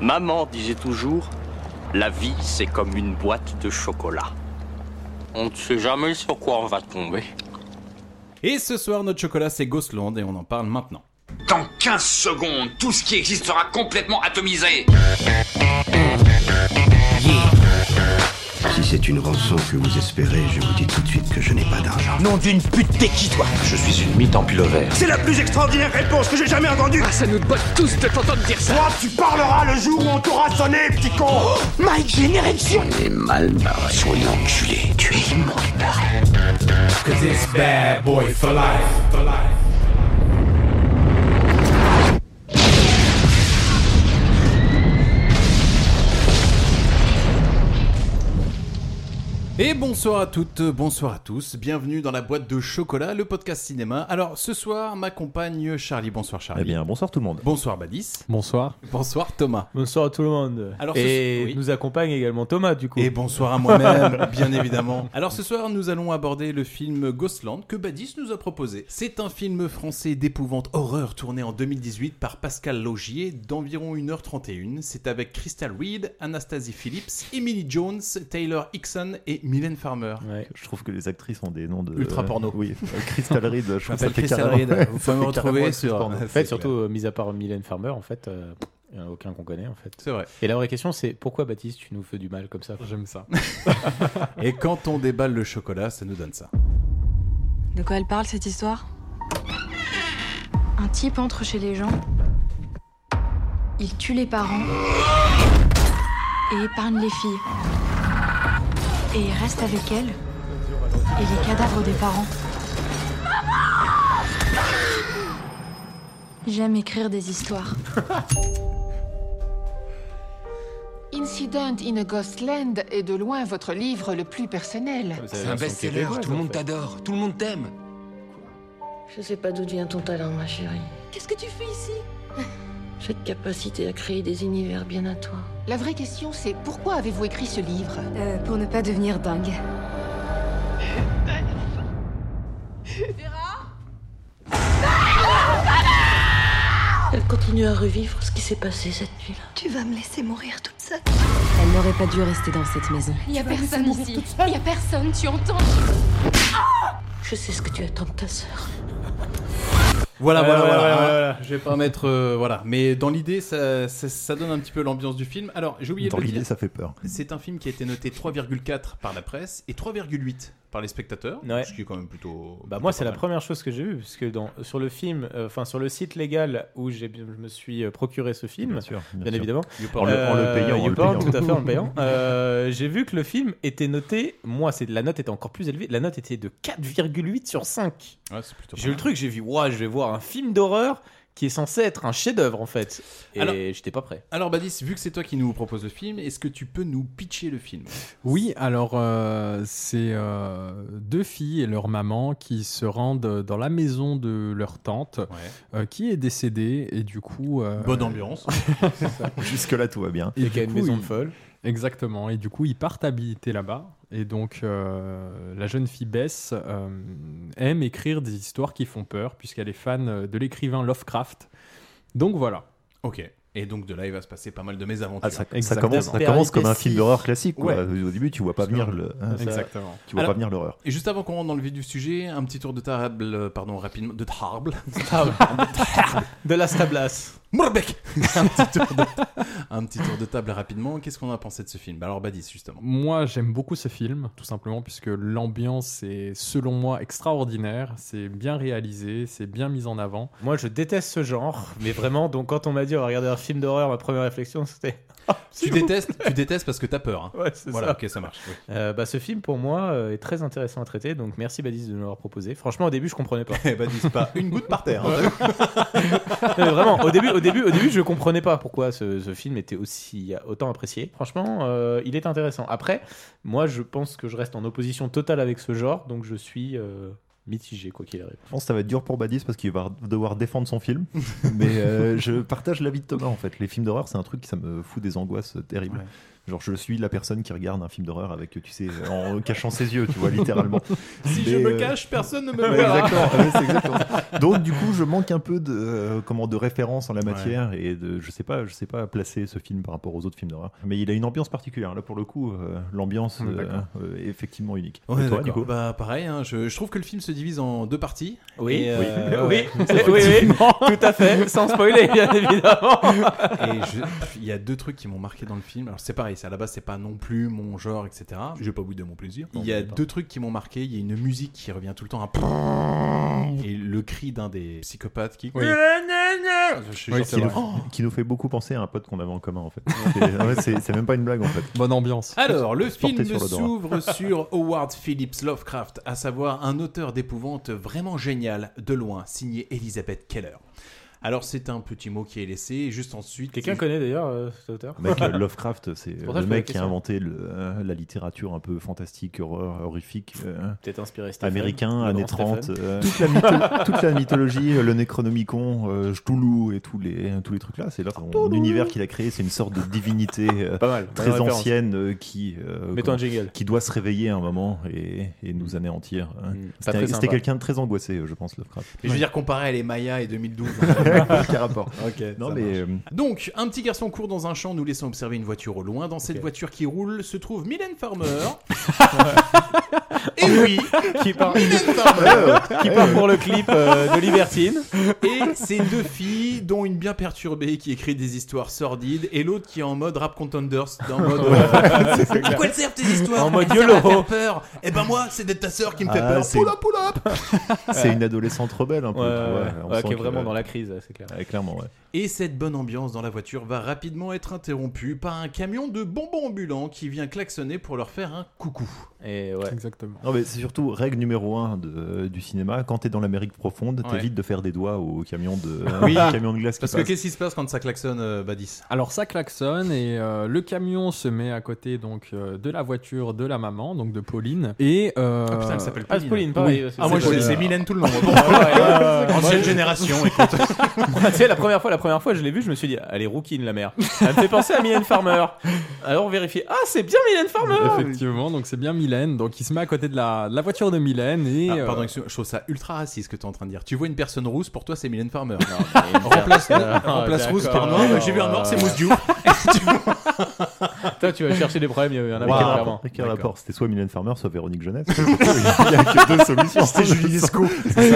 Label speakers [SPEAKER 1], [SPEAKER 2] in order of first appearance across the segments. [SPEAKER 1] Maman disait toujours, la vie c'est comme une boîte de chocolat. On ne sait jamais sur quoi on va tomber.
[SPEAKER 2] Et ce soir, notre chocolat, c'est Ghostland et on en parle maintenant.
[SPEAKER 3] Dans 15 secondes, tout ce qui existe sera complètement atomisé.
[SPEAKER 4] Si c'est une rançon que vous espérez, je vous dis tout de suite que je n'ai pas d'argent.
[SPEAKER 5] Nom d'une pute, t'es qui toi
[SPEAKER 6] Je suis une mythe en pullover.
[SPEAKER 5] C'est la plus extraordinaire réponse que j'ai jamais entendue
[SPEAKER 7] Ah, ça nous botte tous de t'entendre dire ça
[SPEAKER 5] Toi, tu parleras le jour où on t'aura sonné, petit con Mike, j'ai une érection
[SPEAKER 6] On est mal barré. Soyons enculé. Tu es immonde.
[SPEAKER 2] Et bonsoir à toutes, bonsoir à tous, bienvenue dans la boîte de chocolat, le podcast cinéma. Alors ce soir, m'accompagne Charlie. Bonsoir Charlie.
[SPEAKER 8] Eh bien, bonsoir tout le monde.
[SPEAKER 2] Bonsoir Badis.
[SPEAKER 9] Bonsoir.
[SPEAKER 2] Bonsoir Thomas.
[SPEAKER 9] Bonsoir à tout le monde.
[SPEAKER 2] Alors, ce-
[SPEAKER 9] et
[SPEAKER 2] oui.
[SPEAKER 9] nous accompagne également Thomas, du coup.
[SPEAKER 2] Et bonsoir à moi-même, bien évidemment. Alors ce soir, nous allons aborder le film Ghostland que Badis nous a proposé. C'est un film français d'épouvante horreur tourné en 2018 par Pascal Laugier d'environ 1h31. C'est avec Crystal Reed, Anastasie Phillips, Emily Jones, Taylor Hickson et Mylène Farmer.
[SPEAKER 9] Ouais.
[SPEAKER 8] Je trouve que les actrices ont des noms de.
[SPEAKER 2] Ultra porno.
[SPEAKER 8] Oui, euh, Crystal Reed, je trouve que ça
[SPEAKER 2] m'appelle
[SPEAKER 8] fait
[SPEAKER 2] Crystal
[SPEAKER 8] carrément-
[SPEAKER 2] Reed. Vous
[SPEAKER 8] ça
[SPEAKER 2] pouvez me
[SPEAKER 8] fait
[SPEAKER 2] retrouver
[SPEAKER 8] carrément
[SPEAKER 2] sur-
[SPEAKER 8] porno.
[SPEAKER 9] En fait, surtout, euh, mis à part Mylène Farmer, en fait, euh, il n'y en a aucun qu'on connaît, en fait.
[SPEAKER 2] C'est vrai,
[SPEAKER 9] Et la vraie question, c'est pourquoi, Baptiste, tu nous fais du mal comme ça
[SPEAKER 2] j'aime ça. et quand on déballe le chocolat, ça nous donne ça.
[SPEAKER 10] De quoi elle parle cette histoire
[SPEAKER 11] Un type entre chez les gens, il tue les parents et épargne les filles. Et il reste avec elles et les cadavres des parents. J'aime écrire des histoires.
[SPEAKER 10] Incident in a Ghost Land est de loin votre livre le plus personnel.
[SPEAKER 3] C'est un best-seller, tout le monde t'adore, tout le monde t'aime.
[SPEAKER 11] Je sais pas d'où vient ton talent, ma chérie.
[SPEAKER 10] Qu'est-ce que tu fais ici
[SPEAKER 11] Cette capacité à créer des univers bien à toi.
[SPEAKER 10] La vraie question, c'est pourquoi avez-vous écrit ce livre
[SPEAKER 11] Euh, pour ne pas devenir dingue. Elle continue à revivre ce qui s'est passé cette nuit-là. Tu vas me laisser mourir toute seule. Elle n'aurait pas dû rester dans cette maison.
[SPEAKER 10] Il n'y a personne ici. Il n'y a personne, tu entends
[SPEAKER 11] Je sais ce que tu attends de ta sœur.
[SPEAKER 2] Voilà,
[SPEAKER 9] Ouais,
[SPEAKER 2] voilà,
[SPEAKER 9] ouais,
[SPEAKER 2] voilà.
[SPEAKER 9] ouais,
[SPEAKER 2] hein.
[SPEAKER 9] ouais, ouais, ouais. Je vais
[SPEAKER 2] Pas mettre, euh, voilà. Mais dans l'idée, ça, ça, ça donne un petit peu l'ambiance du film. Alors, j'ai oublié
[SPEAKER 8] Dans
[SPEAKER 2] de le dire.
[SPEAKER 8] l'idée, ça fait peur.
[SPEAKER 2] C'est un film qui a été noté 3,4 par la presse et 3,8 par les spectateurs,
[SPEAKER 9] Ouais.
[SPEAKER 2] ce qui est quand même plutôt.
[SPEAKER 9] Bah
[SPEAKER 2] plutôt
[SPEAKER 9] moi c'est
[SPEAKER 2] pas
[SPEAKER 9] la
[SPEAKER 2] mal.
[SPEAKER 9] première chose que j'ai vue parce que dans sur le film euh, enfin sur le site légal où j'ai je me suis euh, procuré ce film bien,
[SPEAKER 8] sûr. sûr.
[SPEAKER 9] évidemment
[SPEAKER 8] En le, en le payant, en le
[SPEAKER 9] YouPorn,
[SPEAKER 8] payant.
[SPEAKER 9] tout à fait, en le payant. Euh, j'ai vu que le film était noté, moi, c'est la note était encore plus élevée, la note était de 4,8 sur 5.
[SPEAKER 2] Ouais, c'est plutôt. pas
[SPEAKER 9] J'ai eu le
[SPEAKER 2] mal.
[SPEAKER 9] truc, j'ai vu, ouah, je vais voir un film d'horreur qui est censé être un chef-d'œuvre, en fait. Et
[SPEAKER 2] Alors-
[SPEAKER 9] j'étais pas prêt.
[SPEAKER 2] Alors Badis, vu que c'est toi qui nous propose le film, est-ce que tu peux nous pitcher le film
[SPEAKER 12] Oui, alors euh, c'est euh, deux filles et leur maman qui se rendent dans la maison de leur tante euh, qui est décédée et du coup... euh,
[SPEAKER 2] Bonne ambiance.
[SPEAKER 8] Jusque-là, tout va bien.
[SPEAKER 12] et
[SPEAKER 9] Il y a
[SPEAKER 12] du
[SPEAKER 9] une
[SPEAKER 12] coup,
[SPEAKER 9] maison
[SPEAKER 12] ils-
[SPEAKER 9] de folle.
[SPEAKER 12] Exactement, et du coup ils partent habiter là-bas et donc euh, la jeune fille Bess euh, aime écrire des histoires qui font peur puisqu'elle est fan euh, de l'écrivain Lovecraft. Donc voilà.
[SPEAKER 2] ok. Et donc de là, il va se passer pas mal de mésaventures.
[SPEAKER 8] Ah, ça, ça
[SPEAKER 12] Exactement.
[SPEAKER 8] commence, ça commence comme un
[SPEAKER 9] Péripéties.
[SPEAKER 8] film d'horreur classique. quoi.
[SPEAKER 12] Ouais.
[SPEAKER 8] Au début, tu vois pas venir le, hein, ça-
[SPEAKER 12] Exactement.
[SPEAKER 8] tu vois
[SPEAKER 2] Alors-
[SPEAKER 8] pas venir l'horreur.
[SPEAKER 2] Et juste avant qu'on rentre dans le vif du sujet, un petit tour de table, euh, pardon, rapidement, de table.
[SPEAKER 9] De la Stablas.
[SPEAKER 2] Mourbec un, petit tour de un petit tour de table rapidement. Qu'est-ce qu'on a pensé de ce film Alors Badis, justement.
[SPEAKER 12] Moi, j'aime beaucoup ce film, tout simplement, puisque l'ambiance est, selon moi, extraordinaire. C'est bien réalisé, c'est bien mis en avant.
[SPEAKER 9] Moi, je déteste ce genre, mais vraiment, donc quand on m'a dit on va regarder un film d'horreur, ma première réflexion c'était. Ah,
[SPEAKER 2] Tu
[SPEAKER 9] s'il vous
[SPEAKER 2] détestes, tu détestes parce que t'as peur. hein.
[SPEAKER 9] plaît. Ouais, c'est
[SPEAKER 2] Voilà,
[SPEAKER 9] ça.
[SPEAKER 2] ok, ça marche. oui.
[SPEAKER 9] Euh, bah, ce film, pour moi, euh, est très intéressant à traiter, donc merci Badis de nous l'avoir proposé. Franchement, au début, je comprenais pas.
[SPEAKER 2] Eh, Badis, pas une goutte par terre. hein.
[SPEAKER 9] Non, mais Euh, vraiment, au début, au début, au début, je comprenais pas pourquoi ce, ce film était aussi euh, autant apprécié. Franchement, euh, il est intéressant. Après, moi, je pense que je reste en opposition totale avec ce genre, donc je suis euh, mitigé quoi qu'il arrive.
[SPEAKER 8] Je pense que ça va être dur pour Badis parce qu'il va devoir défendre son film. Mais euh, je partage l'avis de Thomas en fait. Les films d'horreur, c'est un truc qui ça me fout des angoisses terribles. Genre, je suis la personne qui regarde un film d'horreur avec, tu sais, en cachant ses yeux, tu vois, littéralement.
[SPEAKER 2] Si
[SPEAKER 8] Mais,
[SPEAKER 2] je me
[SPEAKER 8] euh,
[SPEAKER 2] cache, personne ne me
[SPEAKER 8] Ouais,
[SPEAKER 2] verra.
[SPEAKER 8] exactement. Ouais, c'est exactement ça. Donc du coup, je manque un peu de euh, comment de référence en la matière et de je sais pas, je sais pas placer ce film par rapport aux autres films d'horreur. Mais il a une ambiance particulière. Là pour le coup, euh, l'ambiance
[SPEAKER 2] On est
[SPEAKER 8] euh,
[SPEAKER 2] d'accord.
[SPEAKER 8] euh, est effectivement unique.
[SPEAKER 2] Ouais,
[SPEAKER 8] et toi,
[SPEAKER 2] d'accord.
[SPEAKER 8] Nico
[SPEAKER 2] Bah pareil, hein, je, je trouve que le film se divise en deux parties.
[SPEAKER 9] Oui.
[SPEAKER 2] Et, euh,
[SPEAKER 9] Oui.
[SPEAKER 2] ouais,
[SPEAKER 9] Oui,
[SPEAKER 2] ouais.
[SPEAKER 9] oui, oui,
[SPEAKER 2] Effectivement.
[SPEAKER 9] tout à fait, sans spoiler, bien évidemment.
[SPEAKER 2] Et je- pff, il y a deux trucs qui m'ont marqué dans le film. Alors c'est pareil, ça à la base c'est pas non plus mon genre, etc. J'ai pas boudé mon plaisir. Il y a deux trucs qui m'ont marqué. Il y a une musique qui revient tout le temps, un et le cri d'un des psychopathes qui.
[SPEAKER 8] Oui.
[SPEAKER 2] Je suis sûr que ça
[SPEAKER 8] qui, nous,
[SPEAKER 2] va.
[SPEAKER 9] Oh.
[SPEAKER 8] qui nous fait beaucoup penser à un pote qu'on avait en commun en fait. C'est- ouais, C'est c'est même pas une blague en fait.
[SPEAKER 11] Bonne ambiance.
[SPEAKER 2] Alors, le
[SPEAKER 8] Porté
[SPEAKER 2] film
[SPEAKER 8] sur l'odorat.
[SPEAKER 2] s'ouvre sur Howard Phillips Lovecraft, à savoir un auteur d'épouvante vraiment génial, de loin, signé Elizabeth Keller. Alors, c'est un petit mot qui est laissé, juste ensuite...
[SPEAKER 9] Quelqu'un connaît d'ailleurs euh, cet auteur
[SPEAKER 8] Mec, euh, Lovecraft, c'est
[SPEAKER 9] Pour ça,
[SPEAKER 8] le
[SPEAKER 9] je pose la
[SPEAKER 8] mec qui a
[SPEAKER 9] question.
[SPEAKER 8] inventé le, euh, la littérature un peu fantastique, horreur, horrifique, euh,
[SPEAKER 9] Peut-être inspiré Stephen,
[SPEAKER 8] américain,
[SPEAKER 9] le
[SPEAKER 8] années
[SPEAKER 9] grand
[SPEAKER 8] 30,
[SPEAKER 9] Stephen.
[SPEAKER 8] euh, toute, la mytho- toute la mythologie, euh, le Necronomicon, euh, Cthulhu et tous les, tous les trucs là. C'est là son univers qu'il a créé, c'est une sorte de divinité euh,
[SPEAKER 9] Pas mal, bonne
[SPEAKER 8] très
[SPEAKER 9] référence.
[SPEAKER 8] ancienne euh, qui, euh,
[SPEAKER 9] Mets-toi un jingle.
[SPEAKER 8] qui doit se réveiller à un moment et, et nous anéantir. hein.
[SPEAKER 9] Hmm, Pas très
[SPEAKER 8] C'était c'était
[SPEAKER 9] sympa.
[SPEAKER 8] quelqu'un de très angoissé, euh, je pense, Lovecraft.
[SPEAKER 2] Mais je veux dire, comparé à les Mayas et 2012...
[SPEAKER 8] Quel rapport Non,
[SPEAKER 2] ça
[SPEAKER 8] mais. euh,
[SPEAKER 2] Donc, un petit garçon court dans un champ, nous laissons observer une voiture au loin. Dans cette voiture qui roule se trouve Mylène Farmer. et
[SPEAKER 8] Eh
[SPEAKER 2] oui,
[SPEAKER 9] Qui part-
[SPEAKER 2] Mylène Farmer.
[SPEAKER 9] Qui part pour le clip euh, de Libertine.
[SPEAKER 2] Et ces deux filles, dont une bien perturbée qui écrit des histoires sordides, et l'autre qui est en mode rap contenders, dans mode. euh,
[SPEAKER 9] c'est clair.
[SPEAKER 2] à quoi elles servent tes histoires
[SPEAKER 9] En mode
[SPEAKER 2] Elles servent à
[SPEAKER 9] YOLO.
[SPEAKER 2] faire peur. Et ben moi, c'est d'être ta sœur qui me fait
[SPEAKER 8] Ah,
[SPEAKER 2] peur.
[SPEAKER 8] c'est-
[SPEAKER 2] Pull up, pull up.
[SPEAKER 8] C'est une adolescente rebelle un peu.
[SPEAKER 9] Ouais,
[SPEAKER 8] tu vois,
[SPEAKER 9] ouais,
[SPEAKER 8] on
[SPEAKER 9] ouais,
[SPEAKER 8] sent
[SPEAKER 9] qui est
[SPEAKER 8] que-
[SPEAKER 9] vraiment dans la crise, ouais, c'est clair.
[SPEAKER 8] Ouais, clairement, ouais.
[SPEAKER 2] Et cette bonne ambiance dans la voiture va rapidement être interrompue par un camion de bonbons ambulants qui vient klaxonner pour leur faire un coucou.
[SPEAKER 9] Et ouais.
[SPEAKER 11] Exactement.
[SPEAKER 8] Non, mais c'est surtout règle numéro un de- euh, du cinéma. Quand t'es dans l'Amérique profonde,
[SPEAKER 2] Ouais.
[SPEAKER 8] t'évites de faire des doigts au camion de,
[SPEAKER 2] Oui.
[SPEAKER 8] au camion de glace
[SPEAKER 2] Parce
[SPEAKER 8] qui
[SPEAKER 2] que
[SPEAKER 8] passe.
[SPEAKER 2] qu'est-ce qui se passe quand ça klaxonne, euh, Badis
[SPEAKER 11] Alors ça klaxonne et euh, le camion se met à côté donc euh, de la voiture de la maman, donc de Pauline. Et euh,
[SPEAKER 2] Ah putain, elle s'appelle
[SPEAKER 9] Ah,
[SPEAKER 2] Pauline.
[SPEAKER 9] c'est Pauline, pareil.
[SPEAKER 11] Oui.
[SPEAKER 9] ouais, c'est-
[SPEAKER 2] Ah, moi,
[SPEAKER 9] c'est-
[SPEAKER 2] je-
[SPEAKER 9] euh,
[SPEAKER 2] c'est Mylène tout le long.
[SPEAKER 9] ouais, ouais.
[SPEAKER 2] Ancienne génération, écoute.
[SPEAKER 9] tu sais, la première fois, la première fois, je l'ai vue, je me suis dit, elle est rouquine la mère. Elle me fait penser à Mylène Farmer. Alors vérifier, ah c'est bien Mylène Farmer.
[SPEAKER 11] Effectivement, donc c'est bien Mylène, donc il se met à côté de la, de la voiture de Mylène et
[SPEAKER 2] Ah, pardon,
[SPEAKER 11] euh,
[SPEAKER 2] excuse-moi, je trouve ça ultra raciste ce que tu es en train de dire. Tu vois une personne rousse, pour toi c'est Mylène Farmer.
[SPEAKER 9] Non,
[SPEAKER 2] remplace
[SPEAKER 9] d'accord,
[SPEAKER 2] remplace rousse par
[SPEAKER 9] d'accord.
[SPEAKER 2] noir, mais j'ai vu un noir, c'est Mousse Diouf.
[SPEAKER 9] Toi, tu vas chercher des problèmes, il y a eu un
[SPEAKER 8] Quel
[SPEAKER 9] américain
[SPEAKER 8] rapport-
[SPEAKER 9] clairement.
[SPEAKER 8] Quel
[SPEAKER 9] D'accord.
[SPEAKER 8] rapport C'était soit Mylène Farmer, soit Véronique Jeunesse. Il y a que deux solutions. C'était Julie Lescaut.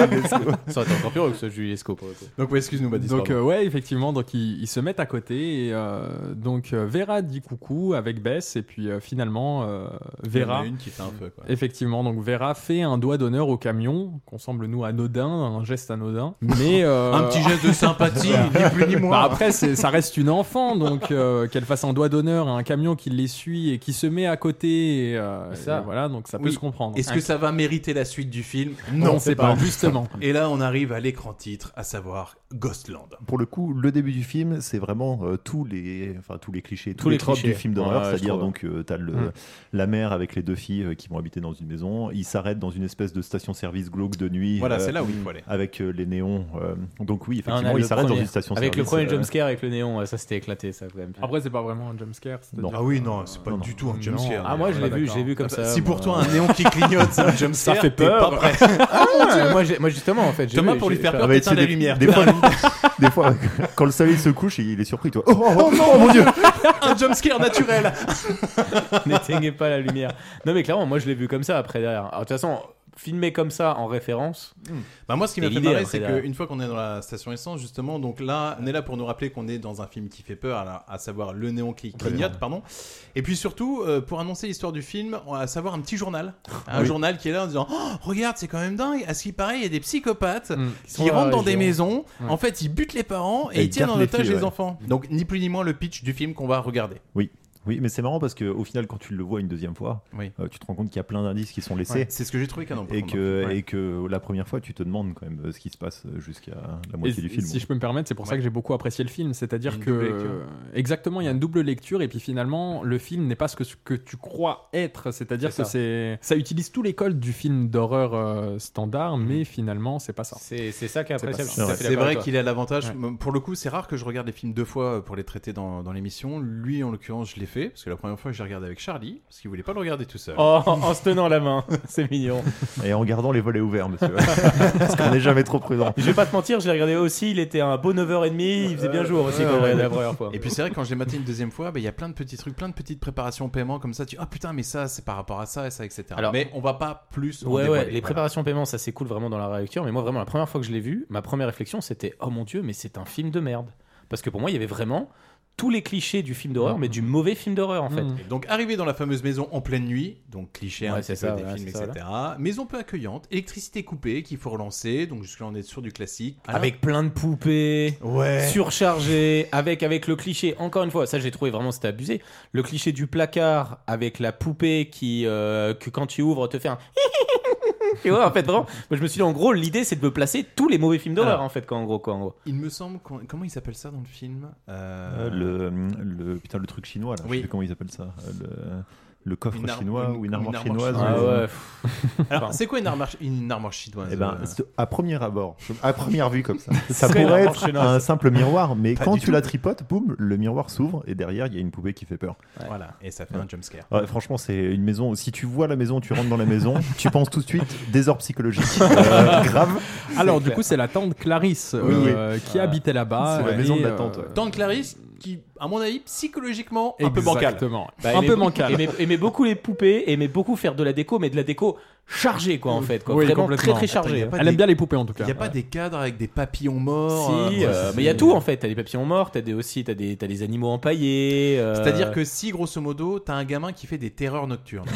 [SPEAKER 9] Ça aurait été encore pire que ce Julie Lescaut pour le coup.
[SPEAKER 2] Donc, ouais, excuse-nous, Badis.
[SPEAKER 11] donc
[SPEAKER 2] pardon.
[SPEAKER 11] euh, ouais effectivement donc ils, ils se mettent à côté et euh, donc euh, Vera dit coucou avec Bess et puis euh, finalement euh,
[SPEAKER 2] Il
[SPEAKER 11] Vera
[SPEAKER 2] y en a une qui fait un peu, quoi.
[SPEAKER 11] Effectivement, donc Vera fait un doigt d'honneur au camion, qu'on semble nous anodin, un geste anodin, mais euh,
[SPEAKER 2] Un petit geste de sympathie, ni plus ni moins.
[SPEAKER 11] bah après, c'est- ça reste une enfant, donc euh, qu'elle fasse un doigt d'honneur à un camion qui l'essuie et qui se met à côté, et, euh,
[SPEAKER 9] Ça.
[SPEAKER 11] et voilà, donc ça peut
[SPEAKER 2] Oui.
[SPEAKER 11] se comprendre.
[SPEAKER 2] Est-ce que ça va mériter la suite du film
[SPEAKER 11] Non, c'est pas justement.
[SPEAKER 2] Et là, on arrive à l'écran titre, à savoir Ghostland.
[SPEAKER 8] Pour le coup, le début du film, c'est vraiment euh, tous les, enfin tous les clichés, tous,
[SPEAKER 9] Tous
[SPEAKER 8] les,
[SPEAKER 9] les
[SPEAKER 8] tropes
[SPEAKER 9] clichés.
[SPEAKER 8] du film d'horreur.
[SPEAKER 9] Ouais, je
[SPEAKER 8] C'est-à-dire
[SPEAKER 9] trouve.
[SPEAKER 8] donc euh, t'as le-
[SPEAKER 11] Mm.
[SPEAKER 8] la mère avec les deux filles euh, qui vont habiter dans une maison. Ils s'arrêtent dans une espèce de station-service glauque de nuit.
[SPEAKER 2] Voilà,
[SPEAKER 8] euh,
[SPEAKER 2] c'est là où il faut aller.
[SPEAKER 8] Avec euh, les néons. euh, donc oui,
[SPEAKER 9] Ah, on a
[SPEAKER 8] effectivement,
[SPEAKER 9] le
[SPEAKER 8] ils s'arrêtent dans
[SPEAKER 9] premier.
[SPEAKER 8] une station-service.
[SPEAKER 9] Avec le premier
[SPEAKER 8] euh,
[SPEAKER 9] jumpscare avec le néon, ouais, ça c'était éclaté ça quand même.
[SPEAKER 11] Après, c'est pas vraiment un jumpscare. c'est-
[SPEAKER 8] Non.
[SPEAKER 2] Ah oui, non, c'est pas
[SPEAKER 8] Non, non.
[SPEAKER 2] du tout un
[SPEAKER 11] Non.
[SPEAKER 2] jumpscare.
[SPEAKER 9] Ah moi je l'ai
[SPEAKER 11] Ouais,
[SPEAKER 9] vu,
[SPEAKER 11] d'accord.
[SPEAKER 9] j'ai vu comme
[SPEAKER 2] Ah bah,
[SPEAKER 9] ça.
[SPEAKER 2] si pour
[SPEAKER 9] moi.
[SPEAKER 2] toi un néon qui clignote, c'est un jumpscare,
[SPEAKER 9] Ça fait
[SPEAKER 2] t'es
[SPEAKER 9] peur.
[SPEAKER 2] pas prêt.
[SPEAKER 9] Ah, moi, j'ai- moi justement en fait, j'ai
[SPEAKER 2] Thomas,
[SPEAKER 9] vu-
[SPEAKER 2] pour lui
[SPEAKER 9] j'ai
[SPEAKER 2] faire
[SPEAKER 9] fait-
[SPEAKER 2] peur,
[SPEAKER 8] Ah bah,
[SPEAKER 2] t'éteins
[SPEAKER 8] tu sais,
[SPEAKER 2] la
[SPEAKER 8] des-
[SPEAKER 2] lumière.
[SPEAKER 8] Des fois, des fois, quand le soleil se couche, il est surpris, toi. Oh, oh, oh,
[SPEAKER 2] non, mon dieu Un jumpscare naturel
[SPEAKER 9] N'éteignez pas la lumière. Non, mais clairement, moi je l'ai vu comme ça après derrière. Alors, de toute façon, filmé comme ça en référence.
[SPEAKER 2] Bah moi, ce qui m'a
[SPEAKER 9] C'est
[SPEAKER 2] fait
[SPEAKER 9] l'idée,
[SPEAKER 2] marrer,
[SPEAKER 9] après,
[SPEAKER 2] c'est
[SPEAKER 9] derrière.
[SPEAKER 2] qu'une fois qu'on est dans la station essence, justement, donc là, on est là pour nous rappeler qu'on est dans un film qui fait peur, à, à savoir le néon qui clignote, pardon. Et puis surtout, euh, pour annoncer l'histoire du film, on va à savoir un petit journal, un journal qui est là en disant, Oh, regarde, c'est quand même dingue. À ce qui paraît, il y a des psychopathes
[SPEAKER 11] Mm.
[SPEAKER 9] sont
[SPEAKER 2] qui
[SPEAKER 9] dans
[SPEAKER 2] rentrent
[SPEAKER 9] la
[SPEAKER 2] dans des
[SPEAKER 9] région.
[SPEAKER 2] maisons.
[SPEAKER 11] Ouais.
[SPEAKER 2] En fait, ils butent les parents et,
[SPEAKER 8] Et
[SPEAKER 2] ils tiennent
[SPEAKER 8] gardent
[SPEAKER 2] en
[SPEAKER 8] les
[SPEAKER 2] otage
[SPEAKER 8] filles,
[SPEAKER 2] les
[SPEAKER 8] ouais.
[SPEAKER 2] enfants. Donc ni plus ni moins le pitch du film qu'on va regarder.
[SPEAKER 8] Oui, mais c'est marrant parce qu'au final, quand tu le vois une deuxième fois,
[SPEAKER 2] Oui.
[SPEAKER 8] euh, tu te rends compte qu'il y a plein d'indices qui sont laissés.
[SPEAKER 2] C'est ce que j'ai trouvé canon. par
[SPEAKER 8] Et
[SPEAKER 2] contre.
[SPEAKER 8] que,
[SPEAKER 2] Ouais.
[SPEAKER 8] et que la première fois, tu te demandes quand même euh, ce qui se passe euh, jusqu'à la
[SPEAKER 11] Et
[SPEAKER 8] moitié du
[SPEAKER 11] si-
[SPEAKER 8] film.
[SPEAKER 11] Si je peux me permettre, c'est pour ça que j'ai beaucoup apprécié le film.
[SPEAKER 2] Il
[SPEAKER 11] C'est-à-dire
[SPEAKER 2] y a
[SPEAKER 11] que.
[SPEAKER 2] une double lecture.
[SPEAKER 11] Exactement, il y a une double lecture, et puis finalement, le film n'est pas ce que, ce que tu crois être. C'est-à-dire
[SPEAKER 9] C'est
[SPEAKER 11] que
[SPEAKER 9] ça.
[SPEAKER 11] c'est. Ça utilise tous les codes du film d'horreur euh, standard, mais finalement, c'est pas ça.
[SPEAKER 9] Mm. C'est c'est ça qui est appréciable.
[SPEAKER 8] C'est pas ça.
[SPEAKER 9] je suis tout à fait
[SPEAKER 2] C'est
[SPEAKER 9] d'accord
[SPEAKER 2] vrai
[SPEAKER 9] avec toi.
[SPEAKER 2] qu'il euh, a l'avantage. Pour le coup, c'est rare que je regarde les films deux fois pour les traiter dans, dans l'émission. Lui, en l'occurrence, je l'ai fait fait, parce que la première fois j'ai regardé avec Charlie, parce qu'il voulait pas le regarder tout seul.
[SPEAKER 9] Oh, en se tenant la main, c'est mignon.
[SPEAKER 8] Et en gardant les volets ouverts, monsieur. Parce qu'on n'est jamais trop prudent.
[SPEAKER 9] Je vais pas te mentir, je l'ai regardé aussi, il était un beau 9h30, il faisait bien jour aussi
[SPEAKER 2] Euh, Ouais,
[SPEAKER 9] quand on
[SPEAKER 2] ouais.
[SPEAKER 9] regardait la première fois.
[SPEAKER 2] Et puis c'est vrai, quand je l'ai maté une deuxième fois, bah, il y a plein de petits trucs, plein de petites préparations au paiement comme ça. Tu ah putain, mais ça c'est par rapport à ça et ça, etc. mais on va pas plus. en
[SPEAKER 9] Ouais, ouais,
[SPEAKER 2] dévoiler,
[SPEAKER 9] les
[SPEAKER 2] voilà.
[SPEAKER 9] préparations paiement, ça c'est cool vraiment dans la rélecture. Mais moi, vraiment, la première fois que je l'ai vu, ma première réflexion c'était Oh mon dieu, mais c'est un film de merde. Parce que pour moi, il y avait vraiment tous les clichés du film d'horreur,
[SPEAKER 2] Mhm.
[SPEAKER 9] mais du mauvais film d'horreur en fait.
[SPEAKER 2] Et donc arrivé dans la fameuse maison en pleine nuit, donc cliché un
[SPEAKER 9] Ouais,
[SPEAKER 2] petit
[SPEAKER 9] c'est ça,
[SPEAKER 2] peu des
[SPEAKER 9] ouais,
[SPEAKER 2] films,
[SPEAKER 9] c'est ça,
[SPEAKER 2] etc. Maison peu accueillante, électricité coupée qu'il faut relancer, donc jusque là on est sûr du classique. Alain-
[SPEAKER 9] Avec plein de poupées,
[SPEAKER 2] Ouais.
[SPEAKER 9] surchargées, avec, avec le cliché, encore une fois, ça j'ai trouvé vraiment c'était abusé, le cliché du placard avec la poupée qui, euh, que quand tu ouvres, te fait un... Tu vois, en fait, vraiment, moi, je me suis dit, en gros, l'idée c'est de me placer tous les mauvais films d'horreur,
[SPEAKER 2] Alors.
[SPEAKER 9] en fait, quoi, en gros, quoi, en gros.
[SPEAKER 2] Il me semble qu'on- comment il s'appelle ça dans le film Euh,
[SPEAKER 8] Euh, le, le- putain, le truc chinois, là.
[SPEAKER 2] Oui.
[SPEAKER 8] Je sais plus comment ils appellent ça. Euh, Le, le coffre
[SPEAKER 2] Une arme-
[SPEAKER 8] chinois
[SPEAKER 2] une-
[SPEAKER 8] ou une armoire
[SPEAKER 2] une armoire
[SPEAKER 8] chinoise.
[SPEAKER 2] chinoise.
[SPEAKER 8] ou-
[SPEAKER 2] Ah ouais. Alors, c'est quoi une armoire, une armoire chinoise
[SPEAKER 8] Eh ben,
[SPEAKER 2] euh
[SPEAKER 8] c'est- à premier abord, à première vue comme ça, ça
[SPEAKER 2] Ce serait
[SPEAKER 8] pourrait
[SPEAKER 2] la
[SPEAKER 8] être
[SPEAKER 2] manche
[SPEAKER 8] un
[SPEAKER 2] naze.
[SPEAKER 8] simple miroir, mais
[SPEAKER 2] Pas
[SPEAKER 8] quand
[SPEAKER 2] du
[SPEAKER 8] tu
[SPEAKER 2] tout.
[SPEAKER 8] la tripotes, boum, le miroir s'ouvre et derrière il y a une poupée qui fait peur.
[SPEAKER 2] Voilà, et ça fait un jumpscare.
[SPEAKER 8] Ouais, franchement, c'est une maison. Si tu vois la maison, tu rentres dans la maison, tu penses tout de suite désordre psychologique, Euh, grave.
[SPEAKER 3] Alors,
[SPEAKER 8] C'est
[SPEAKER 3] du
[SPEAKER 8] clair.
[SPEAKER 3] coup, c'est la tante Clarisse euh, qui habitait
[SPEAKER 9] Bah,
[SPEAKER 3] là-bas.
[SPEAKER 8] C'est la maison de la
[SPEAKER 3] et,
[SPEAKER 8] tante, ouais.
[SPEAKER 3] euh,
[SPEAKER 2] Tante Clarisse, qui, à mon avis, psychologiquement, un peu bancale.
[SPEAKER 3] Exactement.
[SPEAKER 9] Bah,
[SPEAKER 3] un
[SPEAKER 9] aimait-
[SPEAKER 3] peu bancal.
[SPEAKER 9] Aimait, aimait beaucoup les poupées, aimait beaucoup faire de la déco, mais de la déco chargée, quoi, en fait. Quoi.
[SPEAKER 3] Oui,
[SPEAKER 9] Vraiment
[SPEAKER 3] complètement.
[SPEAKER 9] très, très
[SPEAKER 3] Attends, y
[SPEAKER 9] chargée. hein.
[SPEAKER 3] a pas Elle des- aime bien les poupées, en tout cas.
[SPEAKER 2] Il n'y a pas des cadres avec des papillons morts.
[SPEAKER 9] Si,
[SPEAKER 2] euh,
[SPEAKER 9] euh,
[SPEAKER 3] hein.
[SPEAKER 2] c'est-
[SPEAKER 9] mais il y a tout en fait. T'as des papillons morts, t'as des aussi, t'as des, t'as des animaux empaillés. euh,
[SPEAKER 2] C'est-à-dire que si, grosso modo, t'as un gamin qui fait des terreurs nocturnes,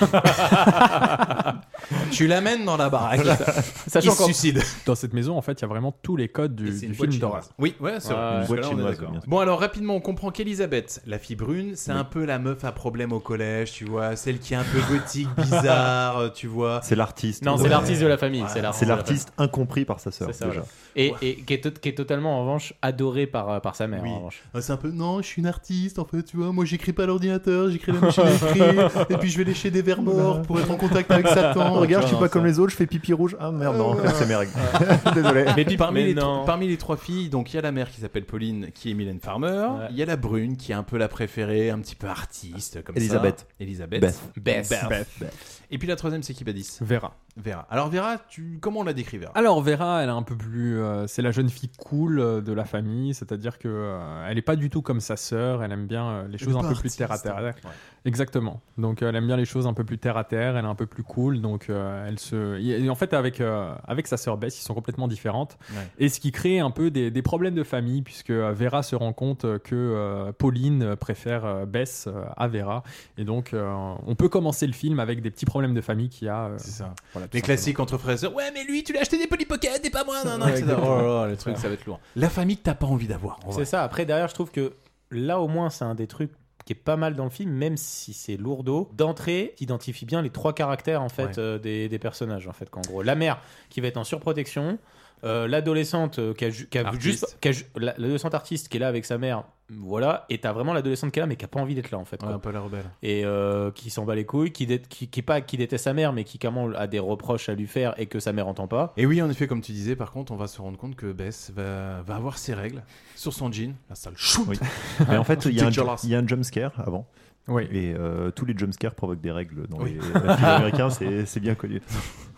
[SPEAKER 2] tu l'amènes dans la baraque, il se suicide.
[SPEAKER 3] Dans cette maison, en fait, il y a vraiment tous les codes du, du film d'horreur.
[SPEAKER 2] Oui, ouais, c'est vrai. Jusque-là, on est d'accord. Bon, alors rapidement, on comprend qu'Elisabeth, la fille brune, c'est un peu la meuf à problème au collège, tu vois, celle qui est un peu gothique, bizarre, euh, tu vois.
[SPEAKER 8] C'est l'artiste.
[SPEAKER 9] Non, c'est l'artiste de la famille, c'est l'artiste
[SPEAKER 8] C'est
[SPEAKER 9] de la
[SPEAKER 8] l'artiste incompris par sa sœur.
[SPEAKER 9] c'est ça,
[SPEAKER 8] déjà.
[SPEAKER 9] voilà. Et, et qui, est, to- qui est totalement en revanche adoré par, euh, par sa mère.
[SPEAKER 2] Oui.
[SPEAKER 9] en revanche.
[SPEAKER 2] Ah, C'est un peu non, je suis une artiste en fait, tu vois. Moi j'écris pas à l'ordinateur, j'écris à la machine à écrire, et puis je vais lécher des vers morts pour être en contact avec Satan.
[SPEAKER 8] Oh, Regarde,
[SPEAKER 2] Tu
[SPEAKER 8] je suis
[SPEAKER 2] vois,
[SPEAKER 8] pas comme les autres, je fais pipi rouge. Ah merde,
[SPEAKER 9] Oh,
[SPEAKER 8] non, en fait, c'est mes règles. Désolé.
[SPEAKER 2] Mais puis parmi, les tro- parmi les trois filles, donc il y a la mère qui s'appelle Pauline, qui est Mylène Farmer. Il y a la brune qui est un peu la préférée, un petit peu artiste comme
[SPEAKER 8] Elisabeth.
[SPEAKER 2] ça. Elisabeth.
[SPEAKER 8] Beth.
[SPEAKER 2] Beth.
[SPEAKER 8] Beth. Beth.
[SPEAKER 2] Et puis la troisième, c'est qui Badis
[SPEAKER 3] Vera.
[SPEAKER 2] Vera. Alors Vera, tu comment on la décrit
[SPEAKER 9] Ah,
[SPEAKER 2] Vera
[SPEAKER 3] Alors Vera, elle est un peu plus, euh, c'est la jeune fille cool euh, de la famille, c'est-à-dire que euh, elle est pas du tout comme sa sœur. Elle aime bien euh, les
[SPEAKER 2] Elle
[SPEAKER 3] choses
[SPEAKER 2] est
[SPEAKER 3] un
[SPEAKER 2] pas
[SPEAKER 3] peu plus terre à
[SPEAKER 2] artiste,
[SPEAKER 3] terre.
[SPEAKER 2] hein. Ouais.
[SPEAKER 3] Exactement. Donc euh, elle aime bien les choses un peu plus terre à terre. Elle est un peu plus cool. Donc euh, elle se, et en fait avec euh, avec sa sœur Bess, ils sont complètement différentes.
[SPEAKER 2] Ouais.
[SPEAKER 3] Et ce qui crée un peu des, des problèmes de famille puisque euh, Vera se rend compte euh, que euh, Pauline préfère euh, Bess euh, à Vera. Et donc euh, on peut commencer le film avec des petits problèmes de famille qu'il y a. euh,
[SPEAKER 2] C'est ça.
[SPEAKER 3] Voilà, tout
[SPEAKER 2] Les
[SPEAKER 3] simplement.
[SPEAKER 2] classiques entre frères et sœurs. Ouais, mais lui, tu l'as acheté des polypockets et pas moi. Non, non,
[SPEAKER 3] Ouais,
[SPEAKER 2] etc.
[SPEAKER 3] exactement.
[SPEAKER 2] Oh là là, le truc, ça va être lourd. La famille que t'as pas envie d'avoir. en
[SPEAKER 9] C'est
[SPEAKER 2] vrai.
[SPEAKER 9] ça. Après, derrière, je trouve que là, au moins, c'est un des trucs qui est pas mal dans le film, même si c'est lourdeau. D'entrée, identifie bien les trois caractères en fait
[SPEAKER 2] Ouais.
[SPEAKER 9] euh, des, des personnages. En fait, qu'en gros, la mère qui va être en surprotection, euh, l'adolescente euh, qui a, ju- qui a
[SPEAKER 2] Artiste.
[SPEAKER 9] juste, qui a ju- la- l'adolescente artiste qui est là avec sa mère, voilà. Et t'as vraiment l'adolescente qui est là, mais qui a pas envie d'être là en fait. quoi.
[SPEAKER 2] Ouais, un peu la rebelle.
[SPEAKER 9] Et euh, qui s'en bat les couilles, qui, dé- qui, qui est pas qui déteste sa mère, mais qui comment a des reproches à lui faire et que sa mère entend pas.
[SPEAKER 2] Et oui, en effet, comme tu disais, par contre, on va se rendre compte que Bess va, va avoir ses règles sur son jean, la sale shoot.
[SPEAKER 8] Oui. Mais
[SPEAKER 2] Ah,
[SPEAKER 8] en fait, il y a un,
[SPEAKER 2] Kick your ass.
[SPEAKER 8] il y a un jumpscare avant.
[SPEAKER 3] Oui.
[SPEAKER 8] Et euh, tous les jumpscares provoquent des règles dans
[SPEAKER 2] Oui.
[SPEAKER 8] les, les films américains, c'est c'est bien connu.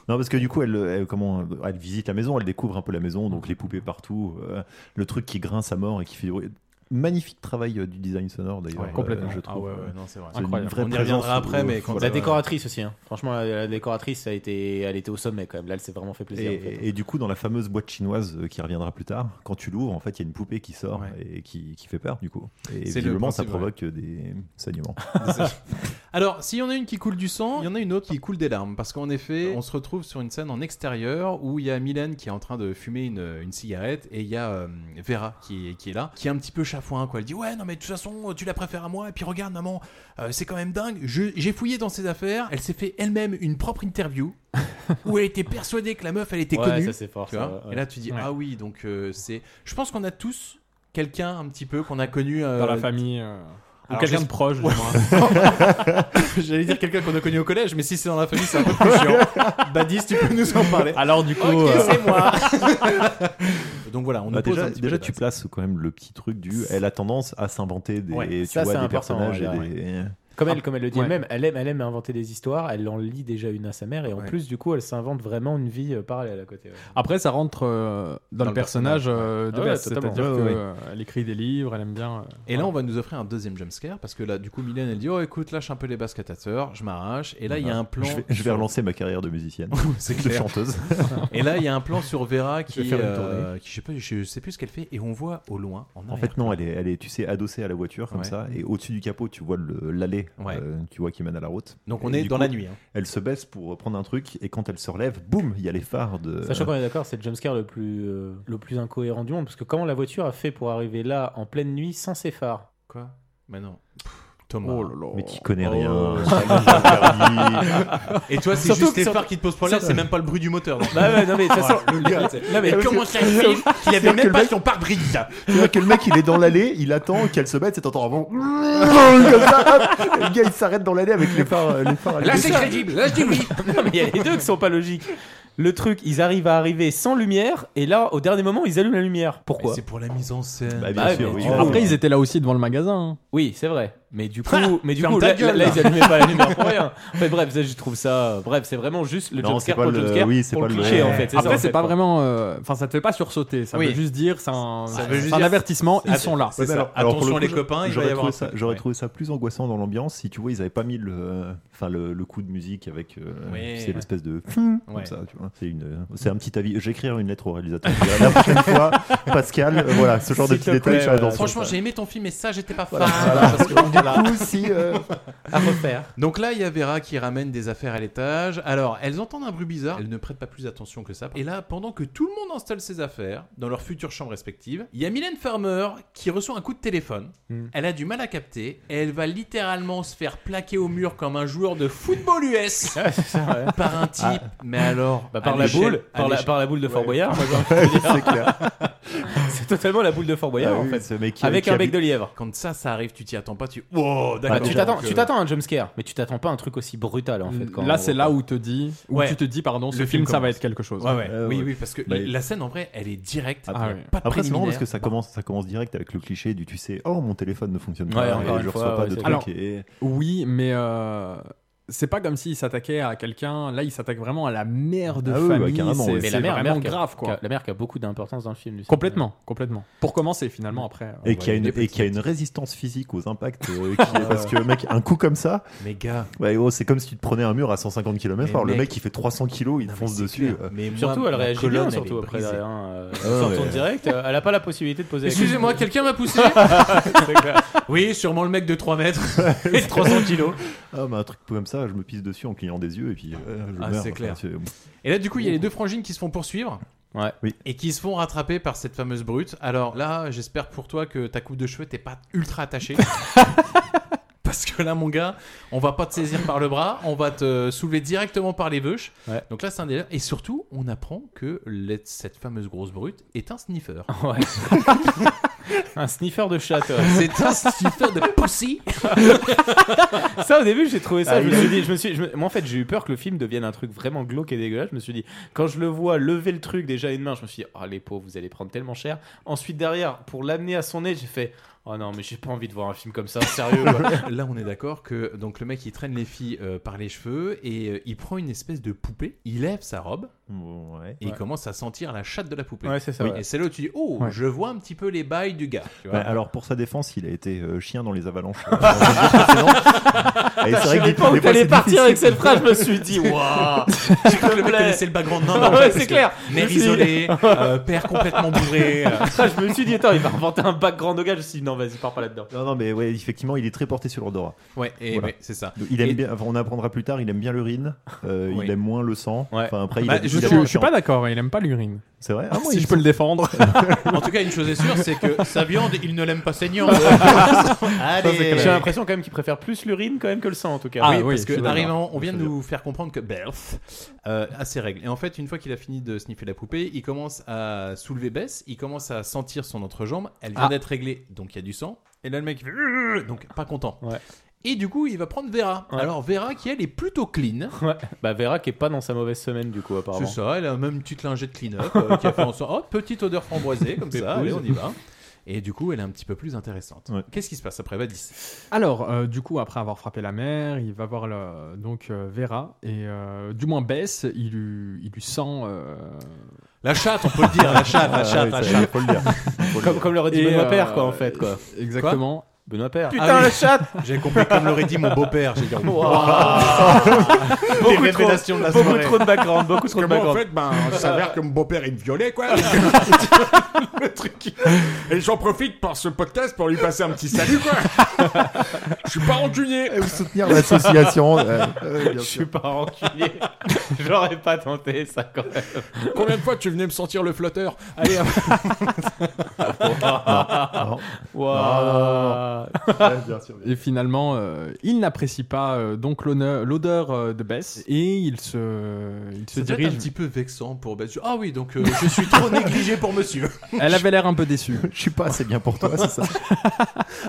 [SPEAKER 8] Non, parce que du coup, elle, elle- comment, elle visite la maison, elle découvre un peu la maison, donc les poupées partout, euh, le truc qui grince à mort et qui fait du bruit. Magnifique travail euh, du design sonore d'ailleurs.
[SPEAKER 3] Ouais, complètement.
[SPEAKER 8] je
[SPEAKER 3] Ah
[SPEAKER 8] trouve.
[SPEAKER 2] euh, ouais, ouais, non, c'est vrai.
[SPEAKER 8] une
[SPEAKER 3] Incroyable.
[SPEAKER 8] vraie
[SPEAKER 2] On y
[SPEAKER 8] présence
[SPEAKER 2] reviendra
[SPEAKER 8] au-
[SPEAKER 2] après, mais quand
[SPEAKER 8] voilà.
[SPEAKER 9] La décoratrice aussi, hein. franchement, la, la décoratrice, ça a été, elle était au sommet quand même. Là, elle s'est vraiment fait plaisir.
[SPEAKER 8] Et,
[SPEAKER 9] en fait.
[SPEAKER 8] et du coup, dans la fameuse boîte chinoise euh, qui reviendra plus tard, quand tu l'ouvres, en fait, il y a une poupée qui sort
[SPEAKER 2] Ouais.
[SPEAKER 8] et qui, qui fait peur, du coup. Et
[SPEAKER 2] C'est le
[SPEAKER 8] visiblement, ça
[SPEAKER 2] principe, ouais.
[SPEAKER 8] provoque euh, des saignements.
[SPEAKER 2] Alors, s'il y en a une qui coule du sang, il y en a une autre qui coule des larmes. Parce qu'en effet, on se retrouve sur une scène en extérieur où il y a Mylène qui est en train de fumer une, une cigarette et il y a euh, Vera qui, est- qui est là, qui est un petit peu chafouin. Quoi. Elle dit Ouais, non, mais de toute façon, tu la préfères à moi. Et puis regarde, maman, euh, c'est quand même dingue. Je- J'ai fouillé dans ses affaires. Elle s'est fait elle-même une propre interview où elle était persuadée que la meuf, elle était
[SPEAKER 9] Ouais,
[SPEAKER 2] connue.
[SPEAKER 9] ça, c'est fort,
[SPEAKER 2] tu
[SPEAKER 9] ça,
[SPEAKER 2] vois.
[SPEAKER 9] ouais.
[SPEAKER 2] Et là, tu dis
[SPEAKER 9] Ouais.
[SPEAKER 2] Ah oui, donc euh, c'est. Je pense qu'on a tous quelqu'un un petit peu qu'on a connu euh,
[SPEAKER 3] dans la famille. euh,
[SPEAKER 13] Ou
[SPEAKER 2] Alors,
[SPEAKER 13] quelqu'un
[SPEAKER 2] j'es-
[SPEAKER 13] de proche, du
[SPEAKER 2] Ouais.
[SPEAKER 13] moins.
[SPEAKER 2] J'allais dire quelqu'un qu'on a connu au collège, mais si c'est dans la famille, c'est un peu plus chiant. Badis, tu peux nous en parler.
[SPEAKER 9] Alors, du coup,
[SPEAKER 2] Ok,
[SPEAKER 9] euh,
[SPEAKER 2] c'est moi. Donc voilà, on nous
[SPEAKER 8] Bah,
[SPEAKER 2] pose
[SPEAKER 8] déjà,
[SPEAKER 2] un petit peu
[SPEAKER 8] déjà
[SPEAKER 2] les
[SPEAKER 8] tu
[SPEAKER 2] bases.
[SPEAKER 8] places quand même le petit truc du. Elle a tendance à s'inventer des,
[SPEAKER 9] Ouais,
[SPEAKER 8] tu
[SPEAKER 9] ça,
[SPEAKER 8] vois,
[SPEAKER 9] c'est
[SPEAKER 8] des
[SPEAKER 9] important,
[SPEAKER 8] personnages et
[SPEAKER 9] ouais,
[SPEAKER 8] des.
[SPEAKER 9] ouais. Comme elle, comme elle le dit
[SPEAKER 8] Ouais.
[SPEAKER 9] elle-même, elle aime, elle aime inventer des histoires, elle en lit déjà une à sa mère, et en plus, du coup, elle s'invente vraiment une vie euh, parallèle à côté. ouais.
[SPEAKER 13] Après, ça rentre euh, dans,
[SPEAKER 9] Dans
[SPEAKER 13] le
[SPEAKER 9] le
[SPEAKER 13] personnage, euh,
[SPEAKER 9] personnage,
[SPEAKER 13] de
[SPEAKER 9] ouais.
[SPEAKER 13] base.
[SPEAKER 9] Ah ouais, totalement.
[SPEAKER 13] C'est-à-dire
[SPEAKER 9] Ouais,
[SPEAKER 13] que,
[SPEAKER 9] ouais, ouais.
[SPEAKER 13] euh, elle écrit des livres, elle aime bien. euh,
[SPEAKER 2] Et là, on va nous offrir un deuxième jumpscare parce que là, du coup, Mylène, elle dit Oh, écoute, lâche un peu les baskets à sœur, je m'arrache. Et là, il y a
[SPEAKER 8] Voilà.
[SPEAKER 2] un plan.
[SPEAKER 8] Je vais, je vais relancer ma carrière de musicienne.
[SPEAKER 2] C'est
[SPEAKER 8] de
[SPEAKER 2] clair.
[SPEAKER 8] chanteuse.
[SPEAKER 2] Et là, il y a un plan sur Vera qui,
[SPEAKER 8] vais faire une
[SPEAKER 2] euh,
[SPEAKER 8] tournée.
[SPEAKER 2] qui, je, sais pas, je sais plus ce qu'elle fait, et on voit au loin. En,
[SPEAKER 8] En fait, non, elle est, elle est, tu sais, adossée à la voiture comme
[SPEAKER 2] Ouais.
[SPEAKER 8] ça, et au-dessus du capot, tu vois le- l'allée,
[SPEAKER 2] Ouais.
[SPEAKER 8] euh, tu vois qui mène à la route.
[SPEAKER 2] Donc, on
[SPEAKER 8] Et
[SPEAKER 2] est
[SPEAKER 8] du
[SPEAKER 2] dans la nuit, hein.
[SPEAKER 8] Elle se baisse pour prendre un truc, et quand elle se relève, boum, il y a les phares
[SPEAKER 2] Euh,
[SPEAKER 8] de.
[SPEAKER 9] Sachant qu'on est d'accord, c'est le jumpscare le plus, euh, le plus incohérent du monde, parce que comment la voiture a fait pour arriver là en pleine nuit sans ses phares
[SPEAKER 2] Quoi Mais Bah non. Thomas.
[SPEAKER 8] Mais qui connaît
[SPEAKER 2] Oh.
[SPEAKER 8] rien.
[SPEAKER 2] Et toi, c'est
[SPEAKER 9] Surtout
[SPEAKER 2] juste
[SPEAKER 9] que
[SPEAKER 2] les
[SPEAKER 9] sur-
[SPEAKER 2] phares qui te posent problème,
[SPEAKER 9] sur-
[SPEAKER 2] c'est même pas le bruit du moteur. donc.
[SPEAKER 9] Bah ouais, non, mais de toute façon-
[SPEAKER 2] Oh, le gars, c'est-
[SPEAKER 9] Non, mais-
[SPEAKER 2] Et comment ça se fait qu'il avait même pas son pare-brise
[SPEAKER 8] C'est-à-dire que le mec, il est dans l'allée, il attend qu'elle se baisse, et t'entends avant. Comme ça, hop, le gars, il s'arrête dans l'allée avec les phares. Les phares allumés.
[SPEAKER 9] là je dis oui. non, mais il y a les deux qui sont pas logiques. Le truc, ils arrivent à arriver sans lumière, et là, au dernier moment, ils allument la lumière. Pourquoi
[SPEAKER 2] C'est pour la mise en scène.
[SPEAKER 8] Bah,
[SPEAKER 9] bien sûr, oui.
[SPEAKER 13] Après, ils étaient là aussi devant le magasin. hein.
[SPEAKER 9] Oui, c'est vrai. Mais du coup, mais du
[SPEAKER 13] ferme
[SPEAKER 9] coup,
[SPEAKER 13] ta
[SPEAKER 9] là,
[SPEAKER 13] gueule,
[SPEAKER 9] là,
[SPEAKER 13] là.
[SPEAKER 9] ils allumaient pas la lumière pour rien. Enfin, bref, ça, je trouve ça. Bref, c'est vraiment juste le
[SPEAKER 8] Non, c'est
[SPEAKER 9] jumpscare
[SPEAKER 8] pas
[SPEAKER 9] pour le
[SPEAKER 8] le-
[SPEAKER 9] jumpscare.
[SPEAKER 8] oui, c'est
[SPEAKER 9] pour le
[SPEAKER 8] pas le-
[SPEAKER 9] cliché, en fait. ça,
[SPEAKER 13] Après,
[SPEAKER 9] en
[SPEAKER 13] c'est
[SPEAKER 9] fait,
[SPEAKER 13] pas
[SPEAKER 9] quoi.
[SPEAKER 13] vraiment. euh, Enfin, ça te fait pas sursauter. Ça
[SPEAKER 9] Oui.
[SPEAKER 13] veut juste dire, c'est un,
[SPEAKER 9] Ça
[SPEAKER 13] c'est
[SPEAKER 9] veut juste
[SPEAKER 13] un
[SPEAKER 9] dire-
[SPEAKER 13] avertissement. Ils
[SPEAKER 9] Ah,
[SPEAKER 13] sont là.
[SPEAKER 8] Ouais, mais alors- alors, pour
[SPEAKER 2] Attention,
[SPEAKER 8] le
[SPEAKER 2] les
[SPEAKER 8] je-
[SPEAKER 2] copains, il va y
[SPEAKER 8] j'aurais
[SPEAKER 2] avoir
[SPEAKER 8] trouvé
[SPEAKER 2] un
[SPEAKER 8] ça,
[SPEAKER 2] truc,
[SPEAKER 8] J'aurais
[SPEAKER 2] ouais.
[SPEAKER 8] trouvé ça plus angoissant dans l'ambiance si tu vois, ils avaient pas mis le, euh, enfin le, le coup de musique avec euh,
[SPEAKER 2] Ouais.
[SPEAKER 8] tu sais, l'espèce de
[SPEAKER 2] Ouais.
[SPEAKER 8] comme ça, tu vois. C'est une, euh, c'est un petit avis. J'écrirai une lettre au réalisateur. Je dirai, La prochaine fois, Pascal, euh, voilà, ce genre de
[SPEAKER 2] S'il
[SPEAKER 8] petits
[SPEAKER 2] te
[SPEAKER 8] détails.
[SPEAKER 2] plaît,
[SPEAKER 8] sur la
[SPEAKER 2] voilà.
[SPEAKER 8] danse.
[SPEAKER 2] Franchement, j'ai aimé ton film, mais ça, j'étais pas fan.
[SPEAKER 8] Voilà, voilà.
[SPEAKER 2] Parce que,
[SPEAKER 8] Donc, du
[SPEAKER 2] voilà.
[SPEAKER 8] coup, si, euh,
[SPEAKER 9] À refaire.
[SPEAKER 2] Donc là, il y a Vera qui ramène des affaires à l'étage. Alors, elles entendent un bruit bizarre. Elles ne prêtent pas plus attention que ça. Et là, pendant que tout le monde installe ses affaires dans leurs futures chambres respectives, il y a Mylène Farmer qui reçoit un coup de téléphone.
[SPEAKER 9] Hmm.
[SPEAKER 2] Elle a du mal à capter. Et elle va littéralement se faire plaquer au mur comme un joueur de football US par un type. Mais alors,
[SPEAKER 9] Bah,
[SPEAKER 2] à
[SPEAKER 9] par la
[SPEAKER 2] l'échelle-
[SPEAKER 9] boule,
[SPEAKER 2] à
[SPEAKER 9] par la,
[SPEAKER 2] l'échelle-
[SPEAKER 9] par la boule de Fort
[SPEAKER 2] Ouais.
[SPEAKER 9] Boyard. moi, j'ai envie de
[SPEAKER 8] ouais,
[SPEAKER 9] dire.
[SPEAKER 8] c'est clair.
[SPEAKER 9] c'est totalement la boule de Fort Boyard
[SPEAKER 8] Ah
[SPEAKER 9] en
[SPEAKER 8] oui,
[SPEAKER 9] fait.
[SPEAKER 8] ce mec qui-
[SPEAKER 9] Avec
[SPEAKER 8] qui
[SPEAKER 9] un
[SPEAKER 8] a
[SPEAKER 9] bec
[SPEAKER 8] bu-
[SPEAKER 9] de lièvre.
[SPEAKER 2] Quand ça, ça arrive, tu t'y attends pas. Tu wow,
[SPEAKER 9] Bah,
[SPEAKER 2] d'accord.
[SPEAKER 9] tu t'attends,
[SPEAKER 2] Donc,
[SPEAKER 9] tu
[SPEAKER 2] euh,
[SPEAKER 9] t'attends à un jumpscare, mais tu t'attends pas à un truc aussi brutal en fait. quand-
[SPEAKER 13] Là, c'est là où te dis, où
[SPEAKER 9] Ouais.
[SPEAKER 13] tu te dis, pardon, ce
[SPEAKER 2] Le
[SPEAKER 13] film,
[SPEAKER 2] film
[SPEAKER 13] ça va
[SPEAKER 2] commence.
[SPEAKER 13] être quelque chose.
[SPEAKER 2] Ouais, ouais.
[SPEAKER 8] Euh,
[SPEAKER 2] oui,
[SPEAKER 8] ouais.
[SPEAKER 2] oui, parce que
[SPEAKER 8] Bah,
[SPEAKER 2] la scène en vrai, elle est directe.
[SPEAKER 13] Ah ouais.
[SPEAKER 2] Pas de
[SPEAKER 8] Après, c'est marrant parce
[SPEAKER 2] préliminaire.
[SPEAKER 8] que ça commence, ça commence direct avec le cliché du tu sais, oh mon téléphone ne fonctionne
[SPEAKER 9] Ouais,
[SPEAKER 8] pas,
[SPEAKER 9] encore
[SPEAKER 8] et
[SPEAKER 9] une
[SPEAKER 8] je reçois
[SPEAKER 9] fois,
[SPEAKER 8] pas
[SPEAKER 9] ouais,
[SPEAKER 8] de
[SPEAKER 9] c'est
[SPEAKER 8] trucs.
[SPEAKER 13] Alors-
[SPEAKER 8] et-
[SPEAKER 13] Oui, mais euh, c'est pas comme s'il s'attaquait à quelqu'un. Là, il s'attaque vraiment à la mère de
[SPEAKER 8] Ah oui, bah,
[SPEAKER 13] famille.
[SPEAKER 8] carrément,
[SPEAKER 13] c'est
[SPEAKER 8] ouais.
[SPEAKER 9] Mais
[SPEAKER 13] c'est
[SPEAKER 9] la mère,
[SPEAKER 13] vraiment
[SPEAKER 9] mère qui a-
[SPEAKER 13] grave, quoi.
[SPEAKER 9] qui a- La mère qui a beaucoup d'importance dans le film. Lucien.
[SPEAKER 13] Complètement, complètement. Pour commencer, finalement, après.
[SPEAKER 8] Et qui a, une,
[SPEAKER 13] des
[SPEAKER 8] et qui a une résistance physique aux impacts. euh, qui est- parce que, mec, un coup comme ça,
[SPEAKER 2] Mais gars,
[SPEAKER 8] Ouais, gros, c'est comme si tu te prenais un mur à 150 km
[SPEAKER 2] Mais
[SPEAKER 8] h le
[SPEAKER 2] mec-
[SPEAKER 8] mec il fait 300 kg, il te
[SPEAKER 2] non,
[SPEAKER 8] fonce
[SPEAKER 2] mais c'est
[SPEAKER 8] dessus. euh.
[SPEAKER 2] clair. Mais moi,
[SPEAKER 9] Surtout, elle
[SPEAKER 2] ma
[SPEAKER 9] réagit
[SPEAKER 2] colonne,
[SPEAKER 9] bien,
[SPEAKER 2] elle
[SPEAKER 9] surtout
[SPEAKER 2] est
[SPEAKER 9] après
[SPEAKER 2] brisée.
[SPEAKER 9] derrière. Euh,
[SPEAKER 8] ouais.
[SPEAKER 9] elle s'entend direct, euh, elle a pas la possibilité de poser. euh, la question.
[SPEAKER 2] Excusez-moi, quelqu'un m'a poussé Oui, sûrement le mec de 3 mètres et 300 kilos.
[SPEAKER 8] Ah, bah, un truc comme ça, je me pisse dessus en clignant des yeux et puis euh, je
[SPEAKER 2] Ah,
[SPEAKER 8] meurs.
[SPEAKER 2] c'est clair.
[SPEAKER 8] c'est-
[SPEAKER 2] Et là, du coup, il y a les deux frangines qui se font poursuivre.
[SPEAKER 9] Ouais.
[SPEAKER 8] Oui.
[SPEAKER 2] Et qui se font rattraper par cette fameuse brute. Alors là, j'espère pour toi que ta coupe de cheveux t'es pas ultra attachée. Parce que là, mon gars, on va pas te saisir par le bras, on va te soulever directement par les bûches.
[SPEAKER 9] Ouais.
[SPEAKER 2] Donc là, c'est un délire. Et surtout, on apprend que la- cette fameuse grosse brute est un sniffer.
[SPEAKER 9] Ouais. un sniffer de chat. toi.
[SPEAKER 2] C'est un sniffer de pussy.
[SPEAKER 9] Ça au début j'ai trouvé ça. Ah, je me suis dit, je me suis, je me- moi en fait j'ai eu peur que le film devienne un truc vraiment glauque et dégueulasse. Je me suis dit quand je le vois lever le truc déjà à une main, je me suis dit oh les pauvres vous allez prendre tellement cher. Ensuite derrière pour l'amener à son nez j'ai fait oh non mais j'ai pas envie de voir un film comme ça sérieux. quoi.
[SPEAKER 2] Là, on est d'accord que donc le mec il traîne les filles euh, par les cheveux et euh, il prend une espèce de poupée, il lève sa robe
[SPEAKER 8] Ouais.
[SPEAKER 2] et il commence à sentir la chatte de la poupée.
[SPEAKER 9] Ouais, c'est ça, ouais.
[SPEAKER 2] Et c'est là où tu dis oh,
[SPEAKER 13] Ouais.
[SPEAKER 2] je vois un petit peu les bails du gars. Tu vois.
[SPEAKER 8] Bah, alors pour sa défense, il a été euh, chien dans les avalanches. euh, dans les vidéos précédentes. Et c'est vrai que des- des fois,
[SPEAKER 9] J'allais
[SPEAKER 8] c'est
[SPEAKER 9] partir
[SPEAKER 8] difficile.
[SPEAKER 9] avec cette phrase, je me suis dit waouh.
[SPEAKER 2] Je crois que le mec connaissait le background. Non, non,
[SPEAKER 9] Ouais,
[SPEAKER 2] parce
[SPEAKER 9] c'est
[SPEAKER 2] que
[SPEAKER 9] clair. Je me
[SPEAKER 2] Mère
[SPEAKER 9] suis dit-
[SPEAKER 2] isolée, euh, père complètement bourré. euh.
[SPEAKER 9] je me suis dit attends il va inventer un background de gars. Je me suis dit non vas-y pars pas là-dedans.
[SPEAKER 8] Non, non, mais ouais, effectivement, il est très porté sur l'odorat.
[SPEAKER 2] Ouais, et
[SPEAKER 8] Voilà.
[SPEAKER 2] ouais, c'est ça.
[SPEAKER 8] Donc, Il aime
[SPEAKER 2] Et-
[SPEAKER 8] bien, enfin, on apprendra plus tard, il aime bien l'urine, euh,
[SPEAKER 2] Oui.
[SPEAKER 8] il aime moins le sang.
[SPEAKER 9] Ouais.
[SPEAKER 8] Enfin, après, il
[SPEAKER 2] Bah,
[SPEAKER 8] a- il
[SPEAKER 13] Je,
[SPEAKER 8] a-
[SPEAKER 13] suis- je suis pas d'accord, hein, il aime pas l'urine.
[SPEAKER 8] C'est vrai Ah, moi,
[SPEAKER 13] si
[SPEAKER 8] il-
[SPEAKER 13] je peux le défendre.
[SPEAKER 2] En tout cas, une chose est sûre, c'est que sa viande, il ne l'aime pas saignant.
[SPEAKER 9] J'ai
[SPEAKER 2] Allez.
[SPEAKER 9] l'impression quand même qu'il préfère plus l'urine quand même que le sang en tout cas.
[SPEAKER 13] Ah,
[SPEAKER 2] oui,
[SPEAKER 13] oui,
[SPEAKER 2] parce
[SPEAKER 13] je suis
[SPEAKER 2] que
[SPEAKER 13] d'accord.
[SPEAKER 2] arrivant, on vient de
[SPEAKER 8] Je suis
[SPEAKER 2] nous faire comprendre que Beth euh, a ses règles. Et en fait, une fois qu'il a fini de sniffer la poupée, il commence à soulever Bess, il commence à sentir son entrejambe. Elle vient
[SPEAKER 13] Ah.
[SPEAKER 2] d'être réglée, donc il y a du sang. Et là, le mec, il fait, Urgh donc pas content. Et du coup, il va prendre Vera. Alors, Vera qui, elle, est plutôt clean.
[SPEAKER 11] Bah, Vera qui est pas dans sa mauvaise semaine, du coup, apparemment.
[SPEAKER 2] C'est ça, elle a même une petite lingette clean-up euh, qui a fait en sorte. Oh, petite odeur framboisée, comme ça, allez, on y va. Et du coup, elle est un petit peu plus intéressante. Qu'est-ce qui se passe après Vadis
[SPEAKER 9] Alors, euh, du coup, après avoir frappé la mer, il va voir le- donc euh, Vera et euh, du moins Bess, il lui, il lui sent euh,
[SPEAKER 2] La chatte, on peut le dire, la chatte,
[SPEAKER 8] Ah,
[SPEAKER 2] la chatte, la chatte.
[SPEAKER 11] Comme, comme l'aurait dit
[SPEAKER 9] Et,
[SPEAKER 11] Benoît Père,
[SPEAKER 9] euh,
[SPEAKER 11] quoi, en fait, quoi.
[SPEAKER 9] Exactement.
[SPEAKER 11] Quoi Benoît Ah Père.
[SPEAKER 2] Putain, le chat J'ai compris comme l'aurait dit mon beau-père. J'ai dit
[SPEAKER 11] Des révélations de la
[SPEAKER 2] beaucoup
[SPEAKER 11] soirée.
[SPEAKER 2] trop de background, beaucoup trop de
[SPEAKER 11] Comment,
[SPEAKER 2] background.
[SPEAKER 11] en fait, ben,
[SPEAKER 14] il s'avère que mon beau-père, il me violait, quoi. Le truc qui- Et j'en profite par ce podcast pour lui passer un petit salut, quoi. Je suis pas rancunier.
[SPEAKER 2] Eh
[SPEAKER 8] Et vous soutenir l'association, euh, euh, bien
[SPEAKER 11] Je
[SPEAKER 8] sûr.
[SPEAKER 11] suis pas rancunier. J'aurais pas tenté ça quand même.
[SPEAKER 14] Combien de fois tu venais me sentir le flotteur Allez, à-
[SPEAKER 2] euh,
[SPEAKER 11] Waouh. Ah.
[SPEAKER 9] Waouh.
[SPEAKER 8] Ah.
[SPEAKER 11] Ouais, bien sûr,
[SPEAKER 9] Et finalement, euh, il n'apprécie pas euh, donc l'honneur- l'odeur euh, de Bess et il se, il
[SPEAKER 2] Ça
[SPEAKER 9] se
[SPEAKER 2] doit être
[SPEAKER 9] dirige.
[SPEAKER 2] un petit peu vexant pour Bess. Ah oui, donc euh, je suis trop négligé pour monsieur.
[SPEAKER 9] Elle avait l'air un peu déçue.
[SPEAKER 8] Je suis pas assez bien pour toi, c'est ça.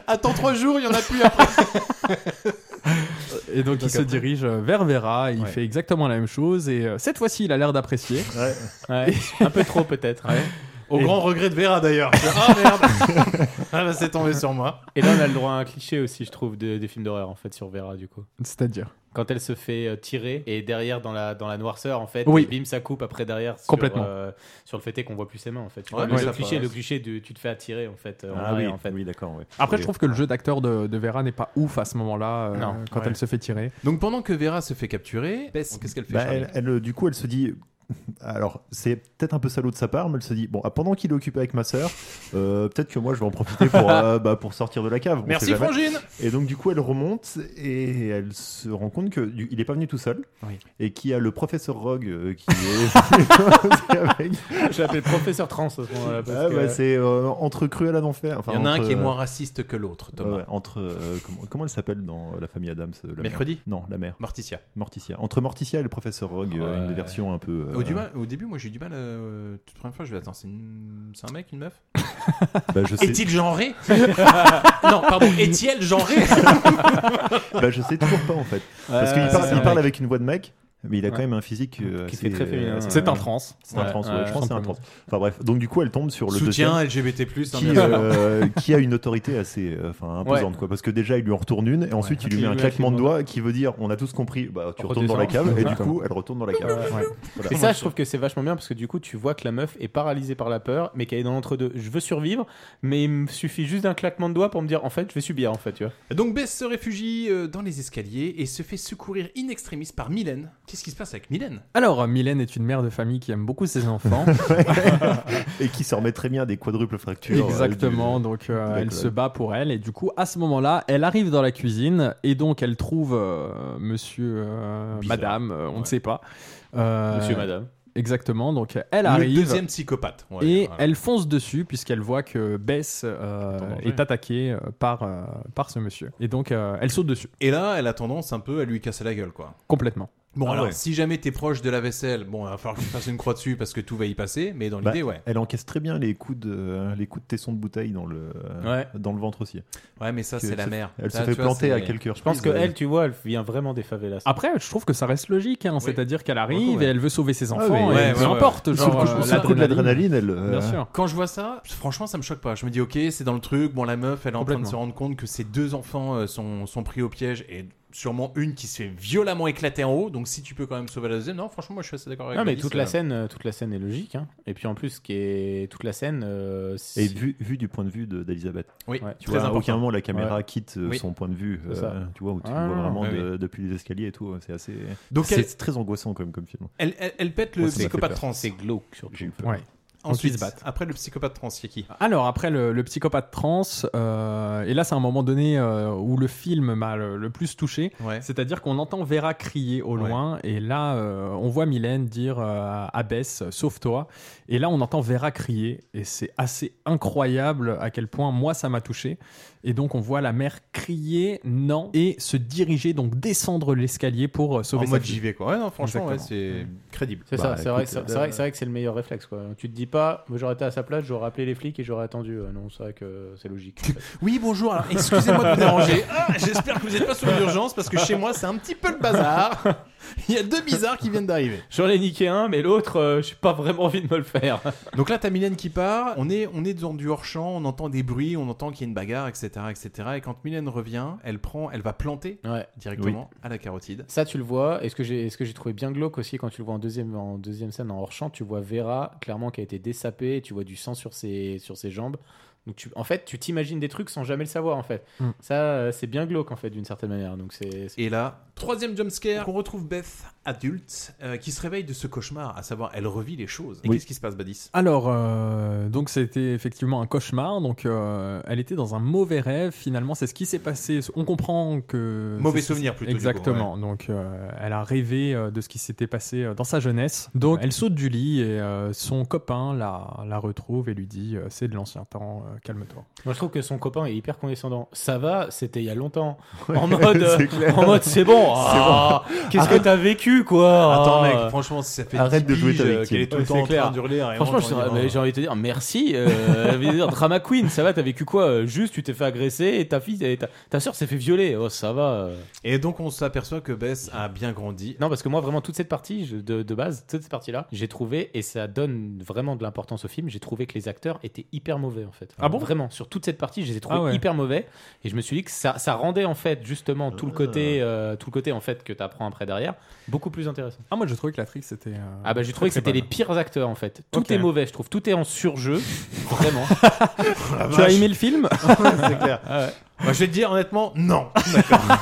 [SPEAKER 2] Attends trois jours, il y en a plus après.
[SPEAKER 9] Et donc, il se dirige euh, vers Vera et il
[SPEAKER 11] Ouais.
[SPEAKER 9] fait exactement la même chose. Et euh, cette fois-ci, il a l'air d'apprécier.
[SPEAKER 11] Ouais. Un peu trop, peut-être.
[SPEAKER 2] Au
[SPEAKER 11] Et-
[SPEAKER 2] grand regret de Vera d'ailleurs. Ah merde. Ah bah c'est tombé sur moi.
[SPEAKER 11] Et là, on a le droit à un cliché aussi, je trouve, de- des films d'horreur, en fait, sur Vera, du coup.
[SPEAKER 9] C'est-à-dire
[SPEAKER 11] Quand elle se fait euh, tirer et derrière dans la, dans la noirceur en fait,
[SPEAKER 9] Oui.
[SPEAKER 11] et bim ça coupe après derrière sur,
[SPEAKER 9] Complètement.
[SPEAKER 11] euh, sur le fait est qu'on voit plus ses mains en fait. Tu
[SPEAKER 9] Ouais,
[SPEAKER 11] vois,
[SPEAKER 9] ouais,
[SPEAKER 11] le,
[SPEAKER 9] ça
[SPEAKER 11] cliché,
[SPEAKER 9] passe.
[SPEAKER 11] le cliché de tu te fais attirer en fait. euh, en
[SPEAKER 8] Ah
[SPEAKER 11] arrière,
[SPEAKER 8] oui,
[SPEAKER 11] en fait.
[SPEAKER 8] oui, d'accord, ouais.
[SPEAKER 9] Après, je trouve que le jeu d'acteur de, de Vera n'est pas ouf à ce moment-là, euh,
[SPEAKER 11] Non,
[SPEAKER 9] quand
[SPEAKER 11] ouais.
[SPEAKER 9] elle se fait tirer.
[SPEAKER 2] Donc pendant que Vera se fait capturer, Bess, qu'est-ce qu'elle fait
[SPEAKER 8] Bah,
[SPEAKER 2] Charlie
[SPEAKER 8] elle, elle, euh, du coup, elle se dit. Alors, c'est peut-être un peu salaud de sa part, mais elle se dit bon, ah, pendant qu'il est occupé avec ma sœur, euh, peut-être que moi je vais en profiter pour, euh, bah, pour sortir de la cave. on
[SPEAKER 2] Merci,
[SPEAKER 8] sait jamais.
[SPEAKER 2] Frangine
[SPEAKER 8] Et donc, du coup, elle remonte et elle se rend compte que du- il n'est pas venu tout seul
[SPEAKER 2] Oui.
[SPEAKER 8] et qu'il y a le professeur Rogue euh, qui est. avec-
[SPEAKER 11] Je l'appelle professeur trans à ce moment-là. parce
[SPEAKER 8] Ah,
[SPEAKER 11] que-
[SPEAKER 8] bah, c'est euh, entre cruel à l'enfer. Enfin,
[SPEAKER 2] Il y en a un
[SPEAKER 8] entre,
[SPEAKER 2] qui est
[SPEAKER 8] euh,
[SPEAKER 2] moins raciste que l'autre, Thomas.
[SPEAKER 8] ouais, entre euh, comment, comment elle s'appelle dans euh, la famille Adams euh, la mère
[SPEAKER 2] Mercredi
[SPEAKER 8] Non, la mère.
[SPEAKER 2] Morticia.
[SPEAKER 8] Morticia. Entre Morticia et le professeur Rogue, euh,
[SPEAKER 2] Ouais.
[SPEAKER 8] une version un peu. euh,
[SPEAKER 2] Au, du mal- au début, moi j'ai eu du mal. euh, toute première fois, je vais attends, c'est une- c'est un mec, une meuf
[SPEAKER 8] bah, je sais-
[SPEAKER 2] Est-il genré Non, pardon, est-il genré
[SPEAKER 8] bah, je sais toujours pas en fait. Parce qu'il
[SPEAKER 11] ouais,
[SPEAKER 8] parle,
[SPEAKER 11] c'est
[SPEAKER 8] il
[SPEAKER 11] un
[SPEAKER 8] parle
[SPEAKER 11] mec.
[SPEAKER 8] avec une voix de mec, mais il a quand
[SPEAKER 11] Ouais.
[SPEAKER 8] même un physique euh,
[SPEAKER 11] Qui
[SPEAKER 8] assez-
[SPEAKER 11] fait très féminin.
[SPEAKER 8] assez-
[SPEAKER 9] C'est un trans.
[SPEAKER 8] C'est un
[SPEAKER 11] Ouais,
[SPEAKER 8] trans, ouais,
[SPEAKER 11] ouais,
[SPEAKER 8] je pense que c'est un
[SPEAKER 9] simplement.
[SPEAKER 8] trans. Enfin bref, donc du coup elle tombe sur le deuxième
[SPEAKER 2] Soutien LGBT, hein,
[SPEAKER 8] qui,
[SPEAKER 2] bien sûr.
[SPEAKER 8] euh, qui a une autorité assez euh, enfin imposante
[SPEAKER 11] Ouais.
[SPEAKER 8] quoi parce que déjà il lui en retourne une et ensuite il lui
[SPEAKER 11] Il
[SPEAKER 8] met un
[SPEAKER 11] lui met un
[SPEAKER 8] claquement de
[SPEAKER 11] claquement
[SPEAKER 8] doigts qui veut dire on a tous compris bah tu retournes dans la
[SPEAKER 11] Redescends.
[SPEAKER 8] cave et du
[SPEAKER 11] Ouais.
[SPEAKER 8] coup elle retourne dans la cave. Voilà.
[SPEAKER 11] Et ça, je trouve que c'est vachement bien parce que du coup, tu vois que la meuf est paralysée par la peur, mais qu'elle est dans l'entre-deux. Je veux survivre, mais il me suffit juste d'un claquement de doigts pour me dire en fait, je vais subir en fait, tu vois.
[SPEAKER 2] Donc Bess se réfugie euh, dans les escaliers et se fait secourir in extremis par Mylène. Qu'est-ce qui se passe avec Mylène
[SPEAKER 9] Alors, Mylène est une mère de famille qui aime beaucoup ses enfants.
[SPEAKER 8] et qui s'en remet très bien des quadruples fractures. euh,
[SPEAKER 9] Exactement,
[SPEAKER 8] du-
[SPEAKER 9] donc euh,
[SPEAKER 8] de la
[SPEAKER 9] elle se
[SPEAKER 8] colonne.
[SPEAKER 9] bat pour elle et du coup à ce moment-là elle arrive dans la cuisine et donc elle trouve euh, monsieur, euh,
[SPEAKER 2] Bizarre.
[SPEAKER 9] madame, euh, on ne sait pas. Euh,
[SPEAKER 11] Monsieur, madame.
[SPEAKER 9] Exactement, donc elle
[SPEAKER 2] Le
[SPEAKER 9] arrive
[SPEAKER 2] deuxième psychopathe. on va
[SPEAKER 9] et
[SPEAKER 2] dire, voilà.
[SPEAKER 9] elle fonce dessus puisqu'elle voit que Bess euh,
[SPEAKER 2] danger.
[SPEAKER 9] est attaquée euh, par, euh, par ce monsieur. Et donc euh, elle saute dessus
[SPEAKER 2] Et là, elle a tendance un peu à lui casser la gueule, quoi.
[SPEAKER 9] complètement.
[SPEAKER 2] Bon,
[SPEAKER 8] Ah
[SPEAKER 2] alors,
[SPEAKER 8] ouais.
[SPEAKER 2] si jamais t'es proche de la vaisselle, bon, il va falloir que tu fasses une croix dessus parce que tout va y passer, mais dans
[SPEAKER 8] Bah,
[SPEAKER 2] l'idée, ouais.
[SPEAKER 8] Elle encaisse très bien les coups de euh, les coups de tesson de bouteille dans le
[SPEAKER 11] Ouais.
[SPEAKER 8] dans le ventre aussi.
[SPEAKER 2] Ouais, mais ça,
[SPEAKER 8] que
[SPEAKER 2] c'est la
[SPEAKER 8] se-
[SPEAKER 2] mère.
[SPEAKER 8] Elle
[SPEAKER 2] Ça,
[SPEAKER 8] se fait
[SPEAKER 2] tu vois,
[SPEAKER 8] planter à
[SPEAKER 2] c'est-
[SPEAKER 8] quelques reprises. euh,
[SPEAKER 11] Je pense que elle, tu vois, elle vient vraiment des favelas.
[SPEAKER 9] Après je trouve que ça reste logique, hein, c'est-à-dire qu'elle arrive
[SPEAKER 2] Beaucoup, ouais.
[SPEAKER 9] et elle veut sauver ses
[SPEAKER 8] Ah
[SPEAKER 9] enfants,
[SPEAKER 8] oui,
[SPEAKER 9] et
[SPEAKER 2] ouais,
[SPEAKER 9] peu
[SPEAKER 2] ouais, ouais.
[SPEAKER 9] importe,
[SPEAKER 8] Sous
[SPEAKER 9] genre
[SPEAKER 8] le coup-
[SPEAKER 9] euh,
[SPEAKER 8] sous le coup de l'adrénaline, elle. euh,
[SPEAKER 9] Bien sûr.
[SPEAKER 2] Quand je vois ça, franchement, ça me choque pas. Je me dis, ok, c'est dans le truc. Bon, la meuf, elle est en train de
[SPEAKER 9] Complètement.
[SPEAKER 2] se rendre compte que ses deux enfants euh, sont, sont pris au piège et sûrement une qui se fait violemment éclater en haut. Donc, si tu peux quand même sauver la deuxième, non, franchement, moi, je suis assez d'accord avec
[SPEAKER 11] Non mais
[SPEAKER 2] Alice,
[SPEAKER 11] toute
[SPEAKER 2] euh,
[SPEAKER 11] la scène, euh, toute la scène est logique. hein. Et puis en plus, ce qui est toute la scène, euh,
[SPEAKER 8] Et
[SPEAKER 11] si-
[SPEAKER 8] vu, vu du point de vue de- d'Elisabeth.
[SPEAKER 2] Oui,
[SPEAKER 11] Ouais,
[SPEAKER 8] Tu
[SPEAKER 2] très
[SPEAKER 8] vois, à
[SPEAKER 2] important.
[SPEAKER 8] aucun moment la caméra quitte euh,
[SPEAKER 2] Oui.
[SPEAKER 8] son point de vue.
[SPEAKER 11] C'est ça.
[SPEAKER 8] euh, tu vois, où tu le
[SPEAKER 11] Ah,
[SPEAKER 8] vois vraiment
[SPEAKER 2] ouais,
[SPEAKER 8] de- depuis les escaliers et tout. ouais, C'est assez.
[SPEAKER 2] Donc,
[SPEAKER 8] c'est
[SPEAKER 2] elle-
[SPEAKER 8] très angoissant quand même comme film.
[SPEAKER 2] Elle, elle- elle pète le
[SPEAKER 8] Moi, ça m'a fait
[SPEAKER 2] psychopathe
[SPEAKER 8] peur.
[SPEAKER 2] trans.
[SPEAKER 11] c'est glauque surtout.
[SPEAKER 8] J'ai eu peur.
[SPEAKER 9] Ouais.
[SPEAKER 2] Ensuite,
[SPEAKER 9] se battent.
[SPEAKER 2] après le psychopathe trans, c'est qui
[SPEAKER 9] Ah, Alors après le, le psychopathe trans, euh, et là c'est un moment donné euh, où le film m'a le, le plus touché,
[SPEAKER 2] Ouais.
[SPEAKER 9] c'est-à-dire qu'on entend Vera crier au
[SPEAKER 2] Ouais.
[SPEAKER 9] loin, et là euh, on voit Mylène dire euh, à Bess sauve-toi, et là on entend Vera crier, et c'est assez incroyable à quel point moi ça m'a touché, et donc on voit la mère crier non et se diriger donc descendre l'escalier pour euh, sauver
[SPEAKER 2] En
[SPEAKER 9] sa
[SPEAKER 2] mode
[SPEAKER 9] fille.
[SPEAKER 2] j'y vais, quoi. Ouais, non, franchement, ouais,
[SPEAKER 9] Exactement.
[SPEAKER 2] c'est crédible.
[SPEAKER 11] C'est
[SPEAKER 8] Bah,
[SPEAKER 11] ça. C'est vrai,
[SPEAKER 8] écoute,
[SPEAKER 11] c'est
[SPEAKER 8] euh,
[SPEAKER 11] vrai, c'est vrai que c'est le meilleur réflexe. Quoi. Tu te dis
[SPEAKER 9] pas, moi, j'aurais été à sa place, j'aurais appelé les flics et j'aurais attendu. Euh, non, c'est vrai que c'est logique. en
[SPEAKER 8] euh,
[SPEAKER 9] fait.
[SPEAKER 2] Oui, bonjour. Alors, excusez-moi de vous déranger. Ah, J'espère que vous n'êtes pas sous l'urgence parce que chez moi, c'est un petit peu le bazar. Il y a deux bizarres qui viennent d'arriver.
[SPEAKER 9] J'en ai niqué un, mais l'autre, euh, j'ai pas vraiment envie de me le faire.
[SPEAKER 2] Donc là, t'as Mylène qui part, on est, on est dans du hors-champ, on entend des bruits, on entend qu'il y a une bagarre, etc., etc. Et quand Mylène revient, elle prend, elle va planter directement à la carotide.
[SPEAKER 9] Ça, tu le vois. Et ce que j'ai, ce que j'ai trouvé bien glauque aussi quand tu le vois en deuxième, en deuxième scène en hors champ, tu vois Vera clairement qui a été dessapée. Tu vois du sang sur ses, sur ses jambes. Donc tu, en fait, tu t'imagines des trucs sans jamais le savoir en fait.
[SPEAKER 2] Mm.
[SPEAKER 9] Ça, euh, c'est bien glauque en fait d'une certaine manière. Donc c'est.
[SPEAKER 2] Et là, troisième jumpscare, on retrouve Beth, adulte, euh, qui se réveille de ce cauchemar, à savoir, elle revit les choses.
[SPEAKER 15] Oui.
[SPEAKER 2] Et
[SPEAKER 15] Ah,
[SPEAKER 2] qu'est-ce qui se passe, Badis
[SPEAKER 15] Alors, euh, donc c'était effectivement un cauchemar. Donc, euh, elle était dans un mauvais rêve. Finalement, c'est ce qui s'est passé. On comprend que
[SPEAKER 2] Mauvais
[SPEAKER 15] c'est-
[SPEAKER 2] souvenir, plutôt, du coup,
[SPEAKER 15] Exactement.
[SPEAKER 2] ouais.
[SPEAKER 15] Donc, euh, elle a rêvé euh, de ce qui s'était passé euh, dans sa jeunesse. Donc, elle saute du lit et euh, son copain la, la retrouve et lui dit euh, C'est de l'ancien temps. euh, Calme-toi.
[SPEAKER 9] Moi, je trouve que son copain est hyper condescendant. Ça va, c'était il y a longtemps.
[SPEAKER 15] Ouais,
[SPEAKER 9] en mode, euh,
[SPEAKER 15] c'est clair.
[SPEAKER 9] en mode, c'est
[SPEAKER 15] C'est
[SPEAKER 9] bon.
[SPEAKER 15] bon.
[SPEAKER 9] Ah, Qu'est-ce que
[SPEAKER 15] Arrête.
[SPEAKER 9] t'as vécu, quoi
[SPEAKER 15] Attends,
[SPEAKER 9] Ah.
[SPEAKER 15] mec, franchement, si ça fait Oh. Arrête 10 de jouer piges, ta euh, victime. qu'elle est tout le
[SPEAKER 9] Ouais,
[SPEAKER 15] temps
[SPEAKER 9] c'est
[SPEAKER 15] en
[SPEAKER 9] clair.
[SPEAKER 15] train d'hurler, rien
[SPEAKER 9] Franchement, je
[SPEAKER 15] entendre
[SPEAKER 9] serais-
[SPEAKER 15] dire,
[SPEAKER 9] mais
[SPEAKER 15] hein.
[SPEAKER 9] j'ai envie de te dire merci. euh, je veux dire, drama queen, ça va, t'as vécu quoi Euh, Juste, tu t'es fait agresser et ta fille, et ta, ta soeur s'est fait violer. Oh, ça va.
[SPEAKER 2] hein. Et donc, on s'aperçoit que Bess a bien grandi.
[SPEAKER 9] Non, parce que moi, vraiment, toute cette partie je- de, de base, toute cette partie-là, j'ai trouvé, et ça donne vraiment de l'importance au film, j'ai trouvé que les acteurs étaient hyper mauvais, en fait.
[SPEAKER 15] Ah bon
[SPEAKER 9] Vraiment, sur toute cette partie, je les ai trouvés
[SPEAKER 15] Ah ouais.
[SPEAKER 9] hyper mauvais, et je me suis dit que ça, ça rendait, en fait, justement, tout le côté, euh, tout le côté en fait, que tu apprends après derrière, beaucoup plus intéressant.
[SPEAKER 15] Ah, moi, je trouvais que l'actrice c'était. euh,
[SPEAKER 9] Ah bah j'ai
[SPEAKER 15] très,
[SPEAKER 9] trouvé que
[SPEAKER 15] très
[SPEAKER 9] c'était
[SPEAKER 15] bonne.
[SPEAKER 9] les pires acteurs en fait. Tout
[SPEAKER 15] Ok.
[SPEAKER 9] est mauvais je trouve, tout est en surjeu, vraiment.
[SPEAKER 15] la Tu as vache. aimé le film
[SPEAKER 2] C'est clair.
[SPEAKER 9] Ah ouais.
[SPEAKER 2] Moi, je vais te dire honnêtement, non.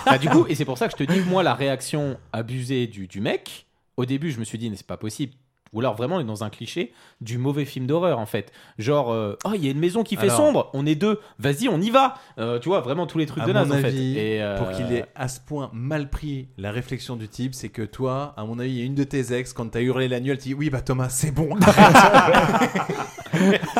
[SPEAKER 9] Bah, du coup, et c'est pour ça que je te dis que moi, la réaction abusée du, du mec, au début, je me suis dit, mais c'est pas possible. Ou alors vraiment, on est dans un cliché du mauvais film d'horreur, en fait. Genre, euh, oh, il y a une maison qui fait
[SPEAKER 2] Alors-
[SPEAKER 9] sombre, on est deux, vas-y, on y va. Euh, tu vois, vraiment tous les trucs
[SPEAKER 2] À
[SPEAKER 9] de naze,
[SPEAKER 2] mon
[SPEAKER 9] en fait.
[SPEAKER 2] avis,
[SPEAKER 9] Et, euh,
[SPEAKER 2] pour qu'il ait à ce point mal pris la réflexion du type, c'est que toi, à mon avis, il y a une de tes ex, quand t'as hurlé la nuit, elle te dit Oui, bah Thomas, c'est bon.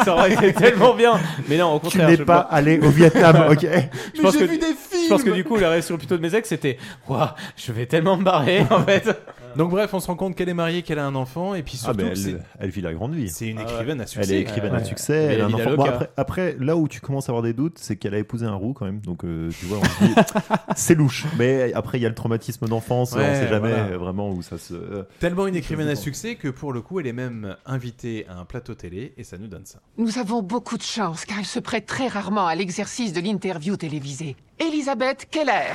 [SPEAKER 9] ça aurait été tellement bien. Mais non, au
[SPEAKER 8] Tu
[SPEAKER 9] contraire.
[SPEAKER 8] n'es
[SPEAKER 9] je-
[SPEAKER 8] pas allé au Vietnam, ok. Ah,
[SPEAKER 9] Je pense
[SPEAKER 8] Mais j'ai
[SPEAKER 9] que-
[SPEAKER 8] vu des
[SPEAKER 9] Je pense que du coup, la réaction plutôt de mes ex, c'était Ouah, je vais tellement me barrer, en fait.
[SPEAKER 2] Donc, bref, on se rend compte qu'elle est mariée, qu'elle a un enfant, et puis
[SPEAKER 8] Ah,
[SPEAKER 2] surtout.
[SPEAKER 8] mais
[SPEAKER 2] que c'est-
[SPEAKER 8] elle, elle vit la grande vie.
[SPEAKER 2] C'est une
[SPEAKER 9] Ah,
[SPEAKER 2] écrivaine à
[SPEAKER 8] Elle
[SPEAKER 2] succès.
[SPEAKER 8] est écrivaine
[SPEAKER 2] Ouais.
[SPEAKER 8] à succès.
[SPEAKER 2] Mais
[SPEAKER 8] elle a
[SPEAKER 2] la
[SPEAKER 8] un
[SPEAKER 2] Vida
[SPEAKER 8] enfant. Bon,
[SPEAKER 2] Loca.
[SPEAKER 8] après, après, là où tu commences à avoir des doutes, c'est qu'elle a épousé un roux quand même. Donc, euh, tu vois, on se dit, c'est louche. Mais après, il y a le traumatisme d'enfance.
[SPEAKER 2] Ouais,
[SPEAKER 8] on sait jamais
[SPEAKER 2] voilà.
[SPEAKER 8] euh, vraiment où ça se. euh,
[SPEAKER 2] Tellement une
[SPEAKER 8] ça se
[SPEAKER 2] écrivaine à
[SPEAKER 8] dépend.
[SPEAKER 2] succès que pour le coup, elle est même invitée à un plateau télé, et ça nous donne ça.
[SPEAKER 11] Nous avons beaucoup de chance car elle se prête très rarement à l'exercice de l'interview télévisée. Elisabeth Keller.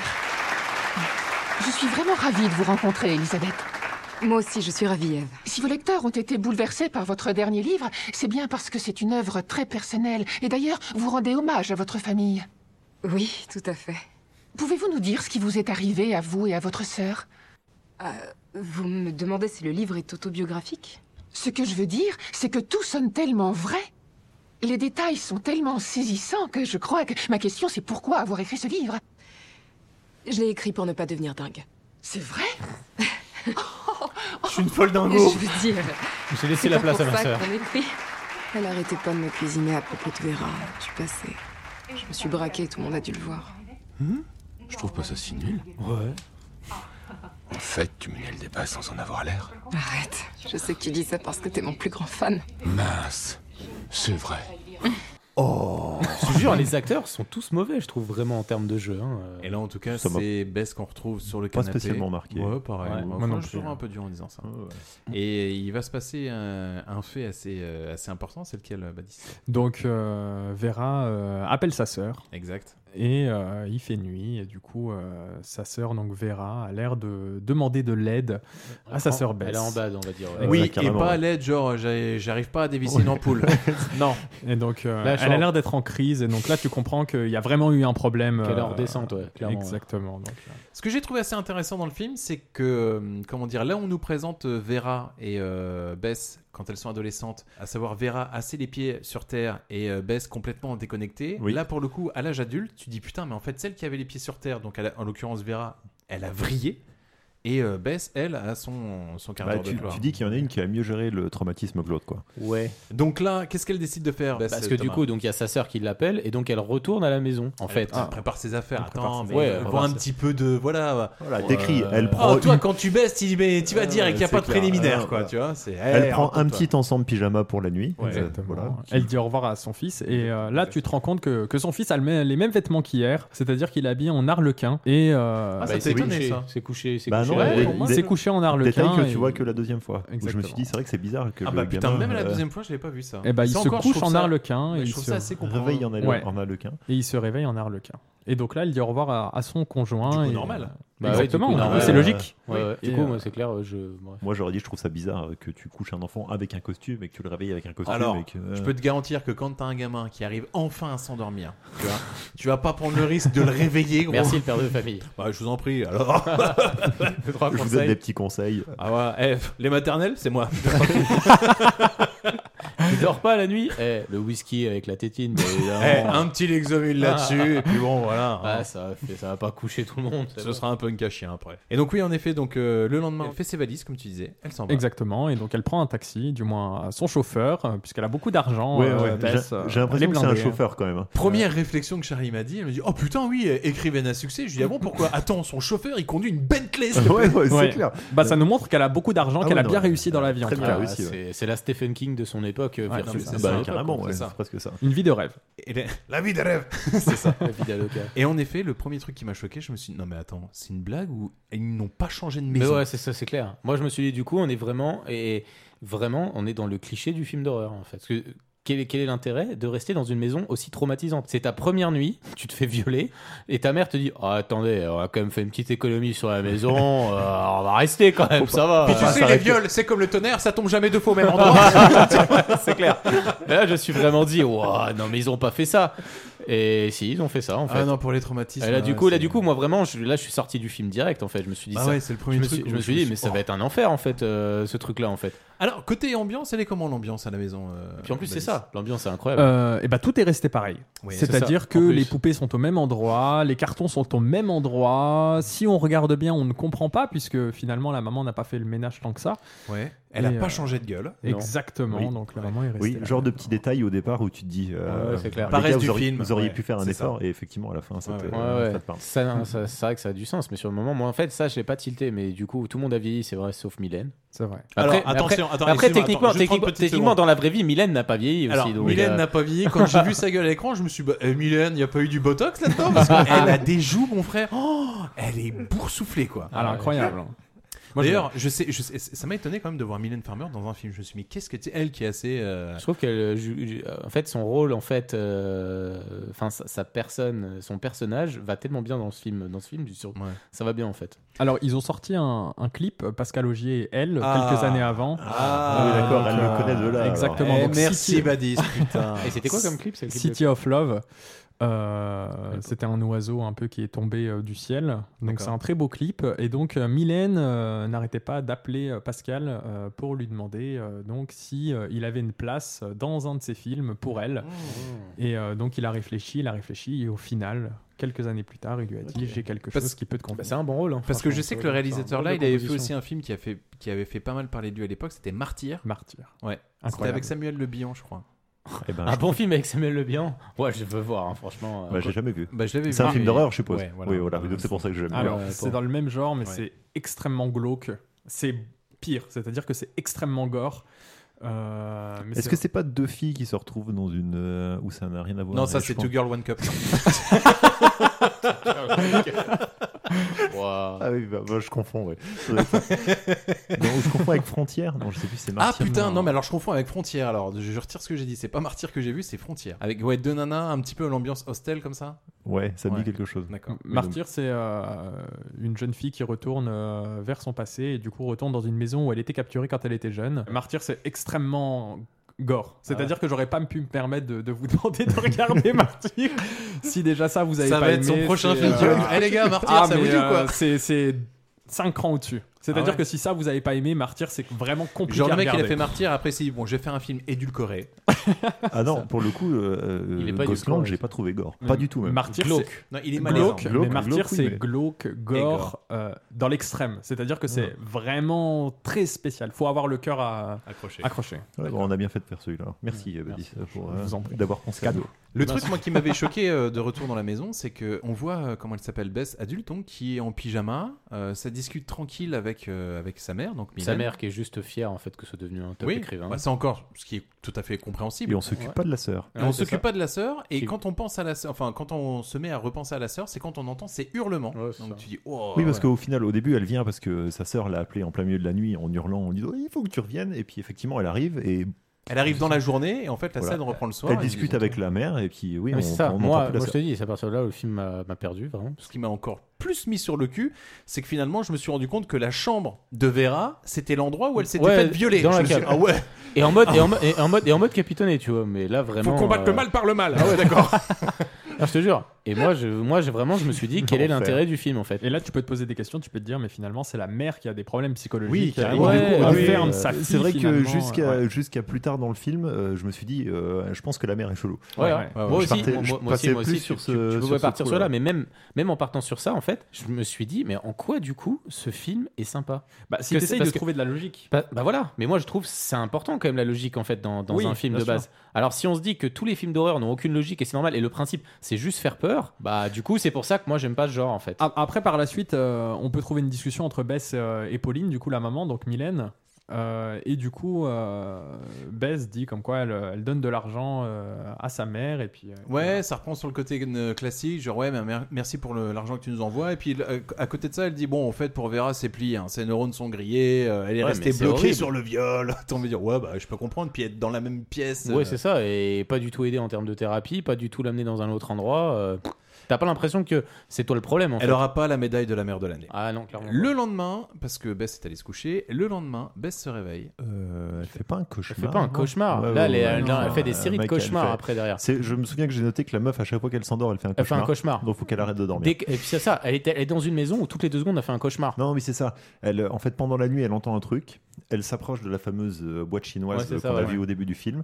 [SPEAKER 11] Je suis vraiment ravie de vous rencontrer, Elisabeth.
[SPEAKER 5] Moi aussi, je suis ravie, Eve.
[SPEAKER 11] Si vos lecteurs ont été bouleversés par votre dernier livre, c'est bien parce que c'est une œuvre très personnelle. Et d'ailleurs, vous rendez hommage à votre famille.
[SPEAKER 5] Oui, tout à fait.
[SPEAKER 11] Pouvez-vous nous dire ce qui vous est arrivé à vous et à votre sœur
[SPEAKER 5] Euh, vous me demandez si le livre est autobiographique
[SPEAKER 11] Ce que je veux dire, c'est que tout sonne tellement vrai. Les détails sont tellement saisissants que je crois que ma question c'est pourquoi avoir écrit ce livre
[SPEAKER 5] Je l'ai écrit pour ne pas devenir dingue.
[SPEAKER 11] C'est vrai
[SPEAKER 2] Je suis une folle dingo.
[SPEAKER 5] Je veux dire.
[SPEAKER 9] J'ai laissé la
[SPEAKER 5] pas
[SPEAKER 9] place
[SPEAKER 5] pour
[SPEAKER 9] à ma
[SPEAKER 5] ça
[SPEAKER 9] sœur.
[SPEAKER 5] qu'on écrit. Elle arrêtait pas de me cuisiner à propos de Vera, du passé. Je me suis braquée, tout le monde a dû le voir.
[SPEAKER 4] Je trouve pas ça si nul.
[SPEAKER 9] Ouais.
[SPEAKER 4] En fait, tu menais le débat sans en avoir l'air.
[SPEAKER 5] Arrête, je sais que tu dis ça parce que t'es mon plus grand fan.
[SPEAKER 4] Mince. C'est vrai.
[SPEAKER 9] Oh Je te jure, les acteurs sont tous mauvais, je trouve, vraiment, en termes de jeu. hein.
[SPEAKER 2] Et là, en tout cas,
[SPEAKER 9] Ça m'a-
[SPEAKER 2] c'est Bess qu'on retrouve sur le
[SPEAKER 9] Pas
[SPEAKER 2] canapé.
[SPEAKER 9] spécialement marqué.
[SPEAKER 2] Ouais, pareil.
[SPEAKER 9] Ouais, Mm.
[SPEAKER 2] Moi,
[SPEAKER 9] moi non
[SPEAKER 2] je
[SPEAKER 9] plus.
[SPEAKER 2] serais un peu dur en disant ça. Et il va se passer un, un fait assez, euh, assez important, c'est lequel, euh, Badis
[SPEAKER 15] Donc euh, Vera euh, appelle sa sœur.
[SPEAKER 2] Exact.
[SPEAKER 15] Et euh, il fait nuit et du coup euh, sa sœur donc Vera a l'air de demander de l'aide à sa
[SPEAKER 9] En-
[SPEAKER 15] sœur Bess.
[SPEAKER 9] elle est en bad, on va dire, ouais.
[SPEAKER 15] Exact,
[SPEAKER 2] Oui, et
[SPEAKER 15] carrément,
[SPEAKER 2] pas à
[SPEAKER 15] ouais.
[SPEAKER 2] l'aide, genre, j'ai- j'arrive pas à dévisser une ampoule. non.
[SPEAKER 15] Et donc euh,
[SPEAKER 2] Là,
[SPEAKER 15] elle a
[SPEAKER 2] genre-
[SPEAKER 15] l'air d'être en crise et donc là tu comprends qu'il y a vraiment eu un problème.
[SPEAKER 9] Qu'elle est en
[SPEAKER 15] euh,
[SPEAKER 9] redescente, ouais, clairement, ouais.
[SPEAKER 15] Exactement. donc, euh,
[SPEAKER 2] Ce que j'ai trouvé assez intéressant dans le film, c'est que, euh, comment dire, là on nous présente euh, Vera et euh, Bess quand elles sont adolescentes, à savoir Vera assez les pieds sur terre et euh, Bess complètement déconnectée.
[SPEAKER 8] Oui.
[SPEAKER 2] Là pour le coup, à l'âge adulte, tu dis putain, mais en fait celle qui avait les pieds sur terre, donc elle a- en l'occurrence Vera, elle a vrillé. Et euh, Bess, elle, a son, son quart
[SPEAKER 8] Bah,
[SPEAKER 2] d'heure de
[SPEAKER 8] tu,
[SPEAKER 2] gloire.
[SPEAKER 8] tu dis qu'il y en a une qui a mieux géré le traumatisme que l'autre, quoi.
[SPEAKER 9] Ouais.
[SPEAKER 2] Donc là, qu'est-ce qu'elle décide de faire Bess,
[SPEAKER 9] Parce que du
[SPEAKER 2] Thomas
[SPEAKER 9] coup, donc il y a sa sœur qui l'appelle et donc elle retourne à la maison. En fait,
[SPEAKER 2] elle ah, prépare ses affaires. Attends, mais
[SPEAKER 9] Ouais,
[SPEAKER 2] euh,
[SPEAKER 9] elle
[SPEAKER 2] voir
[SPEAKER 9] prépare
[SPEAKER 2] un
[SPEAKER 9] ses-
[SPEAKER 2] petit peu de voilà.
[SPEAKER 8] Voilà,
[SPEAKER 2] Euh,
[SPEAKER 8] décrit. Elle
[SPEAKER 2] oh,
[SPEAKER 8] prend
[SPEAKER 2] toi,
[SPEAKER 8] une-
[SPEAKER 2] quand tu baisses, tu dis mais tu vas
[SPEAKER 8] Ouais,
[SPEAKER 2] dire qu'il n'y a
[SPEAKER 8] c'est
[SPEAKER 2] pas de
[SPEAKER 8] clair.
[SPEAKER 2] préliminaire,
[SPEAKER 8] Alors,
[SPEAKER 2] quoi.
[SPEAKER 8] voilà.
[SPEAKER 2] Tu vois, c'est.
[SPEAKER 8] Elle
[SPEAKER 2] Eh,
[SPEAKER 8] prend Ah, un
[SPEAKER 2] raconte-toi.
[SPEAKER 8] petit ensemble pyjama pour la nuit.
[SPEAKER 5] Ouais,
[SPEAKER 8] Euh, voilà.
[SPEAKER 5] Elle dit au revoir à son fils et euh, là tu te rends compte que, que son fils a le même- les mêmes vêtements qu'hier, c'est-à-dire qu'il est habillé en arlequin et euh,
[SPEAKER 9] Bah, il s'est couché, C'est couché, c'est
[SPEAKER 5] Bah
[SPEAKER 9] couché.
[SPEAKER 5] non,
[SPEAKER 9] Ouais,
[SPEAKER 5] dé-
[SPEAKER 9] pour moi,
[SPEAKER 5] dé-
[SPEAKER 9] c'est
[SPEAKER 5] couché en arlequin
[SPEAKER 8] Détail que
[SPEAKER 5] et-
[SPEAKER 8] tu vois que la deuxième fois. Où Je me suis
[SPEAKER 5] Exactement.
[SPEAKER 8] dit, c'est vrai que c'est bizarre que
[SPEAKER 2] Ah
[SPEAKER 8] le
[SPEAKER 2] bah
[SPEAKER 8] gamin,
[SPEAKER 2] putain, même la
[SPEAKER 8] euh,
[SPEAKER 2] deuxième fois, je l'avais pas vu ça.
[SPEAKER 5] Eh bah, il
[SPEAKER 2] Ça
[SPEAKER 5] se
[SPEAKER 2] encore, je
[SPEAKER 5] couche
[SPEAKER 2] trouve
[SPEAKER 5] en
[SPEAKER 2] ça-
[SPEAKER 5] arlequin.
[SPEAKER 2] Ouais, je hein.
[SPEAKER 5] et il
[SPEAKER 2] trouve
[SPEAKER 5] se
[SPEAKER 2] ça assez compréhensible.
[SPEAKER 8] réveille en, arle-
[SPEAKER 5] Ouais.
[SPEAKER 8] en arlequin.
[SPEAKER 5] Et il se réveille en arlequin. Et donc là, il dit au revoir à, à son conjoint.
[SPEAKER 2] Du coup,
[SPEAKER 5] et-
[SPEAKER 2] normal.
[SPEAKER 5] Bah
[SPEAKER 9] Bah ouais,
[SPEAKER 5] Exactement,
[SPEAKER 9] du coup,
[SPEAKER 5] hein,
[SPEAKER 8] Euh,
[SPEAKER 9] normal.
[SPEAKER 5] c'est logique.
[SPEAKER 9] Ouais, ouais.
[SPEAKER 5] Et,
[SPEAKER 9] Du coup,
[SPEAKER 5] euh,
[SPEAKER 9] moi, c'est clair, euh, je. bref.
[SPEAKER 8] Moi, j'aurais dit, je trouve ça bizarre euh, que tu couches un enfant avec un costume et que tu le réveilles avec un costume.
[SPEAKER 2] Alors,
[SPEAKER 8] et que, euh,
[SPEAKER 2] je peux te garantir que quand t'as un gamin qui arrive enfin à s'endormir, tu vois, tu vas pas prendre le risque de le réveiller. Gros.
[SPEAKER 9] Merci, le père de famille.
[SPEAKER 2] Bah, je vous en prie. Alors,
[SPEAKER 9] Je vous donne
[SPEAKER 8] je vous donne des petits conseils.
[SPEAKER 2] Ah ouais, eh, les maternelles, c'est moi.
[SPEAKER 9] Tu dors pas la nuit Eh, le whisky avec la tétine, bien
[SPEAKER 2] Eh,
[SPEAKER 9] évidemment.
[SPEAKER 2] un petit Lexomil là-dessus, et puis bon, voilà. hein.
[SPEAKER 9] Ah, ça, va fait- ça va pas coucher tout le monde. c'est
[SPEAKER 2] Ce
[SPEAKER 9] bon.
[SPEAKER 2] sera un punk à chien après. Et donc oui, en effet, donc euh, le lendemain, elle fait ses valises, comme tu disais, elle s'en va.
[SPEAKER 5] Exactement, et donc elle prend un taxi, du moins euh, son chauffeur, euh, puisqu'elle a beaucoup d'argent.
[SPEAKER 8] Ouais,
[SPEAKER 5] euh,
[SPEAKER 8] ouais,
[SPEAKER 5] Bess,
[SPEAKER 8] j'ai-
[SPEAKER 5] euh,
[SPEAKER 8] j'ai
[SPEAKER 5] elle est
[SPEAKER 8] l'impression que c'est un
[SPEAKER 5] blindée.
[SPEAKER 8] chauffeur quand même. hein.
[SPEAKER 2] Première réflexion que Charlie m'a dit, elle me dit Oh putain, oui, euh, écrivaine à succès. Je lui dis Ah bon, pourquoi Attends, son chauffeur, il conduit une Bentley, s'il te plaît.
[SPEAKER 8] Ouais, ouais,
[SPEAKER 5] Ouais.
[SPEAKER 8] c'est clair.
[SPEAKER 5] Bah, ça nous montre qu'elle a beaucoup d'argent,
[SPEAKER 8] Ah
[SPEAKER 5] qu'elle
[SPEAKER 8] ouais,
[SPEAKER 5] a
[SPEAKER 8] non,
[SPEAKER 5] bien
[SPEAKER 8] ouais.
[SPEAKER 5] réussi dans la vie en
[SPEAKER 8] Très
[SPEAKER 5] tout
[SPEAKER 8] bien
[SPEAKER 5] cas.
[SPEAKER 9] Ah,
[SPEAKER 8] réussi, ouais.
[SPEAKER 9] c'est- c'est la Stephen King de son époque. euh,
[SPEAKER 2] Ouais, non, mais
[SPEAKER 9] versus
[SPEAKER 2] Ah, c'est
[SPEAKER 9] bah,
[SPEAKER 2] ça,
[SPEAKER 9] l'époque,
[SPEAKER 8] carrément,
[SPEAKER 9] quoi,
[SPEAKER 8] ouais,
[SPEAKER 9] c'est
[SPEAKER 8] c'est
[SPEAKER 9] ça.
[SPEAKER 8] presque ça.
[SPEAKER 5] Une vie de rêve.
[SPEAKER 2] Et la- La vie de rêve C'est ça.
[SPEAKER 9] La vie d'Aloca.
[SPEAKER 2] Et en effet, le premier truc qui m'a choqué, je me suis dit Non mais attends, c'est une blague ou ils n'ont pas changé de
[SPEAKER 9] Mais
[SPEAKER 2] maison
[SPEAKER 9] ouais, c'est ça, c'est clair. Moi, je me suis dit, du coup, on est vraiment et vraiment, on est dans le cliché du film d'horreur en fait. Parce que quel est, quel est l'intérêt de rester dans une maison aussi traumatisante C'est ta première nuit, tu te fais violer, et ta mère te dit Ah, Attendez, on a quand même fait une petite économie sur la maison, euh, on va rester quand même, ça va.
[SPEAKER 2] Puis tu
[SPEAKER 9] Euh,
[SPEAKER 2] sais, les viols, c'est comme le tonnerre, ça tombe jamais deux fois au même endroit.
[SPEAKER 9] c'est clair. Mais Là, je suis vraiment dit Ouah, Non, mais ils ont pas fait ça. Et si, ils ont fait ça en fait.
[SPEAKER 2] ah non, pour les traumatismes.
[SPEAKER 9] Et là, du
[SPEAKER 2] ouais,
[SPEAKER 9] coup, là,
[SPEAKER 2] c'est-
[SPEAKER 9] du coup, moi vraiment, je, là, je suis sorti du film direct. En fait, je me suis dit
[SPEAKER 2] Bah
[SPEAKER 9] ça.
[SPEAKER 2] ouais, c'est le premier
[SPEAKER 9] je me
[SPEAKER 2] truc
[SPEAKER 9] suis,
[SPEAKER 2] où
[SPEAKER 9] je me
[SPEAKER 2] je
[SPEAKER 9] suis
[SPEAKER 2] me
[SPEAKER 9] dit,
[SPEAKER 2] suis-
[SPEAKER 9] mais ça
[SPEAKER 2] Oh.
[SPEAKER 9] va être un enfer en fait, euh, ce truc-là en fait.
[SPEAKER 2] Alors, côté ambiance, elle est comment l'ambiance à la maison euh,
[SPEAKER 9] Puis en plus, c'est
[SPEAKER 2] Balice
[SPEAKER 9] ça. L'ambiance est incroyable.
[SPEAKER 5] Euh, et bah tout est resté pareil.
[SPEAKER 2] Oui, c'est
[SPEAKER 5] C'est-à-dire
[SPEAKER 9] ça,
[SPEAKER 5] que
[SPEAKER 9] en plus.
[SPEAKER 5] les poupées sont au même endroit, les cartons sont au même endroit. Si on regarde bien, on ne comprend pas puisque finalement la maman n'a pas fait le ménage tant que ça.
[SPEAKER 2] Ouais. Elle
[SPEAKER 5] Et,
[SPEAKER 2] a pas
[SPEAKER 5] euh,
[SPEAKER 2] changé de gueule.
[SPEAKER 9] Non.
[SPEAKER 5] Exactement.
[SPEAKER 8] Oui.
[SPEAKER 5] Donc la maman est restée.
[SPEAKER 8] Oui,
[SPEAKER 5] là.
[SPEAKER 8] genre de petits détails au départ où tu te dis, euh,
[SPEAKER 9] Ouais, ouais, c'est clair.
[SPEAKER 8] les
[SPEAKER 2] Paresse
[SPEAKER 8] gars,
[SPEAKER 2] du
[SPEAKER 8] vous auriez,
[SPEAKER 2] film.
[SPEAKER 8] vous auriez
[SPEAKER 2] Ouais,
[SPEAKER 8] pu faire un
[SPEAKER 2] c'est
[SPEAKER 8] effort, et effectivement à la fin, ça
[SPEAKER 2] Ouais,
[SPEAKER 8] te,
[SPEAKER 2] ouais.
[SPEAKER 9] Ouais,
[SPEAKER 8] euh, ça
[SPEAKER 9] ouais.
[SPEAKER 8] te parle.
[SPEAKER 9] Ça, ça- c'est vrai que ça a du sens, mais sur le moment, moi, en fait, ça, je l'ai pas tilté, mais du coup, tout le monde a vieilli, c'est vrai, sauf Mylène.
[SPEAKER 5] C'est vrai.
[SPEAKER 9] Après,
[SPEAKER 2] Alors,
[SPEAKER 9] mais après-
[SPEAKER 2] attention, attends,
[SPEAKER 9] après,
[SPEAKER 2] excuse-moi,
[SPEAKER 9] techniquement,
[SPEAKER 2] attends, juste
[SPEAKER 9] techniquement,
[SPEAKER 2] 30 petites
[SPEAKER 9] techniquement,
[SPEAKER 2] secondes.
[SPEAKER 9] dans la vraie vie, Mylène n'a pas vieilli aussi.
[SPEAKER 2] Alors,
[SPEAKER 9] donc,
[SPEAKER 2] Mylène
[SPEAKER 9] euh,
[SPEAKER 2] n'a pas vieilli. Quand j'ai vu sa gueule à l'écran, je me suis dit, bah, eh, Mylène, il n'y a pas eu du botox là-dedans Parce qu'elle a des joues, mon frère. Oh, elle est boursouflée, quoi.
[SPEAKER 9] Ah,
[SPEAKER 5] Alors incroyable. hein. Moi, je-
[SPEAKER 2] D'ailleurs, je sais, je sais- ça m'a étonné quand même de voir Mylène Farmer dans un film. Je me suis dit, mais qu'est-ce que c'est Elle qui est assez. euh,
[SPEAKER 9] Je trouve qu'elle, euh, ju- ju- euh, en fait, son rôle, en fait, euh, enfin, sa, sa personne, son personnage va tellement bien dans ce film, dans ce film, sur-
[SPEAKER 2] Ouais.
[SPEAKER 9] ça va bien en fait.
[SPEAKER 5] Alors ils ont sorti un, un clip euh, Pascal Augier et elle
[SPEAKER 2] Ah.
[SPEAKER 5] quelques années avant.
[SPEAKER 2] Ah,
[SPEAKER 8] oui, d'accord, elle
[SPEAKER 5] euh,
[SPEAKER 8] le connaît de là. alors.
[SPEAKER 5] Exactement.
[SPEAKER 2] eh,
[SPEAKER 5] donc,
[SPEAKER 2] merci
[SPEAKER 5] City-
[SPEAKER 2] Badis, putain.
[SPEAKER 9] Et c'était quoi comme clip c'est le clip de-
[SPEAKER 5] City of Love. Euh, c'était un oiseau un peu qui est tombé euh, du ciel. Donc
[SPEAKER 2] D'accord.
[SPEAKER 5] c'est un très beau clip. Et donc euh, Mylène euh, n'arrêtait pas d'appeler euh, Pascal euh, pour lui demander euh, donc si euh, il avait une place euh, dans un de ses films pour
[SPEAKER 2] Mmh,
[SPEAKER 5] elle. Et euh, donc il a réfléchi, il a réfléchi et au final, quelques années plus tard, il lui a dit j'ai quelque
[SPEAKER 2] Parce-
[SPEAKER 5] chose qui peut te
[SPEAKER 9] Bah,
[SPEAKER 5] convenir.
[SPEAKER 9] c'est un bon rôle. hein,
[SPEAKER 2] Parce que je
[SPEAKER 9] franchement,
[SPEAKER 2] sais que
[SPEAKER 9] c'est
[SPEAKER 2] le
[SPEAKER 9] un
[SPEAKER 2] réalisateur
[SPEAKER 9] rôle
[SPEAKER 2] là,
[SPEAKER 9] de
[SPEAKER 2] il avait fait aussi
[SPEAKER 9] composition.
[SPEAKER 2] un film qui, a fait, qui avait fait pas mal parler de lui à l'époque, c'était Martyr.
[SPEAKER 5] Martyr.
[SPEAKER 2] Ouais. C'était
[SPEAKER 5] Incroyable.
[SPEAKER 2] avec Samuel Le Bihan, je crois. Ah,
[SPEAKER 8] Eh ben,
[SPEAKER 9] Un bon film avec Samuel Le Bihan. Ouais, je veux voir, hein, franchement. euh,
[SPEAKER 8] bah, j'ai jamais vu.
[SPEAKER 2] Bah, je l'avais
[SPEAKER 8] C'est un
[SPEAKER 2] vu.
[SPEAKER 8] film
[SPEAKER 2] mais-
[SPEAKER 8] d'horreur, je suppose.
[SPEAKER 2] Ouais, voilà. Ah,
[SPEAKER 8] Oui, voilà. Donc c'est pour ça que j'ai jamais vu.
[SPEAKER 5] Alors,
[SPEAKER 9] Ouais,
[SPEAKER 5] c'est
[SPEAKER 9] pour-
[SPEAKER 5] dans le même genre, mais
[SPEAKER 2] Ouais.
[SPEAKER 5] c'est extrêmement glauque. C'est pire, c'est-à-dire que c'est extrêmement gore. Euh, mais
[SPEAKER 8] Est-ce que c'est pas deux filles qui se retrouvent dans une euh, où ça n'a rien à voir
[SPEAKER 2] Non, ça
[SPEAKER 8] mais je
[SPEAKER 2] c'est
[SPEAKER 8] pense-
[SPEAKER 2] Two Girl One Cup.
[SPEAKER 9] Waouh.
[SPEAKER 8] Ah oui, bah, bah, je confonds, ouais. Ça doit être ça. non, je confonds avec Frontière. Non, je sais plus, c'est
[SPEAKER 2] Ah
[SPEAKER 8] Martyr.
[SPEAKER 2] putain, non mais alors je confonds avec Frontière alors, je, je retire ce que j'ai dit, c'est pas Martyr que j'ai vu, c'est Frontière. Avec ouais, deux nanas, un petit peu l'ambiance hostel comme ça
[SPEAKER 8] Ouais, ça me
[SPEAKER 2] Ouais.
[SPEAKER 8] dit quelque chose.
[SPEAKER 2] D'accord.
[SPEAKER 8] Mais
[SPEAKER 5] Martyr, c'est euh, une jeune fille qui retourne euh, vers son passé et du coup retourne dans une maison où elle était capturée quand elle était jeune. Martyr, c'est extrêmement
[SPEAKER 2] Ah
[SPEAKER 5] gore. C'est-à-dire que j'aurais pas pu me permettre de, de vous demander de regarder Martyr. Si déjà ça, vous avez
[SPEAKER 2] Ça
[SPEAKER 5] pas
[SPEAKER 2] va être
[SPEAKER 5] aimé,
[SPEAKER 2] son prochain
[SPEAKER 5] c'est,
[SPEAKER 2] film.
[SPEAKER 5] euh,
[SPEAKER 2] Eh les gars, Martyr,
[SPEAKER 5] ah,
[SPEAKER 2] ça
[SPEAKER 5] mais,
[SPEAKER 2] vous dit ou
[SPEAKER 5] euh,
[SPEAKER 2] quoi
[SPEAKER 5] C'est 5 crans au-dessus. C'est-à-dire
[SPEAKER 2] Ah ouais.
[SPEAKER 5] que si ça vous avez pas aimé, Martyr, c'est vraiment compliqué.
[SPEAKER 2] Genre le
[SPEAKER 5] à
[SPEAKER 2] mec il a
[SPEAKER 5] regarder.
[SPEAKER 2] fait martyr, après c'est bon, je vais faire un film édulcoré.
[SPEAKER 8] Ah non, pour le coup, euh,
[SPEAKER 2] Il est
[SPEAKER 8] euh,
[SPEAKER 2] pas du
[SPEAKER 8] Ghostland,
[SPEAKER 2] tout,
[SPEAKER 8] j'ai pas trouvé gore.
[SPEAKER 5] Mm.
[SPEAKER 8] Pas du tout même.
[SPEAKER 5] Martyr, c'est-
[SPEAKER 2] Non, il est malaisant.
[SPEAKER 5] glauque,
[SPEAKER 8] Glauque,
[SPEAKER 5] mais Martyr,
[SPEAKER 8] glauque, oui,
[SPEAKER 5] c'est
[SPEAKER 8] mais-
[SPEAKER 5] glauque, gore,
[SPEAKER 2] Et gore.
[SPEAKER 5] euh, dans l'extrême. C'est-à-dire que c'est vraiment très spécial. Faut avoir le cœur à...
[SPEAKER 2] accroché.
[SPEAKER 8] Ouais, bon, on a bien fait de faire celui-là. Merci, euh, Badis, pour
[SPEAKER 5] Je vous en
[SPEAKER 8] euh,
[SPEAKER 5] prie.
[SPEAKER 8] d'avoir pensé à
[SPEAKER 5] Cadeau.
[SPEAKER 8] nous.
[SPEAKER 2] Le truc moi qui m'avait choqué euh, de retour dans la maison, c'est que on voit euh, comment elle s'appelle Bess adulte donc, qui est en pyjama, euh, ça discute tranquille avec euh, avec sa mère donc
[SPEAKER 9] Sa
[SPEAKER 2] Mylène.
[SPEAKER 9] mère qui est juste fière en fait que soit devenu un top
[SPEAKER 2] Oui,
[SPEAKER 9] écrivain.
[SPEAKER 2] bah, c'est encore ce qui est tout à fait compréhensible.
[SPEAKER 8] Et on s'occupe
[SPEAKER 2] Ouais.
[SPEAKER 8] pas de la sœur.
[SPEAKER 2] Et
[SPEAKER 8] Ouais,
[SPEAKER 2] on
[SPEAKER 8] c'est ça.
[SPEAKER 2] s'occupe pas de la sœur et
[SPEAKER 8] Qui-
[SPEAKER 2] quand on pense à la sœur, enfin quand on se met à repenser à la sœur, c'est quand on entend ces hurlements. donc tu dis oh.
[SPEAKER 8] Oui, parce
[SPEAKER 2] ouais.
[SPEAKER 8] qu'au final, au début, elle vient parce que sa sœur l'a appelée en plein milieu de la nuit en hurlant, en lui disant Il faut que tu reviennes. Et puis effectivement, elle arrive et.
[SPEAKER 2] Elle arrive dans la journée et en fait la
[SPEAKER 8] Voilà.
[SPEAKER 2] scène reprend le soir.
[SPEAKER 8] Elle
[SPEAKER 2] et-
[SPEAKER 8] discute avec la mère et puis oui,
[SPEAKER 9] Ah,
[SPEAKER 8] on,
[SPEAKER 9] mais c'est ça.
[SPEAKER 8] on entend
[SPEAKER 9] moi,
[SPEAKER 8] plus la
[SPEAKER 9] moi je
[SPEAKER 8] sœur.
[SPEAKER 9] te dis, c'est à partir de là où le film m'a m'a perdu vraiment.
[SPEAKER 2] Ce qui m'a encore plus mis sur le cul, c'est que finalement, je me suis rendu compte que la chambre de Vera, c'était l'endroit où elle s'était
[SPEAKER 9] Ouais,
[SPEAKER 2] faite violer.
[SPEAKER 9] Dans
[SPEAKER 2] Je
[SPEAKER 9] la
[SPEAKER 2] me suis dit,
[SPEAKER 9] cave.
[SPEAKER 2] ah ouais.
[SPEAKER 9] Et en mode,
[SPEAKER 2] Ah.
[SPEAKER 9] et en, mo- et en mode, et en mode capitonné, tu vois. Mais là vraiment.
[SPEAKER 16] Faut combattre le
[SPEAKER 8] euh,
[SPEAKER 16] mal par le mal. Ah ouais,
[SPEAKER 9] d'accord. je te jure. Et moi, je, moi, j'ai vraiment, je me suis dit, quel est
[SPEAKER 5] L'enfer.
[SPEAKER 9] l'intérêt du film en fait
[SPEAKER 5] Et là, tu peux te poser des questions, tu peux te dire, mais finalement, c'est la mère qui a des problèmes psychologiques.
[SPEAKER 8] Oui,
[SPEAKER 5] qui a-
[SPEAKER 8] carrément.
[SPEAKER 5] et du coup,
[SPEAKER 8] Du coup,
[SPEAKER 5] elle
[SPEAKER 8] oui,
[SPEAKER 5] ferme
[SPEAKER 8] euh,
[SPEAKER 5] sa fille.
[SPEAKER 8] C'est vrai que
[SPEAKER 5] finalement,
[SPEAKER 8] jusqu'à
[SPEAKER 5] ouais.
[SPEAKER 8] jusqu'à plus tard dans le film, euh, je me suis dit, euh, je pense que la mère est chelou.
[SPEAKER 9] Ouais, ouais. Moi
[SPEAKER 8] Je
[SPEAKER 9] aussi,
[SPEAKER 8] partais-
[SPEAKER 9] moi,
[SPEAKER 8] je
[SPEAKER 9] moi- moi
[SPEAKER 8] passais
[SPEAKER 9] aussi, moi
[SPEAKER 8] plus
[SPEAKER 9] aussi,
[SPEAKER 8] sur
[SPEAKER 9] tu-
[SPEAKER 8] ce.
[SPEAKER 9] tu- tu
[SPEAKER 8] sur
[SPEAKER 9] pouvais
[SPEAKER 8] ce
[SPEAKER 9] partir sur
[SPEAKER 8] coup-là.
[SPEAKER 9] là, mais même, même en partant sur ça, en fait, je me suis dit, mais en quoi du coup ce film est sympa
[SPEAKER 5] Bah, si
[SPEAKER 9] Parce que
[SPEAKER 5] t'essayes
[SPEAKER 9] c'est- parce
[SPEAKER 5] de
[SPEAKER 9] que-
[SPEAKER 5] trouver de la logique.
[SPEAKER 9] Bah, bah voilà, mais moi je trouve c'est important quand même la logique en fait dans, dans
[SPEAKER 5] Oui,
[SPEAKER 9] un film
[SPEAKER 5] bien
[SPEAKER 9] de
[SPEAKER 5] sûr.
[SPEAKER 9] base. Alors si on se dit que tous les films d'horreur n'ont aucune logique et c'est normal et le principe c'est juste faire peur, bah du coup c'est pour ça que moi j'aime pas ce genre en fait.
[SPEAKER 5] A- Après, par la suite, euh, on peut trouver une discussion entre Bess euh, et Pauline, du coup, la maman, donc Mylène. Euh, et du coup, euh, Bess dit comme quoi elle, elle donne de l'argent euh, à sa mère et puis. euh,
[SPEAKER 2] Ouais, ça reprend sur le côté euh, classique, genre ouais, mais mer- merci pour le- l'argent que tu nous envoies. Et puis euh, à côté de ça, elle dit bon, en fait, pour Vera, c'est plié, hein, ses neurones sont grillés, euh, elle est
[SPEAKER 9] Ouais,
[SPEAKER 2] restée
[SPEAKER 9] mais c'est
[SPEAKER 2] bloquée
[SPEAKER 9] horrible.
[SPEAKER 2] sur le viol. T'as envie de dire ouais, bah je peux comprendre, puis être dans la même pièce.
[SPEAKER 9] Ouais
[SPEAKER 2] euh,
[SPEAKER 9] c'est ça et pas du tout aider en termes de thérapie, pas du tout l'amener dans un autre endroit. euh, T'as pas l'impression que c'est toi le problème en
[SPEAKER 2] Elle
[SPEAKER 9] fait.
[SPEAKER 2] aura pas la médaille de la mère de l'année.
[SPEAKER 9] Ah non clairement.
[SPEAKER 2] Le lendemain, parce que Bess est allée se coucher, le lendemain, Bess se réveille.
[SPEAKER 8] Euh, elle fait pas un cauchemar.
[SPEAKER 9] fait pas un
[SPEAKER 8] non
[SPEAKER 9] cauchemar.
[SPEAKER 8] Ouais, ouais,
[SPEAKER 9] Là, elle est-
[SPEAKER 8] ouais,
[SPEAKER 9] elle-
[SPEAKER 8] non,
[SPEAKER 9] elle fait des
[SPEAKER 8] euh,
[SPEAKER 9] séries de
[SPEAKER 8] mec, elle
[SPEAKER 9] cauchemars
[SPEAKER 8] fait-
[SPEAKER 9] après, derrière.
[SPEAKER 8] C'est- Je me souviens que j'ai noté que la meuf, à chaque fois qu'elle s'endort, elle fait un
[SPEAKER 9] Elle fait
[SPEAKER 8] cauchemar.
[SPEAKER 9] un cauchemar.
[SPEAKER 8] Donc faut qu'elle arrête de dormir.
[SPEAKER 9] Dès que- Et puis c'est ça, elle est, elle est dans une maison où toutes les deux secondes elle fait un cauchemar.
[SPEAKER 8] Non, mais c'est ça. Elle, euh, en fait, pendant la nuit, elle entend un truc. Elle s'approche de la fameuse euh, boîte
[SPEAKER 9] Ouais,
[SPEAKER 8] chinoise
[SPEAKER 9] c'est
[SPEAKER 8] euh,
[SPEAKER 9] ça,
[SPEAKER 8] qu'on a
[SPEAKER 9] ouais.
[SPEAKER 8] vue au début du film.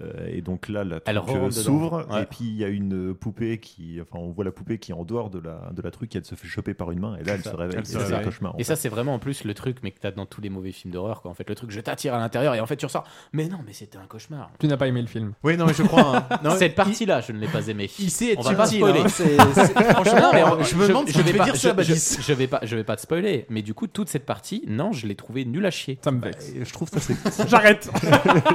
[SPEAKER 8] Euh, et donc là, la
[SPEAKER 9] Elle
[SPEAKER 8] truc,
[SPEAKER 9] rentre
[SPEAKER 8] euh,
[SPEAKER 9] dedans.
[SPEAKER 8] s'ouvre.
[SPEAKER 9] Ouais.
[SPEAKER 8] Et puis il y a une euh, poupée qui. Enfin, on voit la poupée qui est en dehors de la, de la truc. Elle se fait choper par une main. Et là, elle se réveille.
[SPEAKER 9] Elle
[SPEAKER 8] et c'est
[SPEAKER 9] se
[SPEAKER 8] un
[SPEAKER 9] réveille.
[SPEAKER 8] cauchemar, en
[SPEAKER 9] Et ça,
[SPEAKER 8] fait.
[SPEAKER 9] c'est vraiment en plus le truc, mais que t'as dans tous les mauvais films d'horreur, quoi. En fait, le truc, je t'attire à l'intérieur et en fait, tu ressors. Mais non, mais c'était un cauchemar.
[SPEAKER 5] Tu n'as pas aimé le film.
[SPEAKER 2] Oui, non, mais je crois. hein. Non,
[SPEAKER 9] Cette partie-là, je ne l'ai pas aimée.
[SPEAKER 2] Ici est
[SPEAKER 9] on va pas
[SPEAKER 2] subtil,
[SPEAKER 9] spoiler.
[SPEAKER 2] hein. C'est- c'est- franchement,
[SPEAKER 9] Non, mais on-
[SPEAKER 2] je me demande si tu
[SPEAKER 9] vais
[SPEAKER 2] peux
[SPEAKER 9] pas-
[SPEAKER 2] dire ça,
[SPEAKER 9] je-
[SPEAKER 2] Baptiste.
[SPEAKER 9] je- je vais pas, je vais pas te spoiler. Mais du coup, toute cette partie, non, je l'ai trouvée nulle à chier.
[SPEAKER 5] Ça me vexe.
[SPEAKER 8] Et Bah, Je trouve ça c'est.
[SPEAKER 5] J'arrête.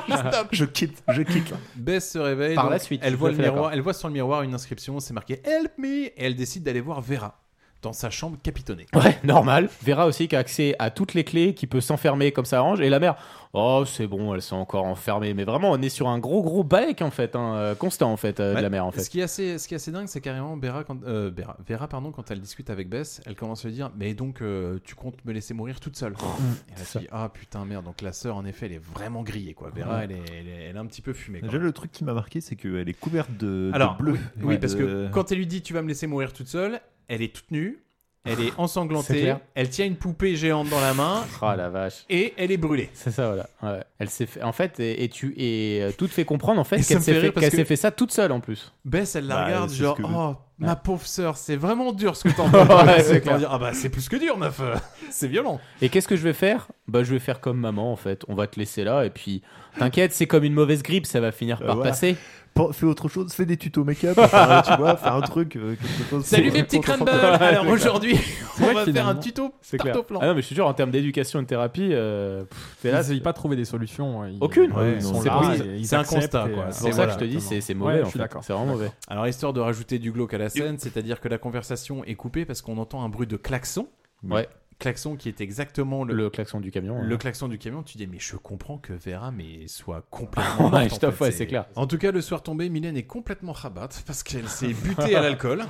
[SPEAKER 8] Stop. Je quitte. Je quitte. là.
[SPEAKER 2] Bess se réveille.
[SPEAKER 9] Par
[SPEAKER 2] donc,
[SPEAKER 9] la suite,
[SPEAKER 2] Elle
[SPEAKER 9] tout
[SPEAKER 2] voit,
[SPEAKER 9] à
[SPEAKER 2] le
[SPEAKER 9] fait
[SPEAKER 2] miroir,
[SPEAKER 9] d'accord.
[SPEAKER 2] elle voit sur le miroir une inscription, c'est marqué Help me Et elle décide d'aller voir Vera dans sa chambre capitonnée.
[SPEAKER 9] Ouais, normal. Vera aussi qui a accès à toutes les clés, qui peut s'enfermer comme ça arrange. Et la mère, oh, c'est bon, elle s'est encore enfermée. Mais vraiment, on est sur un gros, gros balèque, en fait, hein, euh, constant, en fait, euh, de
[SPEAKER 2] Ouais.
[SPEAKER 9] la mère, en fait.
[SPEAKER 2] Ce qui est assez, ce qui est assez dingue, c'est carrément Vera, quand, euh, Vera, Vera, pardon, quand elle discute avec Bess, elle commence à lui dire Mais donc, euh, tu comptes me laisser mourir toute seule Et elle se dit Ah putain, merde. Donc la sœur, en effet, elle est vraiment grillée, quoi. Vera, elle est, elle est, elle est un petit peu fumée. quoi.
[SPEAKER 8] Déjà, le truc qui m'a marqué, c'est qu'elle est couverte de, de
[SPEAKER 2] Alors,
[SPEAKER 8] bleu. euh,
[SPEAKER 2] oui, oui, parce que quand elle lui dit tu vas me laisser mourir toute seule, elle est toute nue, elle est
[SPEAKER 9] C'est
[SPEAKER 2] ensanglantée,
[SPEAKER 9] clair.
[SPEAKER 2] elle tient une poupée géante dans la main
[SPEAKER 9] Oh la vache.
[SPEAKER 2] et elle est brûlée.
[SPEAKER 9] C'est ça, voilà. Ouais. Elle s'est fait... En fait, et, et tu et euh, tout te fait comprendre en fait
[SPEAKER 2] Et ça
[SPEAKER 9] qu'elle
[SPEAKER 2] me
[SPEAKER 9] s'est
[SPEAKER 2] fait
[SPEAKER 9] fait,
[SPEAKER 2] rire parce
[SPEAKER 9] qu'elle
[SPEAKER 2] que-
[SPEAKER 9] s'est fait ça toute seule en plus.
[SPEAKER 2] Bess, elle la
[SPEAKER 8] Bah,
[SPEAKER 2] regarde
[SPEAKER 8] c'est ce
[SPEAKER 2] genre
[SPEAKER 8] que-
[SPEAKER 2] oh ma pauvre sœur, c'est vraiment dur ce que t'en
[SPEAKER 9] Ouais, c'est
[SPEAKER 2] c'est
[SPEAKER 9] clair.
[SPEAKER 2] quand dire ah bah c'est plus que dur meuf, c'est violent.
[SPEAKER 9] Et qu'est-ce que je vais faire Bah, je vais faire comme maman en fait. On va te laisser là et puis t'inquiète, c'est comme une mauvaise grippe, ça va finir par
[SPEAKER 8] Euh, voilà.
[SPEAKER 9] passer.
[SPEAKER 8] Pan- Fais autre chose, fais des tutos make-up, enfin, tu vois, faire un truc, euh, quelque chose.
[SPEAKER 2] Salut
[SPEAKER 8] pour-
[SPEAKER 2] mes petits
[SPEAKER 8] pour ton
[SPEAKER 2] crânes
[SPEAKER 8] fantôme.
[SPEAKER 2] Alors aujourd'hui, on
[SPEAKER 5] vrai
[SPEAKER 2] va
[SPEAKER 5] que
[SPEAKER 2] faire un
[SPEAKER 5] finalement,
[SPEAKER 2] tuto
[SPEAKER 9] C'est
[SPEAKER 2] tarte
[SPEAKER 9] clair.
[SPEAKER 2] au flan.
[SPEAKER 9] Ah non, mais je suis sûr en termes d'éducation et de thérapie, euh, pff, t'es
[SPEAKER 5] Ils
[SPEAKER 9] là,
[SPEAKER 5] n'essayent pas de trouver des solutions. ils-
[SPEAKER 9] Aucune.
[SPEAKER 5] Ouais,
[SPEAKER 8] Ouais,
[SPEAKER 5] ils
[SPEAKER 8] non,
[SPEAKER 5] sont
[SPEAKER 2] c'est
[SPEAKER 5] là,
[SPEAKER 2] pour-
[SPEAKER 5] et ils
[SPEAKER 2] c'est un
[SPEAKER 5] acceptent
[SPEAKER 2] constat,
[SPEAKER 5] et,
[SPEAKER 2] quoi.
[SPEAKER 5] euh,
[SPEAKER 9] C'est pour
[SPEAKER 2] voilà,
[SPEAKER 9] ça que je te dis, c'est c'est mauvais
[SPEAKER 5] Ouais,
[SPEAKER 9] en
[SPEAKER 5] je suis
[SPEAKER 9] fait.
[SPEAKER 5] d'accord.
[SPEAKER 9] C'est vraiment mauvais.
[SPEAKER 2] Alors histoire de rajouter du glauque à la scène, c'est-à-dire que la conversation est coupée parce qu'on entend un bruit de klaxon.
[SPEAKER 9] Ouais.
[SPEAKER 2] Klaxon qui est exactement le,
[SPEAKER 9] Le klaxon du camion.
[SPEAKER 2] Le
[SPEAKER 9] hein.
[SPEAKER 2] klaxon du camion, tu dis mais je comprends que Vera mais soit complètement morte,
[SPEAKER 9] Ouais, je
[SPEAKER 2] en
[SPEAKER 9] t'en
[SPEAKER 2] fait,
[SPEAKER 9] fous, ouais, c'est clair.
[SPEAKER 2] En tout cas, le soir tombé, Mylène est complètement rabatte parce qu'elle s'est butée à l'alcool.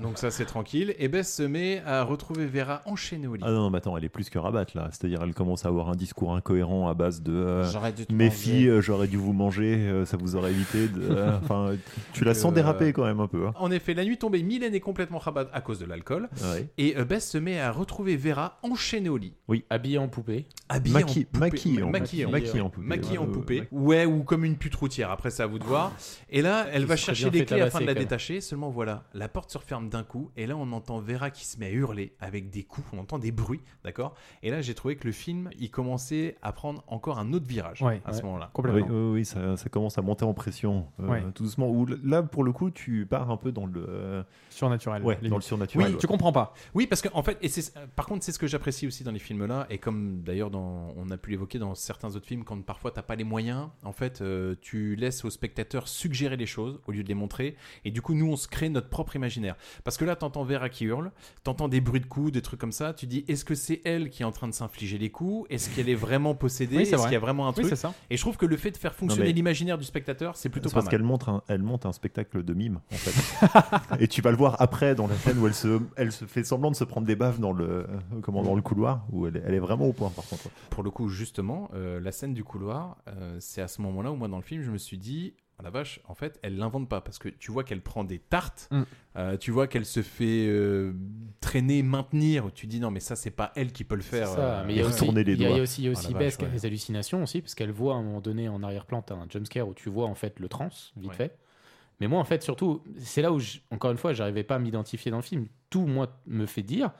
[SPEAKER 2] Donc ça c'est tranquille et Bess se met à retrouver Vera enchaînée au lit.
[SPEAKER 8] Ah non, mais attends, elle est plus que rabatte là. C'est-à-dire, elle commence à avoir un discours incohérent à base de euh,
[SPEAKER 2] J'aurais dû te
[SPEAKER 8] mes
[SPEAKER 2] manger.
[SPEAKER 8] filles, euh, j'aurais dû vous manger, euh, ça vous aurait évité. de- euh, Enfin, tu la sens
[SPEAKER 2] Euh,
[SPEAKER 8] déraper quand même un peu. hein.
[SPEAKER 2] En effet, la nuit tombée, Mylène est complètement rabatte à cause de l'alcool
[SPEAKER 8] Ouais.
[SPEAKER 2] et euh, Bess se met à retrouver Vera sera enchaînée au lit.
[SPEAKER 9] Oui. Habillée en poupée.
[SPEAKER 2] Habillée
[SPEAKER 8] Maquille-
[SPEAKER 2] en poupée.
[SPEAKER 8] maquille en-
[SPEAKER 2] Maquillée
[SPEAKER 8] maquille en poupée.
[SPEAKER 2] Maquillée en
[SPEAKER 8] Euh,
[SPEAKER 2] poupée. Ouais, ou comme une pute routière. Après, c'est à vous de voir. Et là, elle
[SPEAKER 8] Qui
[SPEAKER 2] va
[SPEAKER 8] se serait
[SPEAKER 2] chercher
[SPEAKER 8] bien
[SPEAKER 2] les
[SPEAKER 8] fait
[SPEAKER 2] clés afin
[SPEAKER 8] tabasser,
[SPEAKER 2] de la
[SPEAKER 8] quand même.
[SPEAKER 2] détacher. Seulement, voilà, la porte se referme d'un coup. Et là, on entend Vera qui se met à hurler avec des coups. On entend des bruits, d'accord Et là, j'ai trouvé que le film, il commençait à prendre encore un autre virage à ce moment-là.
[SPEAKER 8] Oui, oui, oui, ça, ça commence à monter en pression euh,
[SPEAKER 2] Ouais.
[SPEAKER 8] tout doucement. Où, l- là, pour le coup, tu pars un peu dans le
[SPEAKER 2] Ah,
[SPEAKER 5] surnaturel.
[SPEAKER 8] Ouais, dans le surnaturel.
[SPEAKER 5] pas.
[SPEAKER 2] Oui, parce que en fait, et c'est- par contre, c'est ce que j'apprécie aussi dans les films là, et comme d'ailleurs dans- on a pu l'évoquer dans certains autres films, quand parfois t'as pas les moyens, en fait, euh, tu laisses aux spectateurs suggérer les choses au lieu de les montrer, et du coup, nous, on se crée notre propre imaginaire. Parce que là, t'entends Vera qui hurle, t'entends des bruits de coups, des trucs comme ça, tu dis, est-ce que c'est elle qui est en train de s'infliger les coups Est-ce qu'elle est vraiment possédée
[SPEAKER 5] Oui, c'est
[SPEAKER 2] Est-ce
[SPEAKER 5] vrai.
[SPEAKER 2] qu'il y a vraiment un
[SPEAKER 5] Oui,
[SPEAKER 2] truc
[SPEAKER 5] c'est ça.
[SPEAKER 2] Et je trouve que le fait de faire fonctionner
[SPEAKER 8] mais-
[SPEAKER 2] l'imaginaire du spectateur, c'est plutôt
[SPEAKER 8] C'est
[SPEAKER 2] pas
[SPEAKER 8] parce
[SPEAKER 2] mal.
[SPEAKER 8] qu'elle montre, un, elle monte un spectacle de mime, en fait. et tu vas le voir après dans la scène où elle se, elle se fait semblant de se prendre des baves dans le, euh, comment,
[SPEAKER 2] Mm.
[SPEAKER 8] dans le couloir, où elle, est- elle est vraiment au point, par contre.
[SPEAKER 2] Pour le coup, justement, euh, la scène du couloir, euh, c'est à ce moment-là où moi dans le film, je me suis dit, ah la vache, en fait, elle l'invente pas parce que tu vois qu'elle prend des tartes,
[SPEAKER 5] Mm.
[SPEAKER 2] euh, tu vois qu'elle se fait euh, traîner, maintenir. Tu dis non, mais ça c'est pas elle qui peut le faire.
[SPEAKER 9] C'est ça,
[SPEAKER 2] euh,
[SPEAKER 9] mais il y a
[SPEAKER 2] euh,
[SPEAKER 9] aussi, il y a aussi, il y a
[SPEAKER 2] Ah,
[SPEAKER 9] aussi
[SPEAKER 2] la
[SPEAKER 9] Bess
[SPEAKER 2] vache,
[SPEAKER 9] qui a
[SPEAKER 2] ouais.
[SPEAKER 9] des hallucinations aussi, parce qu'elle voit à un moment donné en arrière-plan, t'as un jumpscare où tu vois en fait le trans, vite
[SPEAKER 2] Ouais.
[SPEAKER 9] fait. Mais moi, en fait, surtout, c'est là où, je- encore une fois, j'arrivais pas à m'identifier dans le film. Tout, moi, me fait dire,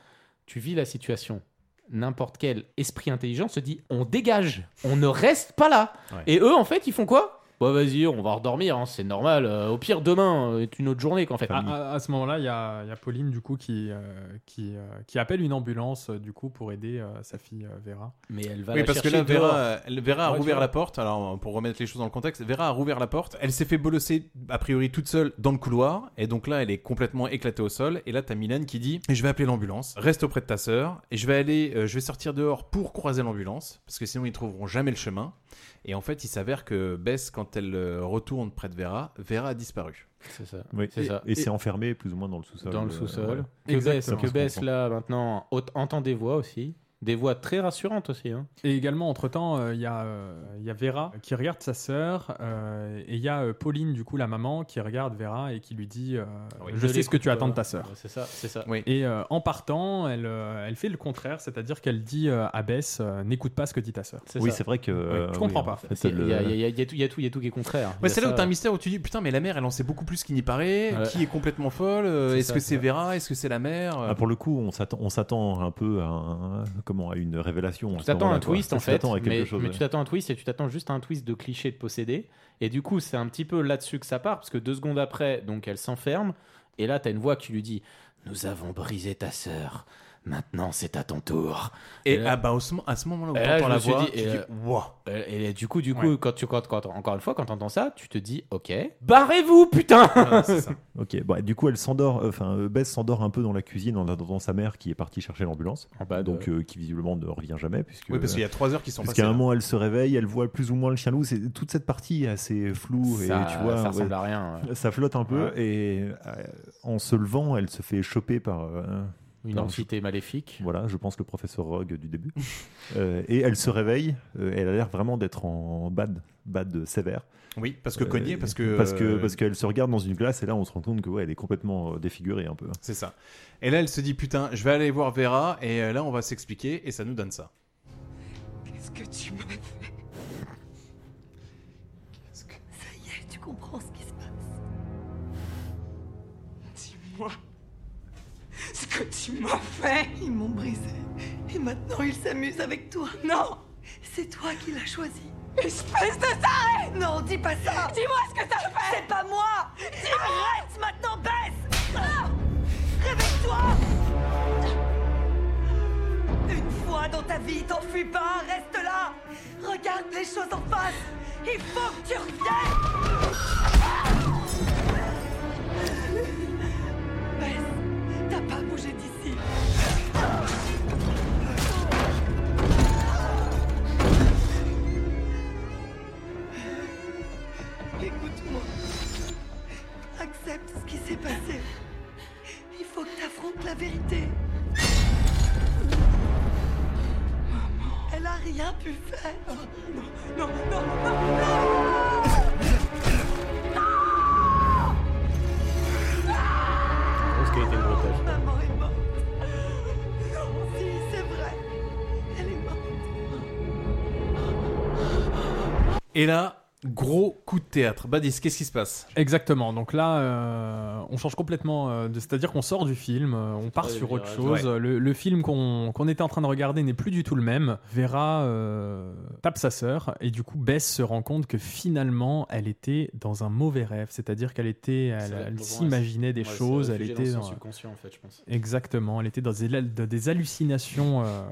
[SPEAKER 9] tu vis la situation. N'importe quel esprit intelligent se dit, on dégage, on ne reste pas là.
[SPEAKER 17] Ouais.
[SPEAKER 9] Et eux, en fait, ils font quoi Bah vas-y, on va redormir, hein, c'est normal. euh, au pire, demain euh, est une autre journée, qu'en fait. Ah,
[SPEAKER 5] À, à- à ce moment-là, il y a, il y a Pauline du coup qui euh, qui, euh, qui appelle une ambulance euh, du coup pour aider euh, sa fille euh, Vera.
[SPEAKER 9] ah. Mais elle
[SPEAKER 2] oui, parce que là, Vera, euh, elle- Vera a
[SPEAKER 5] Ouais, tu
[SPEAKER 2] rouvert
[SPEAKER 5] vois.
[SPEAKER 2] la porte. Alors, pour remettre les choses dans le contexte, Vera a rouvert la porte. Elle s'est fait bolosser, a priori, toute seule dans le couloir. Et donc là, elle est complètement éclatée au sol. Et là, t'as Mylène qui dit Je vais appeler l'ambulance, reste auprès de ta sœur. Et je vais aller, euh, je vais sortir dehors pour croiser l'ambulance. Parce que sinon, ils trouveront jamais le chemin. Et en fait, il s'avère que Bess, quand elle euh, retourne près de Vera, Vera a disparu.
[SPEAKER 9] C'est ça.
[SPEAKER 8] Oui.
[SPEAKER 9] C'est ça.
[SPEAKER 8] Et, c'est enfermé plus ou moins dans le sous-sol.
[SPEAKER 9] Dans le
[SPEAKER 8] euh,
[SPEAKER 9] sous-sol.
[SPEAKER 8] ouais.
[SPEAKER 9] Que Bess,
[SPEAKER 8] Exactement.
[SPEAKER 9] que Bess, là, maintenant, ent- entend des voix aussi. Des voix très rassurantes aussi. hein.
[SPEAKER 5] Et également, entre-temps, euh, il y, a, euh, il y a Vera qui regarde sa sœur, euh, et il y a euh, Pauline, du coup, la maman, qui regarde Vera et qui lui dit euh,
[SPEAKER 9] Ah oui,
[SPEAKER 5] Je
[SPEAKER 9] ne
[SPEAKER 5] sais ce que
[SPEAKER 9] l'écoute euh.
[SPEAKER 5] tu attends
[SPEAKER 9] pas.
[SPEAKER 5] de ta sœur.
[SPEAKER 9] Ouais, c'est ça, c'est ça.
[SPEAKER 5] Et euh, en partant, elle, euh, elle fait le contraire, c'est-à-dire qu'elle dit euh, à Bess euh, N'écoute pas ce que dit ta sœur.
[SPEAKER 8] Oui, c'est vrai que. euh,
[SPEAKER 5] je comprends
[SPEAKER 8] oui,
[SPEAKER 5] pas.
[SPEAKER 8] en fait,
[SPEAKER 9] C'est- Il
[SPEAKER 8] elle,
[SPEAKER 9] y, a-
[SPEAKER 8] euh,
[SPEAKER 9] il y a- il y a tout- il y a tout il y a tout qui est contraire. Il y
[SPEAKER 2] Ouais,
[SPEAKER 9] a
[SPEAKER 2] c'est là
[SPEAKER 9] ça.
[SPEAKER 2] où t'as un mystère où tu dis Putain, mais la mère, elle en sait beaucoup plus qu'il n'y paraît.
[SPEAKER 9] Ouais.
[SPEAKER 2] Qui est complètement folle Euh,
[SPEAKER 9] C'est
[SPEAKER 2] Est-ce
[SPEAKER 9] ça,
[SPEAKER 2] que
[SPEAKER 9] c'est
[SPEAKER 2] c'est
[SPEAKER 9] ça.
[SPEAKER 2] Vera Est-ce que c'est la mère
[SPEAKER 8] Ah, pour le coup, on s'attend, on s'attend un peu à, un- comment, à une révélation.
[SPEAKER 9] Tu t'attends à un twist en fait,
[SPEAKER 8] à quelque
[SPEAKER 9] mais,
[SPEAKER 8] chose.
[SPEAKER 9] mais
[SPEAKER 8] ouais.
[SPEAKER 9] tu t'attends à un twist et tu t'attends juste à un twist de cliché de possédé. Et du coup, c'est un petit peu là-dessus que ça part, parce que deux secondes après, donc elle s'enferme, et là, t'as une voix qui lui dit Nous avons brisé ta sœur, maintenant c'est à ton tour.
[SPEAKER 2] Et, ah bah, au ce- à ce moment-là où
[SPEAKER 9] euh, Et là, je
[SPEAKER 2] t'entends
[SPEAKER 9] me
[SPEAKER 2] la
[SPEAKER 9] suis
[SPEAKER 2] voix,
[SPEAKER 9] dit,
[SPEAKER 2] tu
[SPEAKER 9] et,
[SPEAKER 2] dis
[SPEAKER 9] euh,
[SPEAKER 2] Waouh
[SPEAKER 9] euh, Et, du coup, du coup, quand tu, quand, quand- encore une fois, quand t'entends ça, tu te dis Ok, barrez-vous, putain
[SPEAKER 8] Ok, bah, du coup, elle s'endort, enfin, euh, Bess s'endort un peu dans la cuisine en attendant sa mère qui est partie chercher l'ambulance. donc, euh, qui visiblement ne revient jamais. Puisque,
[SPEAKER 2] Oui, parce qu'il y a trois heures qui sont
[SPEAKER 8] Parce
[SPEAKER 2] passées,
[SPEAKER 8] qu'à un
[SPEAKER 2] là.
[SPEAKER 8] moment, elle se réveille, elle voit plus ou moins le chien loup. C'est- Toute cette partie est assez floue.
[SPEAKER 9] Ça-
[SPEAKER 8] euh, et, tu vois,
[SPEAKER 9] ça ressemble à rien, euh, ouais.
[SPEAKER 8] Ça flotte un peu. Et euh, en se levant, elle se fait choper par. euh,
[SPEAKER 9] Une
[SPEAKER 8] par-
[SPEAKER 9] entité maléfique.
[SPEAKER 8] Voilà, je pense le professeur Rogue du début. Euh, et elle se réveille, euh, elle a l'air vraiment d'être en bad, bad sévère.
[SPEAKER 2] Oui, parce que cognée, parce que-
[SPEAKER 8] Euh,
[SPEAKER 2] euh,
[SPEAKER 8] Parce que parce qu'elle se regarde dans une glace et là on se rend compte que ouais, elle est complètement euh, défigurée un peu.
[SPEAKER 2] C'est ça. Et là, elle se dit putain, je vais aller voir Vera et euh, là, on va s'expliquer et ça nous donne ça.
[SPEAKER 11] Qu'est-ce que tu m'as fait Qu'est-ce que... Ça y est, tu comprends ce qui se passe. Dis-moi ce que tu m'as fait. Ils m'ont brisé. Et maintenant, ils s'amusent avec toi. Non C'est toi qui l'as choisi. Espèce de taré Non, dis pas ça Dis-moi ce que t'as fait C'est pas moi Arrête maintenant, baisse Réveille-toi une fois dans ta vie, t'enfuis pas, reste là Regarde les choses en face Il faut que tu reviennes Bess, t'as pas bougé d'ici Écoute-moi. Accepte ce qui s'est passé. Il faut que t'affrontes la vérité. Elle a rien pu faire. Non, non, non, non, non. Maman est morte. Non, si, c'est vrai.
[SPEAKER 2] Et là, gros coup de théâtre. Badis, qu'est-ce qui se passe
[SPEAKER 5] Exactement. Donc là, euh, on change complètement. euh, de- C'est-à-dire qu'on sort du film, euh, on part
[SPEAKER 17] Ouais,
[SPEAKER 5] sur
[SPEAKER 17] le
[SPEAKER 5] autre
[SPEAKER 17] virage.
[SPEAKER 5] chose.
[SPEAKER 17] Ouais.
[SPEAKER 5] Le, le film qu'on qu'on était en train de regarder n'est plus du tout le même. Vera euh, tape sa sœur et du coup, Bess se rend compte que finalement, elle était dans un mauvais rêve. C'est-à-dire qu'elle était, elle,
[SPEAKER 17] Ça,
[SPEAKER 5] elle
[SPEAKER 17] pour moi,
[SPEAKER 5] s'imaginait des
[SPEAKER 17] ouais, c'est
[SPEAKER 5] choses. Elle
[SPEAKER 17] réfugié
[SPEAKER 5] était
[SPEAKER 17] dans son
[SPEAKER 5] dans-
[SPEAKER 17] subconscient, en fait, je pense.
[SPEAKER 5] Exactement. Elle était dans des, dans des hallucinations. euh,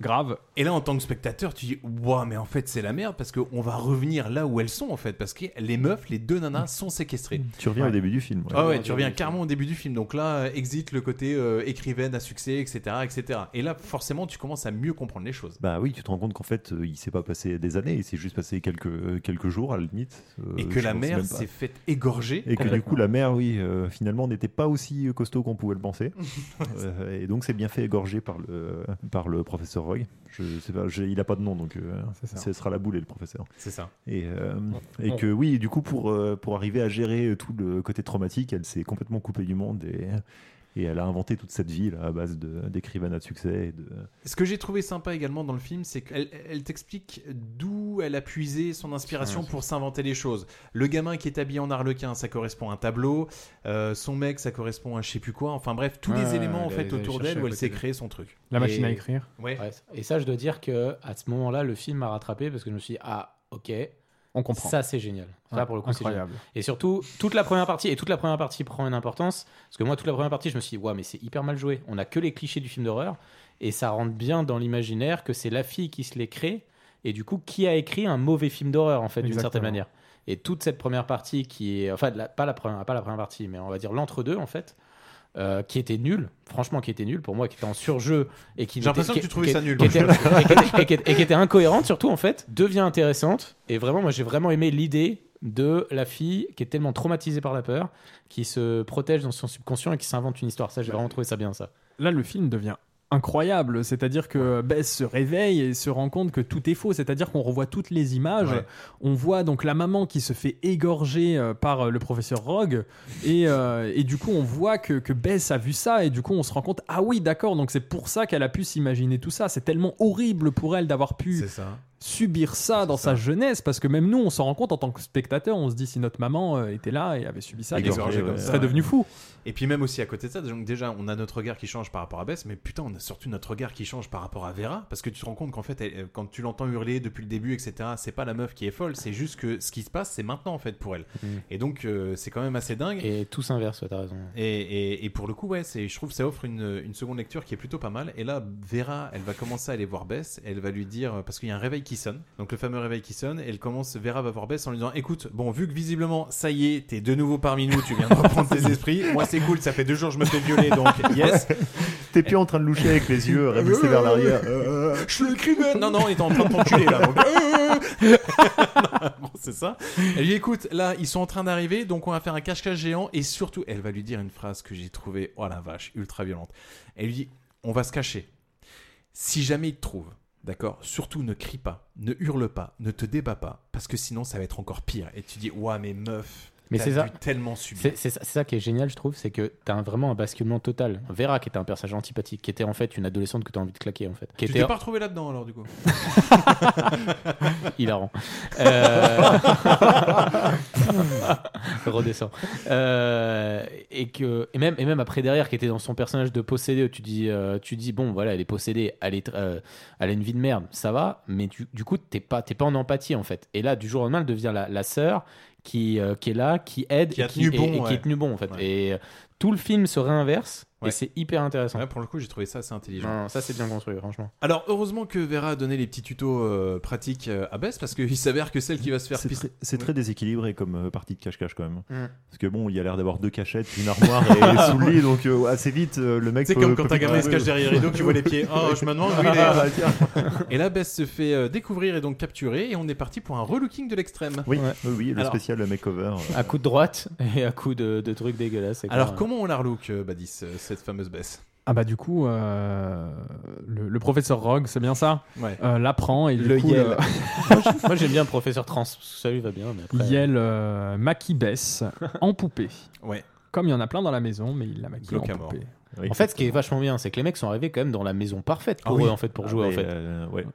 [SPEAKER 5] grave.
[SPEAKER 2] Et là, en tant que spectateur, tu dis Waouh, mais en fait, c'est la merde parce qu'on va revenir là où elles sont en fait. Parce que les meufs, les deux nanas sont séquestrées.
[SPEAKER 8] Tu reviens au début du film.
[SPEAKER 2] Ah ouais, tu reviens carrément au début du film. Donc là, euh, exit le côté euh, écrivaine à succès, etc., etc. Et là, forcément, tu commences à mieux comprendre les choses.
[SPEAKER 8] Bah oui, tu te rends compte qu'en fait, euh, il s'est pas passé des années, il s'est juste passé quelques, euh, quelques jours à la limite. euh,
[SPEAKER 2] Et que
[SPEAKER 8] je
[SPEAKER 2] la
[SPEAKER 8] pense
[SPEAKER 2] mère
[SPEAKER 8] même pas.
[SPEAKER 2] s'est faite égorger.
[SPEAKER 8] Et que du
[SPEAKER 2] Complètement.
[SPEAKER 8] coup, la mère, oui, euh, finalement, n'était pas aussi costaud qu'on pouvait le penser. Euh, et donc, c'est bien fait égorger par le, par le professeur Roy. Je sais pas, j'ai- il a pas de nom, donc euh,
[SPEAKER 5] ça.
[SPEAKER 8] ce sera la boule et le professeur.
[SPEAKER 2] C'est ça.
[SPEAKER 8] Et, euh,
[SPEAKER 5] On-
[SPEAKER 8] et
[SPEAKER 5] on-
[SPEAKER 8] que oui, du coup, pour, euh, pour arriver à gérer tout le côté traumatique, elle s'est complètement coupée du monde et, et elle a inventé toute cette vie là, à base de- d'écrivains à succès et de.
[SPEAKER 2] Ce que j'ai trouvé sympa également dans le film, c'est qu'elle elle t'explique d'où elle a puisé son inspiration
[SPEAKER 17] Ouais,
[SPEAKER 2] pour s'inventer les choses. Le gamin qui est habillé en arlequin, ça correspond à un tableau. Euh, son mec, ça correspond à je sais plus quoi. Enfin bref, tous les
[SPEAKER 17] Ouais,
[SPEAKER 2] éléments en
[SPEAKER 17] elle
[SPEAKER 2] fait
[SPEAKER 17] allait
[SPEAKER 2] autour
[SPEAKER 17] chercher
[SPEAKER 2] d'elle
[SPEAKER 17] à
[SPEAKER 2] où elle
[SPEAKER 17] côté
[SPEAKER 2] s'est
[SPEAKER 17] d'elle.
[SPEAKER 2] créée son truc.
[SPEAKER 5] La machine
[SPEAKER 17] Et-
[SPEAKER 5] à écrire.
[SPEAKER 2] Ouais.
[SPEAKER 9] Et ça, je dois dire que à ce moment-là, le film m'a rattrapé parce que je me suis dit, ah, ok.
[SPEAKER 5] On comprend.
[SPEAKER 9] Ça, c'est génial. Ça,
[SPEAKER 5] Ouais,
[SPEAKER 9] pour le coup, c'est
[SPEAKER 5] incroyable.
[SPEAKER 9] génial. Et surtout, toute la première partie, et toute la première partie prend une importance, parce que moi, toute la première partie, je me suis dit, ouais, mais c'est hyper mal joué. On a que les clichés du film d'horreur, et ça rentre bien dans l'imaginaire que c'est la fille qui se les crée, et du coup, qui a écrit un mauvais film d'horreur, en fait, d'une certaine
[SPEAKER 17] Exactement.
[SPEAKER 9] manière. Et toute cette première partie qui est, enfin, la- pas, la première, pas la première partie, mais on va dire l'entre-deux, en fait. euh, qui était nul, franchement qui était nul pour moi, qui était en surjeu et qui
[SPEAKER 2] J'ai
[SPEAKER 9] n'était-
[SPEAKER 2] l'impression que
[SPEAKER 9] qui-
[SPEAKER 2] tu trouvais
[SPEAKER 9] qui-
[SPEAKER 2] ça nul.
[SPEAKER 9] qui était- et qui était- et qui était- et qui était incohérente surtout en fait, devient intéressante. Et vraiment, moi j'ai vraiment aimé l'idée de la fille qui est tellement traumatisée par la peur, qui se protège dans son subconscient et qui s'invente une histoire. Ça, j'ai vraiment trouvé ça bien ça.
[SPEAKER 5] Là, le film devient incroyable, c'est-à-dire que Bess se réveille et se rend compte que tout est faux, c'est-à-dire qu'on revoit toutes les images,
[SPEAKER 17] Ouais.
[SPEAKER 5] on voit donc la maman qui se fait égorger euh, par euh, le professeur Rogue, et, euh, et du coup on voit que, que Bess a vu ça, et du coup on se rend compte, ah oui d'accord, donc c'est pour ça qu'elle a pu s'imaginer tout ça, c'est tellement horrible pour elle d'avoir pu subir ça dans sa jeunesse, parce que même nous on s'en rend compte en tant que spectateur, on se dit si notre maman euh, était là et avait subi ça,
[SPEAKER 2] Il est gorgé comme
[SPEAKER 5] elle
[SPEAKER 2] ça,
[SPEAKER 5] serait
[SPEAKER 2] ouais.
[SPEAKER 5] devenue fou.
[SPEAKER 2] Et puis même aussi à côté de ça, donc déjà on a notre regard qui change par rapport à Bess, mais putain on a surtout notre regard qui change par rapport à Vera, parce que tu te rends compte qu'en fait elle- quand tu l'entends hurler depuis le début, etc., c'est pas la meuf qui est folle, c'est juste que ce qui se passe c'est maintenant en fait pour elle.
[SPEAKER 9] Mm.
[SPEAKER 2] Et donc euh, c'est quand même assez dingue.
[SPEAKER 9] Et tout s'inverse, ouais, t'as raison.
[SPEAKER 2] Et, et- et pour le coup, ouais, c'est, je trouve que ça offre une, une seconde lecture qui est plutôt pas mal. Et là, Vera, elle va commencer à aller voir Bess. Elle va lui dire, parce qu'il y a un réveil qui sonne. Donc le fameux réveil qui sonne. Elle commence, Vera va voir Bess en lui disant, écoute, bon, vu que visiblement, ça y est, t'es de nouveau parmi nous, tu viens de reprendre tes esprits. Moi, c'est cool, ça fait deux jours que je me fais violer, donc yes.
[SPEAKER 8] T'es plus en train de loucher avec les yeux rabaissés vers l'arrière. Euh,
[SPEAKER 2] Je suis le criminel. Non, non, on est en train de t'enculer là. donc, euh. Bon, c'est ça. Elle lui dit, écoute, là, ils sont en train d'arriver, donc on va faire un cache-cache géant. Et surtout, elle va lui dire une phrase que j'ai trouvée, oh la vache, ultra violente. Elle lui dit, on va se cacher. Si jamais ils te trouvent, d'accord, surtout ne crie pas, ne hurle pas, ne te débat pas, parce que sinon ça va être encore pire. Et tu dis, ouais, mais meuf,
[SPEAKER 9] Mais
[SPEAKER 2] t'as
[SPEAKER 9] c'est ça.
[SPEAKER 2] dû tellement subi.
[SPEAKER 9] C'est c'est ça, c'est ça qui est génial, je trouve, c'est que t'as un- vraiment un basculement total. Vera, qui était un personnage antipathique, qui était en fait une adolescente que t'as envie de claquer, en fait. Qui
[SPEAKER 2] Tu
[SPEAKER 9] était-
[SPEAKER 2] t'es pas retrouvé là-dedans alors du coup
[SPEAKER 9] Hilarant. Euh... Redescends. Euh, Et, que... et, même, et même après derrière, qui était dans son personnage de possédé, où tu dis, euh, tu dis bon, voilà, elle est possédée, elle, est, tr- euh, elle a une vie de merde, ça va, mais du, du coup, t'es pas, t'es pas en empathie, en fait. Et là, du jour au lendemain, elle devient la, la sœur qui, euh, qui est là, qui aide,
[SPEAKER 2] Qui a
[SPEAKER 9] et
[SPEAKER 2] tenu bon,
[SPEAKER 9] et- et qui
[SPEAKER 2] ouais.
[SPEAKER 9] est tenue bon, en fait. Et euh, tout le film se réinverse,
[SPEAKER 2] Ouais.
[SPEAKER 9] et c'est hyper intéressant.
[SPEAKER 2] pour le coup, j'ai trouvé ça assez intelligent.
[SPEAKER 9] Non, ça, c'est bien construit, franchement.
[SPEAKER 2] Alors heureusement que Vera a donné les petits tutos euh, pratiques euh, à Bess parce qu'il s'avère que celle qui va se faire
[SPEAKER 8] C'est
[SPEAKER 2] piste-
[SPEAKER 8] très, c'est très déséquilibré comme euh, partie de cache-cache quand même. hein.
[SPEAKER 2] Mm.
[SPEAKER 8] Parce que bon, il y a l'air d'avoir deux cachettes, une armoire et sous le lit, donc euh, assez vite euh, le mec.
[SPEAKER 2] C'est
[SPEAKER 8] peut-
[SPEAKER 2] comme quand
[SPEAKER 8] peut
[SPEAKER 2] t'as
[SPEAKER 8] vite
[SPEAKER 2] gamin se
[SPEAKER 8] tomber.
[SPEAKER 2] cache derrière les rideaux, tu vois les pieds. Oh, je me demande où il est.
[SPEAKER 8] Ah, bah, tiens.
[SPEAKER 2] et là, Bess se fait euh, découvrir et donc capturer, et on est parti pour un relooking de l'extrême.
[SPEAKER 8] Oui, oui, oui, le
[SPEAKER 2] Alors-
[SPEAKER 8] spécial makeover. euh,
[SPEAKER 9] À coup de droite et à coup de, de trucs dégueulasses. c'est
[SPEAKER 2] Alors,
[SPEAKER 9] clair.
[SPEAKER 2] comment on la relook, euh, Badis, euh, cette fameuse Bess
[SPEAKER 5] Ah bah du coup, euh, le, le professeur Rogue, c'est bien ça
[SPEAKER 2] Ouais.
[SPEAKER 5] Euh, L'apprend et du
[SPEAKER 9] Le
[SPEAKER 5] coup,
[SPEAKER 9] Yel.
[SPEAKER 5] le-
[SPEAKER 9] Moi, j'- Moi j'aime bien le professeur trans, parce que ça lui va bien. Mais après...
[SPEAKER 5] Yel euh, maquille Bess en poupée.
[SPEAKER 2] Ouais.
[SPEAKER 5] Comme il y en a plein dans la maison, mais il la maquille
[SPEAKER 9] Glauque à
[SPEAKER 5] en
[SPEAKER 9] mort.
[SPEAKER 5] poupée.
[SPEAKER 9] en fait, ce qui est vachement bien, c'est que les mecs sont arrivés quand même dans la maison parfaite pour
[SPEAKER 5] Ah oui.
[SPEAKER 9] eux en fait pour
[SPEAKER 5] Ah
[SPEAKER 9] jouer en
[SPEAKER 5] mais,
[SPEAKER 9] fait.
[SPEAKER 8] euh, ouais.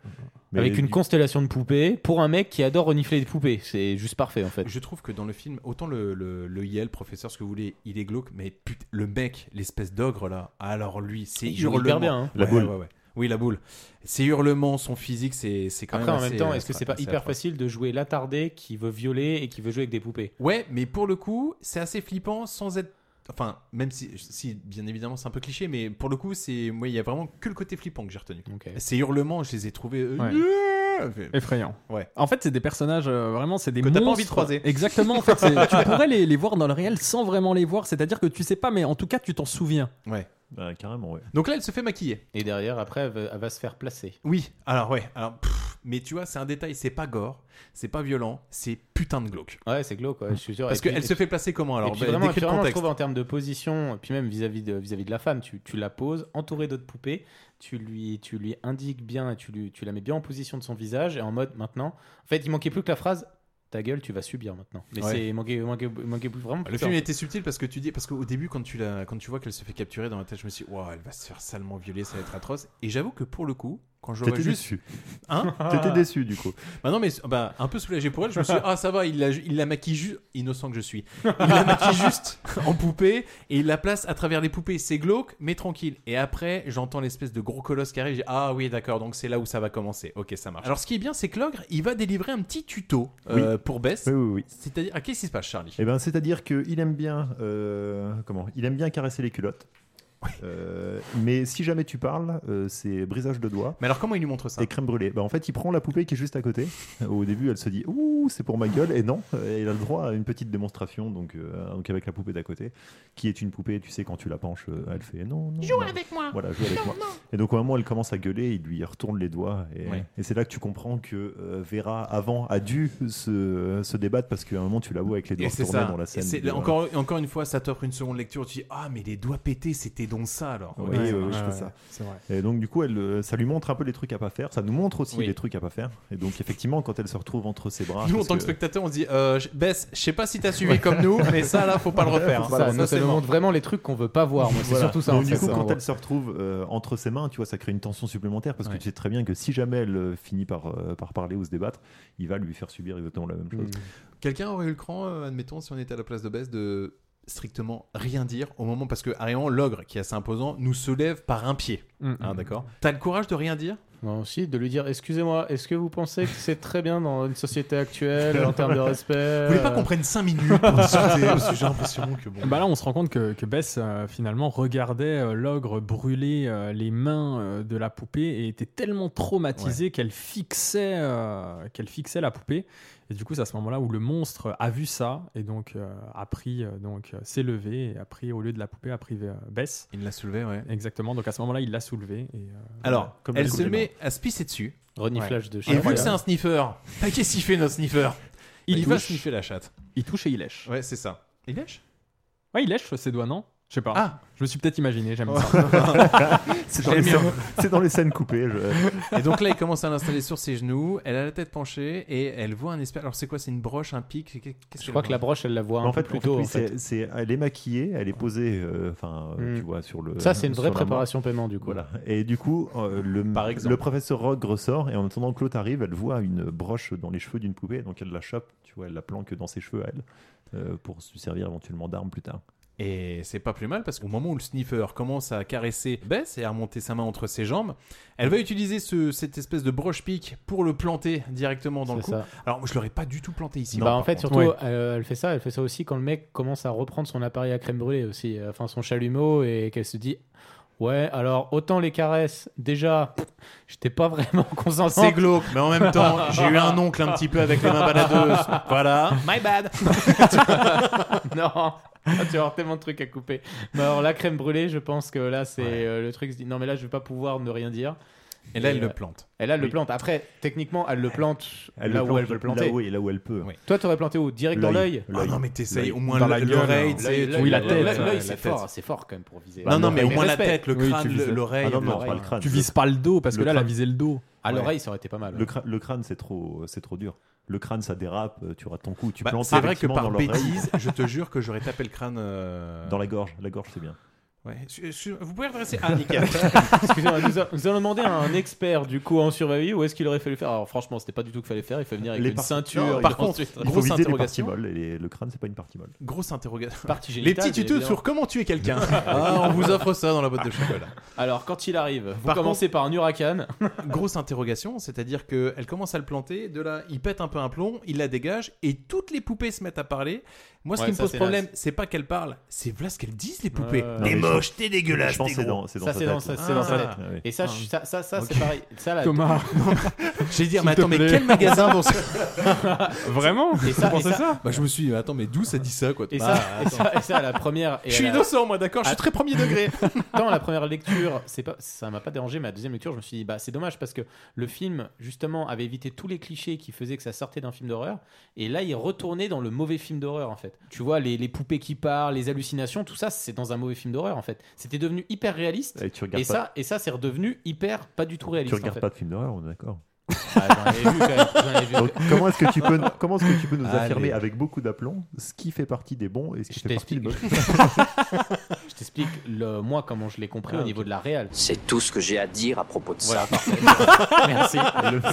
[SPEAKER 8] Mais
[SPEAKER 9] avec une
[SPEAKER 8] du-
[SPEAKER 9] constellation de poupées pour un mec qui adore renifler des poupées. C'est juste parfait en fait.
[SPEAKER 2] Je trouve que dans le film, autant le, le, le Yale, professeur, ce que vous voulez, il est glauque, mais putain, le mec, l'espèce d'ogre là, alors lui, c'est
[SPEAKER 9] Il joue hyper
[SPEAKER 2] hurlement.
[SPEAKER 9] bien, hein.
[SPEAKER 8] La
[SPEAKER 2] Ouais,
[SPEAKER 8] boule.
[SPEAKER 2] ouais, ouais. Oui, la boule. C'est hurlement, son physique, c'est c'est quand
[SPEAKER 9] Après, en
[SPEAKER 2] même
[SPEAKER 9] même
[SPEAKER 2] assez- euh,
[SPEAKER 9] temps, est-ce que
[SPEAKER 2] assez-
[SPEAKER 9] c'est pas
[SPEAKER 2] assez
[SPEAKER 9] hyper
[SPEAKER 2] atroce.
[SPEAKER 9] facile de jouer l'attardé qui veut violer et qui veut jouer avec des poupées
[SPEAKER 2] Ouais, mais pour le coup, c'est assez flippant sans être. Enfin, même si, si bien évidemment, c'est un peu cliché, mais pour le coup, c'est. Moi, il y a vraiment que le côté flippant que j'ai retenu. Ces hurlements, je les ai trouvés. euh,
[SPEAKER 5] Ouais.
[SPEAKER 2] yeah
[SPEAKER 5] Effrayant.
[SPEAKER 2] Ouais.
[SPEAKER 5] En fait, c'est des personnages euh, vraiment, c'est des
[SPEAKER 2] Que t'as
[SPEAKER 5] monstres.
[SPEAKER 2] pas envie de croiser.
[SPEAKER 5] Exactement. En fait, c'est- tu pourrais les, les voir dans le réel sans vraiment les voir. C'est-à-dire que tu sais pas, mais en tout cas, tu t'en souviens.
[SPEAKER 2] Ouais.
[SPEAKER 8] Bah, carrément, ouais.
[SPEAKER 2] Donc là, elle se fait maquiller.
[SPEAKER 9] Et derrière, après, elle va, elle va se faire placer.
[SPEAKER 2] Oui, alors ouais, alors pff, mais tu vois, c'est un détail, c'est pas gore, c'est pas violent, c'est putain de glauque.
[SPEAKER 9] Ouais, c'est glauque, ouais, je suis sûr.
[SPEAKER 2] Parce
[SPEAKER 9] Et puis-
[SPEAKER 2] qu'elle se fait placer comment alors
[SPEAKER 9] et puis
[SPEAKER 2] Bah,
[SPEAKER 9] vraiment,
[SPEAKER 2] décris
[SPEAKER 9] et puis
[SPEAKER 2] le
[SPEAKER 9] vraiment, je
[SPEAKER 2] contexte.
[SPEAKER 9] trouve en termes de position, et puis même vis-à-vis de, vis-à-vis de la femme, tu, tu la poses entourée d'autres poupées, tu lui, tu lui indiques bien et tu, lui, tu la mets bien en position de son visage et en mode maintenant. En fait, il manquait plus que la phrase ta gueule, tu vas subir maintenant. Mais
[SPEAKER 2] Ouais. Ah,
[SPEAKER 9] c'est il manquait, il manquait, il manquait plus vraiment.
[SPEAKER 2] Le
[SPEAKER 9] plus ça,
[SPEAKER 2] film
[SPEAKER 9] en
[SPEAKER 2] était subtil parce que tu dis parce qu'au début quand tu la quand tu vois qu'elle se fait capturer dans la tête, je me suis dit, Ouah, elle va se faire salement violer, ça va être atroce. Et j'avoue que pour le coup, quand je vois
[SPEAKER 8] T'étais
[SPEAKER 2] juste
[SPEAKER 8] déçu.
[SPEAKER 2] Hein
[SPEAKER 8] T'étais déçu, du coup.
[SPEAKER 2] Bah non mais bah un peu soulagé pour elle, je me suis dit, ah ça va, il la il la maquille juste innocent que je suis. Il la maquille juste en poupée et il la place à travers les poupées, c'est glauque mais tranquille. Et après, j'entends l'espèce de gros colosse qui arrive, je dis, ah oui, d'accord, donc c'est là où ça va commencer. OK, ça marche. Alors ce qui est bien, c'est que l'ogre, il va délivrer un petit tuto euh, pour Bess. C'est-à-dire ah, qu'est-ce qui se passe Charlie
[SPEAKER 8] Eh ben, c'est-à-dire qu'il aime bien, euh, comment Il aime bien caresser les culottes. Euh, mais si jamais tu parles, euh, c'est brisage de doigts.
[SPEAKER 2] Mais alors comment il lui montre ça
[SPEAKER 8] Et crème brûlée. Bah, en fait, il prend la poupée qui est juste à côté. Au début, elle se dit ouh, c'est pour ma gueule. Et non, euh, elle a le droit à une petite démonstration. Donc, euh, donc avec la poupée d'à côté, qui est une poupée. Tu sais quand tu la penches, euh, elle fait non, non.
[SPEAKER 18] Joue
[SPEAKER 8] non.
[SPEAKER 18] avec moi.
[SPEAKER 8] Voilà, joue avec
[SPEAKER 18] Non,
[SPEAKER 8] moi.
[SPEAKER 18] non.
[SPEAKER 8] Et donc au moment où elle commence à gueuler, il lui retourne les doigts. Et,
[SPEAKER 18] Ouais.
[SPEAKER 8] et c'est là que tu comprends que euh, Vera avant a dû se, se débattre parce qu'à un moment tu la vois avec les doigts
[SPEAKER 2] Et c'est
[SPEAKER 8] retournés
[SPEAKER 2] ça.
[SPEAKER 8] dans la scène.
[SPEAKER 2] Et c'est-
[SPEAKER 8] de-
[SPEAKER 2] encore, encore une fois, ça t'offre une seconde lecture. Tu dis Ah, mais les doigts pétés, c'était donc ça alors.
[SPEAKER 8] Oui,
[SPEAKER 2] Ok,
[SPEAKER 8] oui,
[SPEAKER 2] euh, ça
[SPEAKER 8] oui,
[SPEAKER 2] marche.
[SPEAKER 8] je fais
[SPEAKER 2] Ouais,
[SPEAKER 8] ça.
[SPEAKER 2] c'est vrai.
[SPEAKER 8] Et donc, du coup, elle, euh, ça lui montre un peu les trucs à pas faire. Ça nous montre aussi
[SPEAKER 2] Oui.
[SPEAKER 8] les trucs à pas faire. Et donc, effectivement, quand elle se retrouve entre ses bras.
[SPEAKER 2] nous, en
[SPEAKER 8] Hein, parce
[SPEAKER 2] tant que, spectateurs, on se dit euh, je- Bess, je sais pas si t'as suivi comme nous, mais ça là, faut pas le refaire. hein.
[SPEAKER 8] Faut pas le refaire.
[SPEAKER 9] Ça, ça nous montre vraiment les trucs qu'on veut pas voir. Moi, c'est
[SPEAKER 8] Voilà.
[SPEAKER 9] surtout ça.
[SPEAKER 8] Donc,
[SPEAKER 9] en
[SPEAKER 8] du
[SPEAKER 9] fait,
[SPEAKER 8] coup,
[SPEAKER 9] ça,
[SPEAKER 8] quand
[SPEAKER 9] moi.
[SPEAKER 8] elle se retrouve euh, entre ses mains, tu vois, ça crée une tension supplémentaire parce que tu sais très bien que si jamais elle euh, finit par, euh, par parler ou se débattre, il va lui faire subir exactement la même
[SPEAKER 9] Mm.
[SPEAKER 8] chose.
[SPEAKER 2] Quelqu'un aurait eu le cran, euh, admettons, si on était à la place de Bess, de strictement rien dire au moment parce que Arian, l'ogre qui est assez imposant, nous se lève par un pied.
[SPEAKER 9] Mm,
[SPEAKER 2] Hein,
[SPEAKER 9] mm.
[SPEAKER 5] Mhm.
[SPEAKER 2] D'accord T'as le courage de rien dire
[SPEAKER 9] Non, aussi, de lui dire Excusez-moi, est-ce que vous pensez que c'est très bien dans une société actuelle en termes de respect euh,
[SPEAKER 2] Vous voulez pas qu'on prenne 5 minutes pour discuter Parce que j'ai l'impression que bon.
[SPEAKER 5] Bah là, on se rend compte que, que Bess euh, finalement regardait euh, l'ogre brûler euh, les mains euh, de la poupée et était tellement traumatisée qu'elle fixait, euh, qu'elle fixait la poupée. Et du coup, c'est à ce moment-là où le monstre a vu ça et donc euh, a pris, euh, donc euh, s'est levé et a pris au lieu de la poupée a pris euh, Bess.
[SPEAKER 2] Il l'a soulevée, ouais.
[SPEAKER 5] Exactement. Donc à ce moment-là, il l'a soulevée. Et, euh,
[SPEAKER 2] Alors,
[SPEAKER 5] voilà. Comme
[SPEAKER 2] elle
[SPEAKER 5] dans
[SPEAKER 2] se
[SPEAKER 5] le
[SPEAKER 2] met à se pisser dessus.
[SPEAKER 5] Reniflage de
[SPEAKER 2] Et
[SPEAKER 5] chat.
[SPEAKER 2] vu que c'est un sniffer, bah, qu'est-ce qu'il fait notre sniffer Il,
[SPEAKER 5] Il
[SPEAKER 2] va
[SPEAKER 5] touche.
[SPEAKER 2] sniffer la chatte.
[SPEAKER 5] Il touche et il lèche.
[SPEAKER 2] Ouais, c'est ça. Il lèche
[SPEAKER 5] Ouais, il lèche ses doigts, non Je sais pas.
[SPEAKER 2] Ah
[SPEAKER 5] Je me suis peut-être imaginé, j'aime
[SPEAKER 2] Oh.
[SPEAKER 5] ça.
[SPEAKER 8] C'est dans, les scènes- c'est dans les scènes coupées. je-
[SPEAKER 2] Et donc là, il commence à l'installer sur ses genoux. Elle a la tête penchée et elle voit un espèce. Alors, c'est quoi C'est une broche, un pic Qu'est-ce qu'elle voit
[SPEAKER 9] elle la voit
[SPEAKER 8] en fait, le truc, c'est- c'est- elle est maquillée, elle est posée, euh, enfin, euh,
[SPEAKER 9] Mm.
[SPEAKER 8] tu vois, sur le.
[SPEAKER 9] Ça, c'est une
[SPEAKER 8] sur
[SPEAKER 9] vraie
[SPEAKER 8] la main.
[SPEAKER 9] préparation paiement, du coup.
[SPEAKER 8] Voilà. Et du coup, euh, le,
[SPEAKER 9] exemple.
[SPEAKER 8] le professeur Rogue ressort et en attendant que l'autre arrive, elle voit une broche dans les cheveux d'une poupée, donc elle la chope, tu vois, elle la planque dans ses cheveux à elle euh, pour se servir éventuellement d'arme plus tard.
[SPEAKER 2] Et c'est pas plus mal parce qu'au moment où le sniffer commence à caresser Bess et à remonter sa main entre ses jambes, elle va utiliser ce- cette espèce de broche pic pour le planter directement dans le
[SPEAKER 9] C'est
[SPEAKER 2] cou.
[SPEAKER 9] ça.
[SPEAKER 2] Alors, moi, je l'aurais pas du tout planté ici.
[SPEAKER 9] bah,
[SPEAKER 2] par
[SPEAKER 9] en fait,
[SPEAKER 2] contre.
[SPEAKER 9] surtout, euh, elle, elle fait ça. Elle fait ça aussi quand le mec commence à reprendre son appareil à crème brûlée aussi, euh, enfin son chalumeau, et qu'elle se dit. Ouais, alors autant les caresses, déjà, j'étais pas vraiment consentant.
[SPEAKER 2] C'est glauque, mais en même temps, j'ai eu un oncle un petit peu avec les mains baladeuses. Voilà.
[SPEAKER 9] My bad. non. Ah, tu vas avoir tellement de trucs à couper. Mais alors la crème brûlée, je pense que là, c'est euh, le truc. se dit, non, mais là, je vais pas pouvoir ne rien dire.
[SPEAKER 2] Et là, elle le plante.
[SPEAKER 9] Et là, elle le
[SPEAKER 8] Oui.
[SPEAKER 9] plante. Après, techniquement, elle le plante
[SPEAKER 8] Elle
[SPEAKER 9] là
[SPEAKER 8] le
[SPEAKER 9] où
[SPEAKER 8] plante
[SPEAKER 9] elle veut le planter.
[SPEAKER 8] Là où, et là où elle peut. hein.
[SPEAKER 9] Toi, t'aurais planté où Direct dans l'œil
[SPEAKER 2] Ah non, mais t'essayes
[SPEAKER 8] euh, L'œil.
[SPEAKER 2] au moins
[SPEAKER 8] Dans la
[SPEAKER 2] l-
[SPEAKER 8] gueule,
[SPEAKER 2] l'oreille,
[SPEAKER 8] hein.
[SPEAKER 2] tu sais,
[SPEAKER 8] L'œil,
[SPEAKER 2] tu-
[SPEAKER 8] l'œil,
[SPEAKER 2] la
[SPEAKER 8] l'œil,
[SPEAKER 2] tête,
[SPEAKER 8] l'œil,
[SPEAKER 2] ouais,
[SPEAKER 8] l'œil,
[SPEAKER 2] la
[SPEAKER 8] c'est
[SPEAKER 2] tête.
[SPEAKER 8] fort, c'est
[SPEAKER 9] fort quand même pour viser.
[SPEAKER 2] Non, non, mais au moins la
[SPEAKER 9] respect.
[SPEAKER 2] tête, le
[SPEAKER 9] Oui, tu
[SPEAKER 2] crâne,
[SPEAKER 9] vises
[SPEAKER 2] le-
[SPEAKER 9] le-
[SPEAKER 2] l'oreille.
[SPEAKER 8] Ah non, non,
[SPEAKER 2] l'oreille.
[SPEAKER 8] pas le crâne.
[SPEAKER 5] Tu vises pas le dos parce que
[SPEAKER 8] Le
[SPEAKER 5] là, elle a
[SPEAKER 8] crâne.
[SPEAKER 5] visé le dos.
[SPEAKER 9] À l'oreille, ça aurait été pas mal.
[SPEAKER 8] Le, crâne, le crâne, c'est trop, c'est trop dur. Le crâne, ça dérape, euh, tu rates ton coup. Tu
[SPEAKER 2] Bah,
[SPEAKER 8] plantes
[SPEAKER 2] c'est vrai que
[SPEAKER 8] effectivement
[SPEAKER 2] par
[SPEAKER 8] dans l'oreille.
[SPEAKER 2] bêtise, je te jure que j'aurais tapé le crâne. euh,
[SPEAKER 8] Dans la gorge, la gorge, c'est bien.
[SPEAKER 2] Ouais. Su- su- Vous pouvez redresser. Ah, nickel.
[SPEAKER 9] Excusez-moi, nous, a- nous allons demander à un expert du coup en survie où est-ce qu'il aurait fallu faire. Alors franchement, c'était pas du tout qu'il fallait faire. Il fallait venir avec
[SPEAKER 8] Les
[SPEAKER 9] une
[SPEAKER 8] par-
[SPEAKER 9] ceinture.
[SPEAKER 8] Non,
[SPEAKER 9] par
[SPEAKER 8] il faut-
[SPEAKER 9] contre,
[SPEAKER 8] il faut viser les parties molles, et les- le crâne, c'est pas une partie molle.
[SPEAKER 2] Grosse interrogation.
[SPEAKER 9] Partie
[SPEAKER 2] Les
[SPEAKER 9] génitale,
[SPEAKER 2] petits
[SPEAKER 9] bien
[SPEAKER 2] tutos
[SPEAKER 9] évidemment.
[SPEAKER 2] sur comment tuer quelqu'un. Ah, on vous offre ça dans la boîte de chocolat.
[SPEAKER 9] Alors quand il arrive, vous
[SPEAKER 2] Par
[SPEAKER 9] commencez par un huracan.
[SPEAKER 2] Grosse interrogation, c'est-à-dire qu'elle commence à le planter, de là, il pète un peu un plomb, il la dégage, et toutes les poupées se mettent à parler. Moi, ce
[SPEAKER 9] Ouais,
[SPEAKER 2] qui me
[SPEAKER 9] ça,
[SPEAKER 2] pose
[SPEAKER 9] c'est
[SPEAKER 2] problème, c'est pas qu'elles parlent, c'est voilà ce qu'elles disent, les poupées.
[SPEAKER 9] Ouais.
[SPEAKER 2] T'es
[SPEAKER 9] Non, mais je
[SPEAKER 2] moche,
[SPEAKER 9] pense-
[SPEAKER 2] t'es dégueulasse,
[SPEAKER 8] je pense
[SPEAKER 2] t'es
[SPEAKER 8] que c'est
[SPEAKER 2] gros.
[SPEAKER 8] dans- c'est
[SPEAKER 9] Ça c'est dans, ça, c'est dans sa tête.
[SPEAKER 2] Ah.
[SPEAKER 9] Et ça,
[SPEAKER 2] Ah.
[SPEAKER 9] je- ça, ça, ça,
[SPEAKER 2] Ok.
[SPEAKER 9] c'est pareil. Ça, la-
[SPEAKER 2] Thomas. J'ai dit,
[SPEAKER 9] S'il
[SPEAKER 2] mais
[SPEAKER 9] te
[SPEAKER 2] attends, mais
[SPEAKER 9] plaît.
[SPEAKER 2] quel magasin dans ce...
[SPEAKER 9] Vraiment Et ça- Vous pensez et ça- ça
[SPEAKER 2] Bah, je me suis dit, attends, mais d'où ça dit ça, quoi
[SPEAKER 9] Et,
[SPEAKER 2] Bah,
[SPEAKER 9] ça, et,
[SPEAKER 2] attends.
[SPEAKER 9] ça, et ça, la première. et
[SPEAKER 2] Je suis
[SPEAKER 9] la-
[SPEAKER 2] innocent, moi, d'accord Je suis
[SPEAKER 9] Ah.
[SPEAKER 2] très premier degré.
[SPEAKER 9] Dans la première lecture, c'est pas, ça m'a pas dérangé, mais à la deuxième lecture, je me suis dit, bah, c'est dommage parce que le film, justement, avait évité tous les clichés qui faisaient que ça sortait d'un film d'horreur. Et là, il retournait dans le mauvais film d'horreur, en fait. Tu vois, les, les poupées qui parlent, les hallucinations, tout ça, c'est dans un mauvais film d'horreur, en fait. C'était devenu hyper réaliste.
[SPEAKER 8] Et Eh, tu regardes pas-
[SPEAKER 9] ça, et ça, c'est redevenu hyper pas du tout
[SPEAKER 8] Tu
[SPEAKER 9] réaliste. en
[SPEAKER 8] regardes
[SPEAKER 9] fait.
[SPEAKER 8] pas de film d'horreur, on est d'accord.
[SPEAKER 9] Ah, j'en ai vu, quand même, j'en ai vu.
[SPEAKER 8] Donc, comment est-ce que tu peux, comment est-ce que tu peux nous
[SPEAKER 9] Allez.
[SPEAKER 8] affirmer avec beaucoup d'aplomb ce qui fait partie des bons et ce qui fait partie des mauvais
[SPEAKER 9] Je t'explique le- moi comment je l'ai compris
[SPEAKER 8] Ah,
[SPEAKER 9] au niveau de la réal.
[SPEAKER 1] C'est tout ce que j'ai à dire à propos de
[SPEAKER 9] Voilà,
[SPEAKER 1] ça.
[SPEAKER 9] parfait. Merci.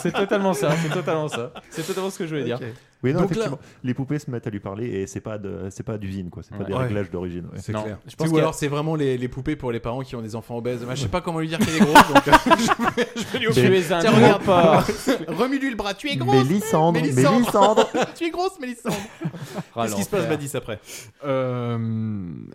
[SPEAKER 9] C'est totalement ça, c'est totalement ça. C'est totalement ce que je voulais dire.
[SPEAKER 8] Oui, non,
[SPEAKER 9] Donc là-
[SPEAKER 8] effectivement, les poupées se mettent à lui parler et c'est pas de, c'est pas d'usine quoi, c'est pas
[SPEAKER 9] Ouais.
[SPEAKER 8] des
[SPEAKER 9] Ouais.
[SPEAKER 8] réglages d'origine. ouais.
[SPEAKER 2] C'est clair.
[SPEAKER 9] je pense
[SPEAKER 2] ou
[SPEAKER 9] qu'il y a-
[SPEAKER 2] alors c'est vraiment les, les poupées pour les parents qui ont des enfants obèses. Je sais pas comment lui dire qu'il est gros, donc euh, je, vais, je vais lui
[SPEAKER 8] Tu
[SPEAKER 2] offrir-
[SPEAKER 8] es un
[SPEAKER 2] Tiens,
[SPEAKER 8] gros
[SPEAKER 2] regarde
[SPEAKER 8] porc.
[SPEAKER 2] Remue-lui le bras. Tu es grosse.
[SPEAKER 8] Mélissandre, Mélissandre.
[SPEAKER 2] tu es grosse, Mélissandre. Qu'est-ce qui se passe, Badis, après
[SPEAKER 5] Euh,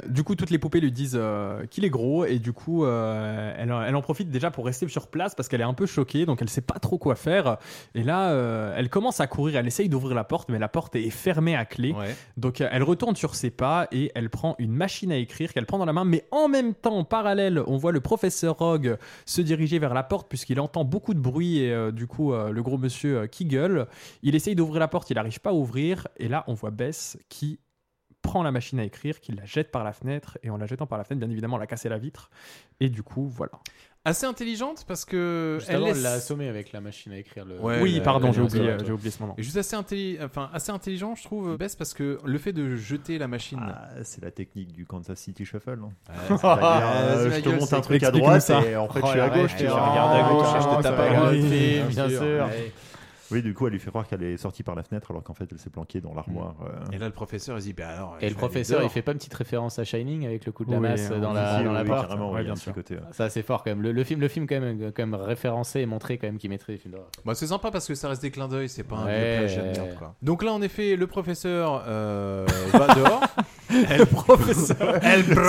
[SPEAKER 5] Du coup, toutes les poupées lui disent euh, qu'il est gros et du coup, euh, elle, elle en profite déjà pour rester sur place parce qu'elle est un peu choquée, donc elle sait pas trop quoi faire. Et là, euh, elle commence à courir, elle essaye d'ouvrir la porte, mais la porte est fermée à clé. Donc, euh, elle retourne sur ses pas et elle prend une machine à écrire qu'elle prend dans la main, mais en même temps, en parallèle, on voit le professeur Rogue se diriger vers la porte puisqu'il entend beaucoup de bruit et euh, du coup, euh, le gros monsieur euh, qui gueule. Il essaye d'ouvrir la porte, il n'arrive pas à ouvrir et là, on voit Bess qui prend la machine à écrire, qui la jette par la fenêtre, et en la jetant par la fenêtre, bien évidemment, elle a cassé la vitre. Et du coup, voilà.
[SPEAKER 2] Assez intelligente parce que
[SPEAKER 9] Juste
[SPEAKER 2] elle
[SPEAKER 9] avant,
[SPEAKER 2] laisse-
[SPEAKER 9] elle l'a assommé avec la machine à écrire. Le,
[SPEAKER 2] Ouais,
[SPEAKER 5] oui,
[SPEAKER 2] la-
[SPEAKER 5] pardon,
[SPEAKER 2] la-
[SPEAKER 5] j'ai
[SPEAKER 2] la-
[SPEAKER 5] oublié,
[SPEAKER 2] la-
[SPEAKER 5] j'ai oublié ce moment.
[SPEAKER 2] Et Juste assez, intelli- enfin, assez intelligent, je trouve, Bess, parce que le fait de jeter la machine.
[SPEAKER 8] Ah, c'est la technique du Kansas City Shuffle. non
[SPEAKER 2] c'est
[SPEAKER 8] C'est-à-dire,
[SPEAKER 2] pas-
[SPEAKER 8] euh,
[SPEAKER 2] vas-y, ma
[SPEAKER 8] je te
[SPEAKER 2] gueule,
[SPEAKER 8] monte
[SPEAKER 2] c'est
[SPEAKER 8] un
[SPEAKER 2] quoi
[SPEAKER 8] truc à
[SPEAKER 2] Explique-nous
[SPEAKER 8] droite
[SPEAKER 2] ça.
[SPEAKER 8] et en fait
[SPEAKER 2] Oh
[SPEAKER 8] je suis
[SPEAKER 2] la
[SPEAKER 8] à gauche.
[SPEAKER 2] vache,
[SPEAKER 8] tu
[SPEAKER 2] tu
[SPEAKER 8] regardes
[SPEAKER 9] Ah,
[SPEAKER 2] regardes à gauche et je te tape à droite.
[SPEAKER 9] Oui, bien sûr.
[SPEAKER 8] Oui, du coup, elle lui fait croire qu'elle est sortie par la fenêtre alors qu'en fait, elle s'est planquée dans l'armoire. euh.
[SPEAKER 2] Et là, le professeur, il se dit Bah alors. je
[SPEAKER 9] Et
[SPEAKER 2] vais
[SPEAKER 9] le
[SPEAKER 2] aller
[SPEAKER 9] professeur,
[SPEAKER 2] dehors.
[SPEAKER 9] il fait pas une petite référence à Shining avec le coup de la
[SPEAKER 8] Oui,
[SPEAKER 9] masse
[SPEAKER 8] euh,
[SPEAKER 9] dans
[SPEAKER 8] oui,
[SPEAKER 9] la
[SPEAKER 8] si,
[SPEAKER 9] Ah, dans
[SPEAKER 8] oui,
[SPEAKER 9] la
[SPEAKER 8] oui,
[SPEAKER 9] porte.
[SPEAKER 8] carrément, oui, bien sûr. Côté, euh. ouais.
[SPEAKER 9] Ça c'est fort quand même. Le, le film, le film quand même, quand même référencé et montré quand même qu'il maîtrise les films d'horreur.
[SPEAKER 2] Bah, c'est sympa parce que ça reste des clins d'œil, c'est pas un vieux
[SPEAKER 9] Ouais.
[SPEAKER 2] plagiat de merde, quoi. Donc là, en effet, le professeur euh, va dehors. Elle professeur.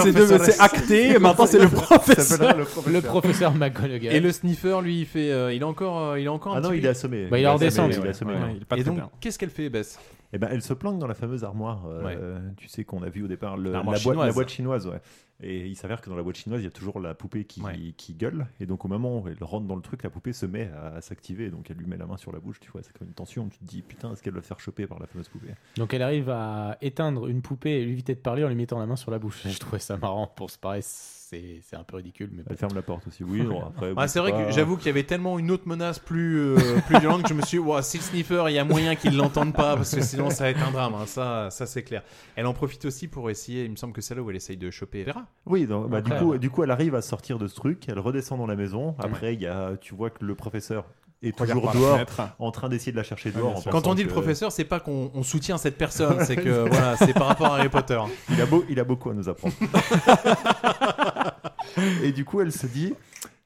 [SPEAKER 5] C'est devenu- c'est acté, et maintenant, c'est le professeur. Ça s'appellera le professeur.
[SPEAKER 9] Le professeur McGonagall.
[SPEAKER 2] Et le sniffer, lui, il fait, euh, il est encore, euh, il est encore. un
[SPEAKER 8] Ah non,
[SPEAKER 2] petit
[SPEAKER 8] il
[SPEAKER 2] peu-
[SPEAKER 8] est assommé.
[SPEAKER 9] Bah, il est en
[SPEAKER 8] assommé,
[SPEAKER 9] descente.
[SPEAKER 8] il est assommé,
[SPEAKER 9] Ouais,
[SPEAKER 8] non.
[SPEAKER 9] ouais, il est pas
[SPEAKER 2] Et
[SPEAKER 9] très
[SPEAKER 2] donc,
[SPEAKER 9] bien.
[SPEAKER 2] qu'est-ce qu'elle fait, Bess
[SPEAKER 8] Eh ben, elle se planque dans la fameuse armoire. euh,
[SPEAKER 2] Ouais.
[SPEAKER 8] euh, tu sais qu'on a vu au départ le- la,
[SPEAKER 2] L'armoire
[SPEAKER 8] boîte, la
[SPEAKER 2] chinoise.
[SPEAKER 8] boîte chinoise. ouais. Et il s'avère que dans la boîte chinoise, il y a toujours la poupée qui, qui gueule. Et donc, au moment où elle rentre dans le truc, la poupée se met à, à s'activer. Donc, elle lui met la main sur la bouche. Tu vois, c'est comme une tension. Tu te dis, putain, est-ce qu'elle va se faire choper par la fameuse poupée
[SPEAKER 9] Donc elle arrive à éteindre une poupée et lui éviter de parler en lui mettant la main sur la bouche. Je trouvais ça marrant pour se pareil, c'est c'est un peu ridicule mais
[SPEAKER 8] Elle ferme la porte aussi. Oui, bon, après.
[SPEAKER 2] Ah,
[SPEAKER 8] bon,
[SPEAKER 2] c'est vrai
[SPEAKER 8] pas-
[SPEAKER 2] que j'avoue qu'il y avait tellement une autre menace plus, euh, plus violente que je me suis dit, Ouah, si le sniffer, il y a moyen qu'il l'entende pas, parce que sinon ça va être un drame, hein. ça, ça c'est clair. Elle en profite aussi pour essayer, il me semble que c'est là où elle essaye de choper Vera.
[SPEAKER 8] Oui, donc, bah, du,
[SPEAKER 2] Après, euh,
[SPEAKER 8] coup,
[SPEAKER 2] ouais.
[SPEAKER 8] du coup, elle arrive à sortir de ce truc, elle redescend dans la maison. Après, il y a, tu vois que le professeur est
[SPEAKER 2] Regarde
[SPEAKER 8] toujours
[SPEAKER 2] par la
[SPEAKER 8] dehors,
[SPEAKER 2] fenêtre.
[SPEAKER 8] en train d'essayer de la chercher
[SPEAKER 2] Ah,
[SPEAKER 8] dehors.
[SPEAKER 2] bien
[SPEAKER 8] en
[SPEAKER 2] sûr.
[SPEAKER 8] pensant
[SPEAKER 2] Quand on dit le
[SPEAKER 8] que-
[SPEAKER 2] professeur, c'est pas qu'on on soutient cette personne, c'est que voilà, c'est par rapport à Harry Potter. hein.
[SPEAKER 8] Il a, beau, il a beaucoup à nous apprendre. Et du coup, elle se dit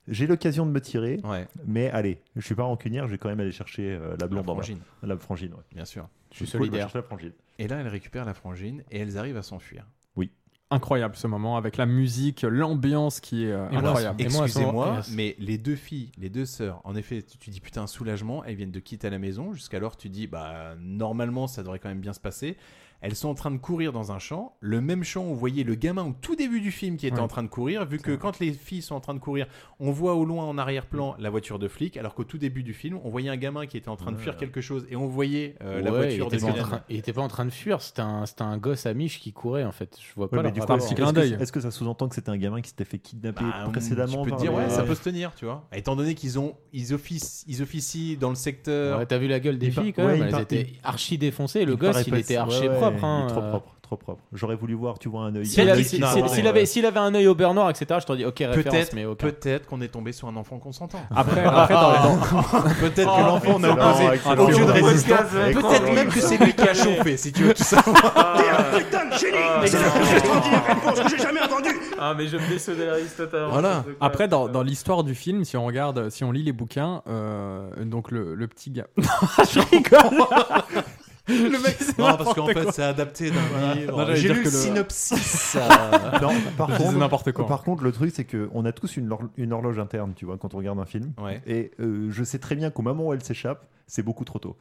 [SPEAKER 8] j'ai l'occasion de me tirer, mais allez, je suis pas rancunière, je vais quand même aller chercher euh, la blonde en bas.
[SPEAKER 2] frangine.
[SPEAKER 8] La frangine, ouais.
[SPEAKER 2] Bien sûr.
[SPEAKER 8] Je suis solidaire. chercher la frangine.
[SPEAKER 2] Et là, elle récupère la frangine et elles arrivent à s'enfuir.
[SPEAKER 8] Oui.
[SPEAKER 5] Incroyable ce moment avec la musique, l'ambiance qui est euh,
[SPEAKER 2] Alors,
[SPEAKER 5] incroyable.
[SPEAKER 2] Excusez-moi, mais les deux filles, les deux sœurs, en effet, tu, tu dis putain, soulagement, elles viennent de quitter la maison. Jusqu'alors, tu dis bah normalement, ça devrait quand même bien se passer. Elles sont en train de courir dans un champ, le même champ où vous voyez le gamin au tout début du film qui était
[SPEAKER 5] Ouais.
[SPEAKER 2] en train de courir, vu que quand les filles sont en train de courir, on voit au loin en
[SPEAKER 9] Mm.
[SPEAKER 2] arrière-plan la voiture de flic, alors qu'au tout début du film, on voyait un gamin qui était en train de fuir quelque chose et on voyait euh, la
[SPEAKER 9] Ouais,
[SPEAKER 2] voiture
[SPEAKER 9] il
[SPEAKER 2] de
[SPEAKER 9] était, pas en
[SPEAKER 2] Dylan.
[SPEAKER 9] train, il était pas en train de fuir, c'était un, c'était un gosse amiche qui courait en fait. Je vois pas
[SPEAKER 8] Ouais,
[SPEAKER 9] le
[SPEAKER 8] mais du coup,
[SPEAKER 9] rapport.
[SPEAKER 8] est-ce que, est-ce que ça sous-entend que c'était un gamin qui s'était fait kidnapper
[SPEAKER 2] Bah, on-
[SPEAKER 8] précédemment
[SPEAKER 9] hein,
[SPEAKER 2] Tu peux te
[SPEAKER 8] par
[SPEAKER 2] dire,
[SPEAKER 8] les- euh,
[SPEAKER 2] ouais, ça peut se tenir, tu vois. Étant donné qu'ils ont, ils officient, ils officient dans le secteur.
[SPEAKER 9] Ouais, t'as vu la gueule des
[SPEAKER 2] Il par-
[SPEAKER 9] filles quand
[SPEAKER 2] ouais,
[SPEAKER 9] même,
[SPEAKER 2] il
[SPEAKER 9] elles
[SPEAKER 2] par-
[SPEAKER 9] étaient
[SPEAKER 2] il-
[SPEAKER 9] archi défoncées. Le
[SPEAKER 2] il
[SPEAKER 9] gosse,
[SPEAKER 2] paraît
[SPEAKER 9] il
[SPEAKER 2] pas-
[SPEAKER 9] était archi
[SPEAKER 2] ouais, ouais,
[SPEAKER 9] propre. hein,
[SPEAKER 2] il est trop
[SPEAKER 9] euh,
[SPEAKER 2] propre.
[SPEAKER 8] trop propre. J'aurais voulu voir, tu vois, un œil.
[SPEAKER 9] S'il
[SPEAKER 8] un
[SPEAKER 9] avait,
[SPEAKER 8] œil qui
[SPEAKER 9] s'il-
[SPEAKER 8] se
[SPEAKER 9] s'il-
[SPEAKER 8] barre,
[SPEAKER 9] s'il
[SPEAKER 8] euh,
[SPEAKER 9] avait, s'il avait un œil au beurre noir, etc., je t'aurais dit ok, référence,
[SPEAKER 2] Peut-être
[SPEAKER 9] mais ok.
[SPEAKER 2] peut-être qu'on est tombé sur un enfant consentant.
[SPEAKER 5] Ah,
[SPEAKER 9] Après- après, dans- dans-
[SPEAKER 2] peut-être que
[SPEAKER 9] Oh,
[SPEAKER 2] l'enfant n'a
[SPEAKER 9] excellent,
[SPEAKER 2] opposé
[SPEAKER 9] excellent.
[SPEAKER 2] aucune
[SPEAKER 9] Excellent.
[SPEAKER 2] résistance.
[SPEAKER 9] Excellent.
[SPEAKER 2] Peut-être même que c'est lui qui a chauffé, si tu veux tout savoir.
[SPEAKER 9] Ah, mais je me désolidarise totalement.
[SPEAKER 5] Voilà. Après, dans, dans l'histoire du film, si on regarde, si on lit les bouquins, euh, donc le, le petit gars. je rigole. le mec, c'est
[SPEAKER 2] Non, parce
[SPEAKER 5] n'importe
[SPEAKER 2] qu'en fait,
[SPEAKER 5] quoi.
[SPEAKER 2] c'est adapté d'un
[SPEAKER 5] Voilà.
[SPEAKER 2] livre.
[SPEAKER 5] Non, j'allais
[SPEAKER 2] J'ai
[SPEAKER 5] dire
[SPEAKER 2] lu
[SPEAKER 5] que
[SPEAKER 2] le synopsis.
[SPEAKER 8] Non, par
[SPEAKER 5] Je disais
[SPEAKER 8] contre,
[SPEAKER 5] n'importe quoi.
[SPEAKER 8] Par contre, le truc, c'est qu'on a tous une, lor- une horloge interne, tu vois, quand on regarde un film.
[SPEAKER 2] Ouais.
[SPEAKER 8] Et euh, je sais très bien qu'au moment où elle s'échappe, c'est beaucoup trop tôt.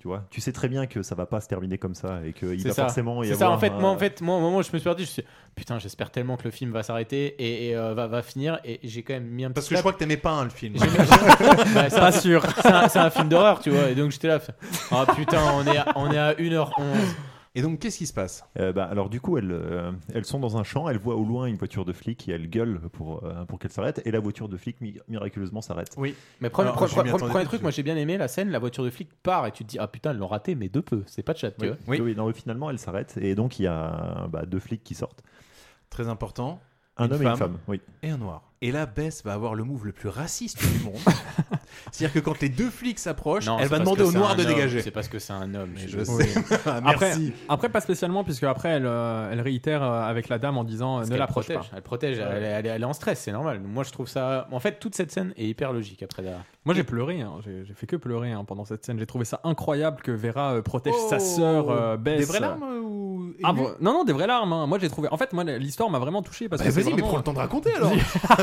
[SPEAKER 8] Tu vois, tu sais très bien que ça va pas se terminer comme ça et qu'il
[SPEAKER 9] C'est
[SPEAKER 8] va
[SPEAKER 9] ça.
[SPEAKER 8] forcément y
[SPEAKER 9] C'est ça.
[SPEAKER 8] avoir.
[SPEAKER 9] En fait,
[SPEAKER 8] un-
[SPEAKER 9] moi, en fait, moi, au moment où je me suis perdu, je me suis dit, putain, j'espère tellement que le film va s'arrêter et, et, euh, va, va finir. Et j'ai quand même mis un petit.
[SPEAKER 2] Parce que je
[SPEAKER 9] clap.
[SPEAKER 2] crois que t'aimais pas, hein, le film.
[SPEAKER 9] J'ai- Bah, c'est
[SPEAKER 2] Pas
[SPEAKER 9] un-
[SPEAKER 2] sûr.
[SPEAKER 9] C'est un, c'est un film d'horreur, tu vois. Et donc j'étais là. fait, Ah putain, on est à, on est à 1h11.
[SPEAKER 2] Et donc, qu'est-ce qui se passe
[SPEAKER 8] Euh, bah, alors du coup, elles, euh, elles sont dans un champ, elles voient au loin une voiture de flic et elles gueulent pour, euh, pour qu'elle s'arrête. Et la voiture de flic mi- miraculeusement s'arrête.
[SPEAKER 2] Oui.
[SPEAKER 9] Mais premier, premier- premier truc, moi j'ai bien aimé la scène, la voiture de flic part et tu te dis, ah putain, ils l'ont raté, mais de peu, c'est pas de chat, tu
[SPEAKER 8] Oui,
[SPEAKER 9] vois.
[SPEAKER 8] oui. non, mais finalement, elle s'arrête et donc il y a bah, deux flics qui sortent.
[SPEAKER 2] Très important.
[SPEAKER 8] Un homme et une femme, oui.
[SPEAKER 2] Et un noir. Et là, Bess va avoir le move le plus raciste du monde. C'est-à-dire que quand les deux flics s'approchent,
[SPEAKER 9] Non,
[SPEAKER 2] elle
[SPEAKER 9] c'est
[SPEAKER 2] va
[SPEAKER 9] parce
[SPEAKER 2] demander
[SPEAKER 9] que
[SPEAKER 2] au
[SPEAKER 9] c'est
[SPEAKER 2] noir
[SPEAKER 9] un
[SPEAKER 2] de
[SPEAKER 9] homme,
[SPEAKER 2] dégager.
[SPEAKER 9] C'est parce que c'est un homme.
[SPEAKER 2] Mais
[SPEAKER 9] suis
[SPEAKER 2] je sais.
[SPEAKER 9] désolé.
[SPEAKER 2] Ah,
[SPEAKER 5] Après,
[SPEAKER 2] merci.
[SPEAKER 5] après, pas spécialement, puisque après, elle, euh, elle réitère euh, avec la dame en disant euh,
[SPEAKER 9] Parce
[SPEAKER 5] ne
[SPEAKER 9] qu'elle
[SPEAKER 5] l'approche pas.
[SPEAKER 9] protège, Elle protège, elle, elle- elle est en stress, c'est normal. Moi je trouve ça. En fait, toute cette scène est hyper logique après derrière.
[SPEAKER 5] Moi j'ai pleuré, hein. j'ai j'ai fait que pleurer hein, pendant cette scène. J'ai trouvé ça incroyable que Vera euh, protège sa sœur euh, Bess.
[SPEAKER 2] Des vraies larmes euh, ou.
[SPEAKER 5] Ah, bon, non, non, des vraies larmes. hein. Moi j'ai trouvé. En fait, moi l'histoire m'a vraiment touché. parce
[SPEAKER 2] Bah,
[SPEAKER 5] que c'est
[SPEAKER 2] vas-y, mais
[SPEAKER 5] vraiment-
[SPEAKER 2] prends le temps de raconter alors.